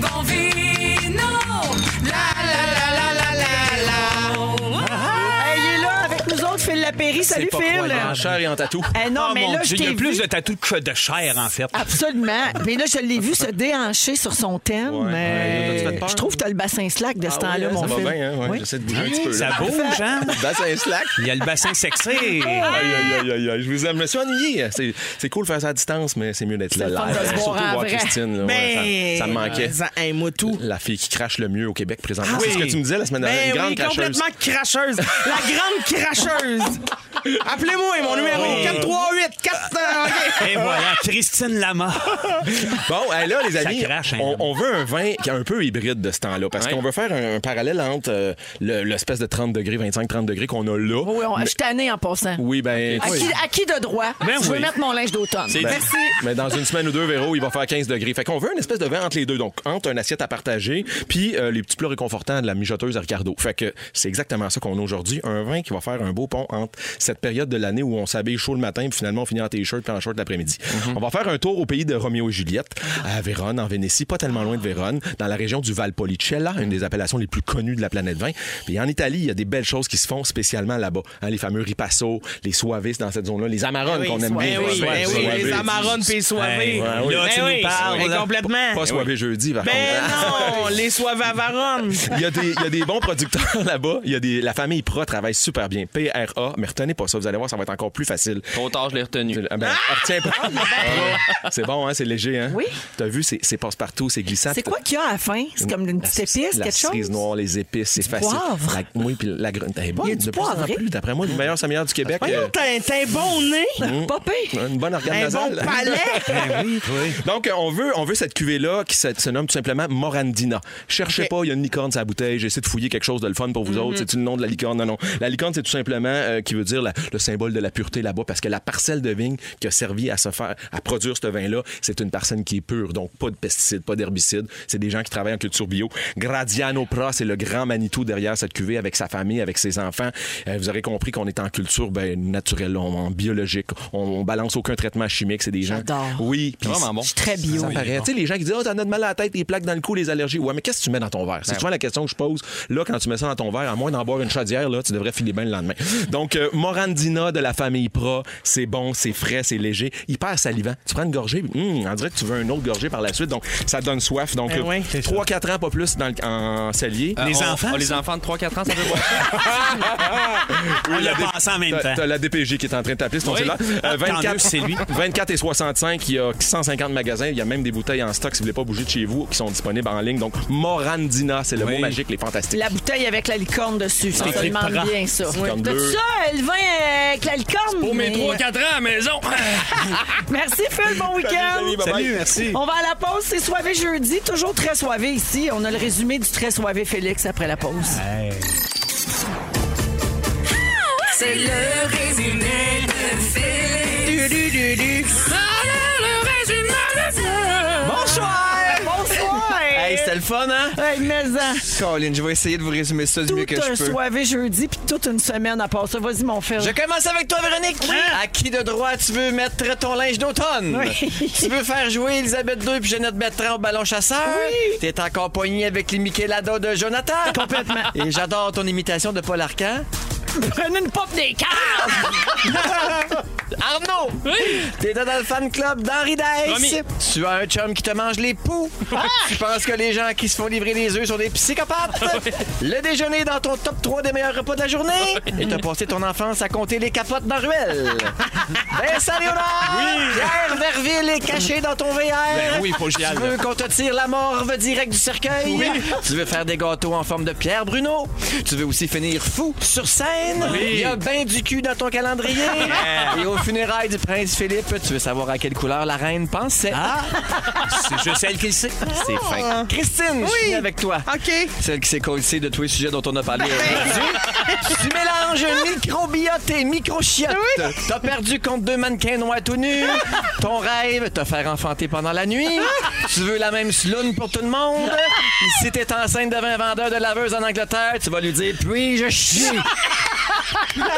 Speaker 3: Ah.
Speaker 4: Salut, salut,
Speaker 2: pas
Speaker 4: Phil.
Speaker 2: croyable.
Speaker 4: En chair et en tatou. Eh non,
Speaker 2: Ah,
Speaker 4: mais
Speaker 2: mon
Speaker 4: là,
Speaker 2: Dieu,
Speaker 4: je
Speaker 2: il y a
Speaker 4: t'ai
Speaker 2: plus
Speaker 4: vu.
Speaker 2: de tatou que de chair, en fait.
Speaker 13: Ah.
Speaker 4: Absolument. Mais là, je l'ai vu se déhancher sur son thème.
Speaker 2: Ouais. Ouais,
Speaker 4: Euh,
Speaker 2: t'as-tu fait peur?
Speaker 4: je trouve que tu as le bassin slack de ce
Speaker 2: Ah
Speaker 4: temps-là,
Speaker 2: oui,
Speaker 4: mon
Speaker 2: ça va
Speaker 4: Phil.
Speaker 2: bien, hein, ouais,
Speaker 4: Oui.
Speaker 2: j'essaie
Speaker 13: de bouger un petit peu,
Speaker 2: Ça
Speaker 13: là.
Speaker 2: bouge, hein?
Speaker 13: Bassin slack.
Speaker 2: Il y a le bassin sexy.
Speaker 13: Aïe,
Speaker 5: Ah!
Speaker 13: aïe, aïe, aïe, je vous aime. Je me suis ennuyé. C'est- C'est cool de faire ça à distance, mais c'est mieux d'être là.
Speaker 5: le fun
Speaker 13: live.
Speaker 5: de se voir
Speaker 13: Surtout
Speaker 5: en
Speaker 13: voir
Speaker 5: vrai.
Speaker 13: Christine. là, ouais, ça,
Speaker 5: Ben,
Speaker 13: ça me manquait.
Speaker 5: Un mot tout.
Speaker 13: La fille qui crache le mieux au Québec présentement. c'est ce que tu me disais la semaine dernière.
Speaker 5: Ben
Speaker 13: Une grande
Speaker 5: oui,
Speaker 13: cracheuse.
Speaker 5: complètement cracheuse. La grande cracheuse. Appelez-moi
Speaker 13: Oh.
Speaker 5: mon numéro.
Speaker 13: Oui.
Speaker 5: 438 4
Speaker 2: Et voilà, Christine Lama.
Speaker 13: Bon, hey, là, les
Speaker 2: Ça
Speaker 13: amis,
Speaker 2: crache, hein,
Speaker 13: on, on veut un vin qui est un peu hybride de ce temps-là, parce qu'on veut faire un, un parallèle entre euh, le- l'espèce de 30 degrés, 25-30 degrés qu'on a là.
Speaker 5: Oh.
Speaker 4: Oui, on-
Speaker 13: mais-
Speaker 4: Je suis tannée en passant.
Speaker 13: oui, ben...
Speaker 4: À,
Speaker 13: oui.
Speaker 4: qui, à qui de droit?
Speaker 13: Ben
Speaker 4: je veux
Speaker 13: oui.
Speaker 4: mettre mon linge d'automne.
Speaker 13: Ben,
Speaker 4: Merci.
Speaker 13: Mais dans une semaine ou deux, Véro, il va faire 15 degrés. Fait qu'on veut une espèce de vin entre les deux. Donc, entre une assiette à partager, puis euh, les petits plats réconfortants de la mijoteuse à Ricardo. Fait que c'est exactement ça qu'on a aujourd'hui. Un vin qui va faire un beau pont entre cette période de l'année où on s'habille chaud le matin, puis finalement, on finit en t-shirt puis en short l'après-midi.
Speaker 5: Mhm.
Speaker 13: On va faire un tour au pays de Roméo et Juliette, à Vérone, en Vénétie, pas tellement loin de Vérone, dans la région du Valpolicella, une des appellations les plus connues de la planète vin. Puis en Italie, il y a des belles choses qui se font spécialement là-bas. Hein, les fameux ripasso, les soavis dans cette zone-là, les amarones
Speaker 5: Ben oui,
Speaker 13: qu'on aime bien.
Speaker 5: ben oui,
Speaker 13: Soave,
Speaker 5: ben oui,
Speaker 13: soave.
Speaker 5: les amarones puis les soavés. Ben oui. Là, tu Ben nous oui. parles, Ben là. complètement.
Speaker 13: Pas soivé jeudi, par
Speaker 5: Ben
Speaker 13: contre. hein.
Speaker 5: non, les soivés avarones.
Speaker 13: Il y, a des, il y a des bons producteurs là-bas. Il y a des, la famille Pro travaille super bien. PRA, mais retenez pas ça. Vous allez voir, ça va être encore plus facile.
Speaker 3: Trop tard, je l'ai retenu.
Speaker 13: Ah, ben, retiens pas. Ah, C'est bon, hein? C'est léger, hein? Oui. T'as vu, c'est c'est passe-partout, c'est glissant.
Speaker 4: C'est quoi qu'il y a à la fin? C'est comme une petite épice,
Speaker 13: La
Speaker 4: quelque chose?
Speaker 13: cerise noire, les épices, c'est facile.
Speaker 4: poivre.
Speaker 13: La- oui, puis la Eh graine. Elle est bonne.
Speaker 4: Il y a du
Speaker 13: de plus en
Speaker 4: poivre, hein?
Speaker 13: plus. D'après moi, le meilleur sommelier du Québec.
Speaker 5: Voyons,
Speaker 13: euh,
Speaker 5: t'as un- t'as un bon nez.
Speaker 13: Mm. Une bonne organe
Speaker 5: Un
Speaker 13: nasale.
Speaker 5: bon palais. Ben oui,
Speaker 13: Donc, euh, on veut, on veut cette cuvée-là qui se, se nomme tout simplement Morandina. Cherchez pas, il y a une licorne sur la bouteille. J'essaie de fouiller quelque chose de le fun pour vous autres. C'est-tu le nom de la licorne? Non, non. La licorne, c'est tout simplement euh, qui veut dire la- le symbole de la pureté là-bas parce que la parcelle de vigne qui a servi à se faire, à produire ce vin-là, c'est une parcelle qui est pure. Donc, pas de pesticides, pas d'herbicides. C'est des gens qui travaillent en culture bio. Gradiano Pra, c'est le grand Manitou derrière cette cuvée avec sa famille, avec ses enfants. Euh, vous aurez compris qu'on est en culture ben, naturelle, on- en biologique. On, on balance aucun traitement chimique. C'est des gens. Oui, puis
Speaker 3: Vraiment
Speaker 13: c'est-
Speaker 3: bon. Je suis très
Speaker 4: Ah,
Speaker 3: bio.
Speaker 13: ça
Speaker 3: Oui,
Speaker 13: paraît.
Speaker 3: bon.
Speaker 13: Tu sais, les gens qui disent Oh, t'en as de mal à la tête, des plaques dans le cou, les allergies. Ouais, mais qu'est-ce que tu mets dans ton verre C'est
Speaker 3: Ben
Speaker 13: souvent la question que je pose. Là, quand tu mets ça dans ton verre, à moins d'en boire une chaudière, là, tu devrais filer bien le lendemain. Donc, euh, Morandina de la famille Pra, c'est bon, c'est frais, c'est léger, hyper salivant. Tu prends une gorgée, puis, hum, on dirait que tu veux un autre gorgée par la suite. Donc, ça donne soif. Donc,
Speaker 5: Ben
Speaker 13: euh,
Speaker 5: ouais,
Speaker 13: 3-4 ans, pas plus, dans le- en cellier.
Speaker 3: Euh,
Speaker 4: Ah,
Speaker 3: on- on- Les enfants de 3-4 ans, ça veut boire.
Speaker 2: On l'a
Speaker 13: dé-
Speaker 2: passé en même
Speaker 13: t'as-
Speaker 2: temps.
Speaker 13: T'as la DPJ qui est en train de t'appeler, c'est ton
Speaker 2: Oui.
Speaker 13: cellulaire.
Speaker 2: Ah, tant mieux,
Speaker 13: 24,
Speaker 2: c'est lui.
Speaker 13: 24 et 65, il y a 150 magasins. Il y a même des bouteilles en stock si vous voulez pas bouger de chez vous qui sont disponibles en ligne. Donc, Morandina, c'est le mot magique, les fantastiques.
Speaker 4: La bouteille avec la licorne dessus, ça
Speaker 13: C'est
Speaker 4: se
Speaker 13: écrit
Speaker 4: demande
Speaker 13: Prends.
Speaker 4: bien ça.
Speaker 13: C'est comme
Speaker 4: T'as-tu
Speaker 13: deux.
Speaker 4: ça, le vin avec la licorne?
Speaker 3: Pour mes
Speaker 4: Mais-
Speaker 3: 3-4 ans à la maison.
Speaker 4: Merci Phil, bon
Speaker 3: Salut, les
Speaker 4: week-end.
Speaker 3: amis, bye-bye. Salut, merci.
Speaker 4: On va à la pause, c'est soivé jeudi, toujours très soivé ici. On a le résumé du très soivé Félix après la pause.
Speaker 1: C'est le résumé de Félix.
Speaker 14: Bonsoir!
Speaker 4: Bonsoir!
Speaker 14: Hey, c'était le fun, hein?
Speaker 4: Hey, maison!
Speaker 14: Colin, je vais essayer de vous résumer ça du mieux que
Speaker 4: Tout un
Speaker 14: je peux.
Speaker 4: soivé jeudi, puis toute une semaine à part ça. Vas-y, mon Phil.
Speaker 14: Je commence avec toi, Véronique. À qui de droit tu veux mettre ton linge d'automne? Tu veux faire jouer Elisabeth II puis Jeannette Bertrand au ballon chasseur? T'es encore poigné avec les Michelado de Jonathan? Complètement. Et j'adore ton imitation de Paul Arcan.
Speaker 4: Prenez une pop des cartes!
Speaker 14: Arnaud! T'étais dans le fan club d'Henri
Speaker 1: Promis.
Speaker 14: Dice. Tu as un chum qui te mange les poux. Tu penses que les gens qui se font livrer les œufs sont des psychopathes. Le déjeuner est dans ton top 3 des meilleurs repas de la journée. Et t'as passé ton enfance à compter les capotes dans la ruelle. Vincent Léonard! Pierre Verville est caché dans ton VR.
Speaker 1: Ben oui, faut que j'y aille,
Speaker 14: Tu
Speaker 1: là.
Speaker 14: veux qu'on te tire la morve direct du cercueil.
Speaker 1: Oui.
Speaker 14: Tu veux faire des gâteaux en forme de Pierre Bruno. Tu veux aussi finir fou sur scène.
Speaker 1: Oui.
Speaker 14: Il y a ben du cul dans ton calendrier.
Speaker 1: Yeah.
Speaker 14: Et au funérailles du prince Philippe, tu veux savoir à quelle couleur la reine pensait.
Speaker 2: Ah, C'est juste elle qui le sait.
Speaker 14: C'est fin. Christine, je suis avec toi.
Speaker 5: OK.
Speaker 14: Celle qui s'est collée de tous les sujets dont on a parlé aujourd'hui. tu mélanges microbiote et microchiote. T'as perdu contre deux mannequins noirs tout nus. Ton rêve, te faire enfanter pendant la nuit. tu veux la même sloune pour tout le monde. Puis si t'es enceinte devant un vendeur de laveuse en Angleterre, tu vas lui dire Puis je chie.
Speaker 1: Bravo,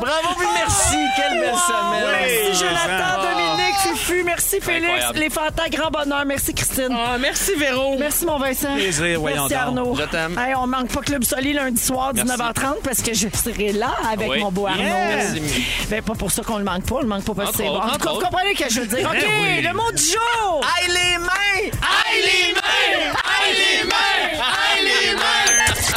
Speaker 14: Bravo, puis merci. Quelle belle semaine.
Speaker 4: Merci, Jonathan, Dominique, Fufu, merci Merci Félix,
Speaker 3: Incroyable. Ah.
Speaker 4: les fantas, grand bonheur. Merci Christine.
Speaker 5: merci Véro.
Speaker 4: Ah, Merci mon Vincent.
Speaker 2: Plaisir, voyons
Speaker 4: Merci
Speaker 2: donc.
Speaker 4: Arnaud.
Speaker 2: Je t'aime.
Speaker 4: Hey, on manque pas Club Soli lundi soir,
Speaker 2: Merci.
Speaker 4: 19h30, parce que je serai là avec
Speaker 2: Oui.
Speaker 4: mon beau Arnaud.
Speaker 2: Yes. Merci.
Speaker 4: Ben, pas pour ça qu'on le manque pas, on le manque pas parce que
Speaker 2: Entre
Speaker 4: c'est bon.
Speaker 2: autres,
Speaker 4: En tout
Speaker 2: entre
Speaker 4: cas, vous
Speaker 2: autres.
Speaker 4: comprenez ce que je veux dire.
Speaker 2: Ben
Speaker 4: OK,
Speaker 2: oui.
Speaker 4: le mot du jour. Aïe les mains!
Speaker 1: Aïe les mains! Aïe les mains! Aïe les mains!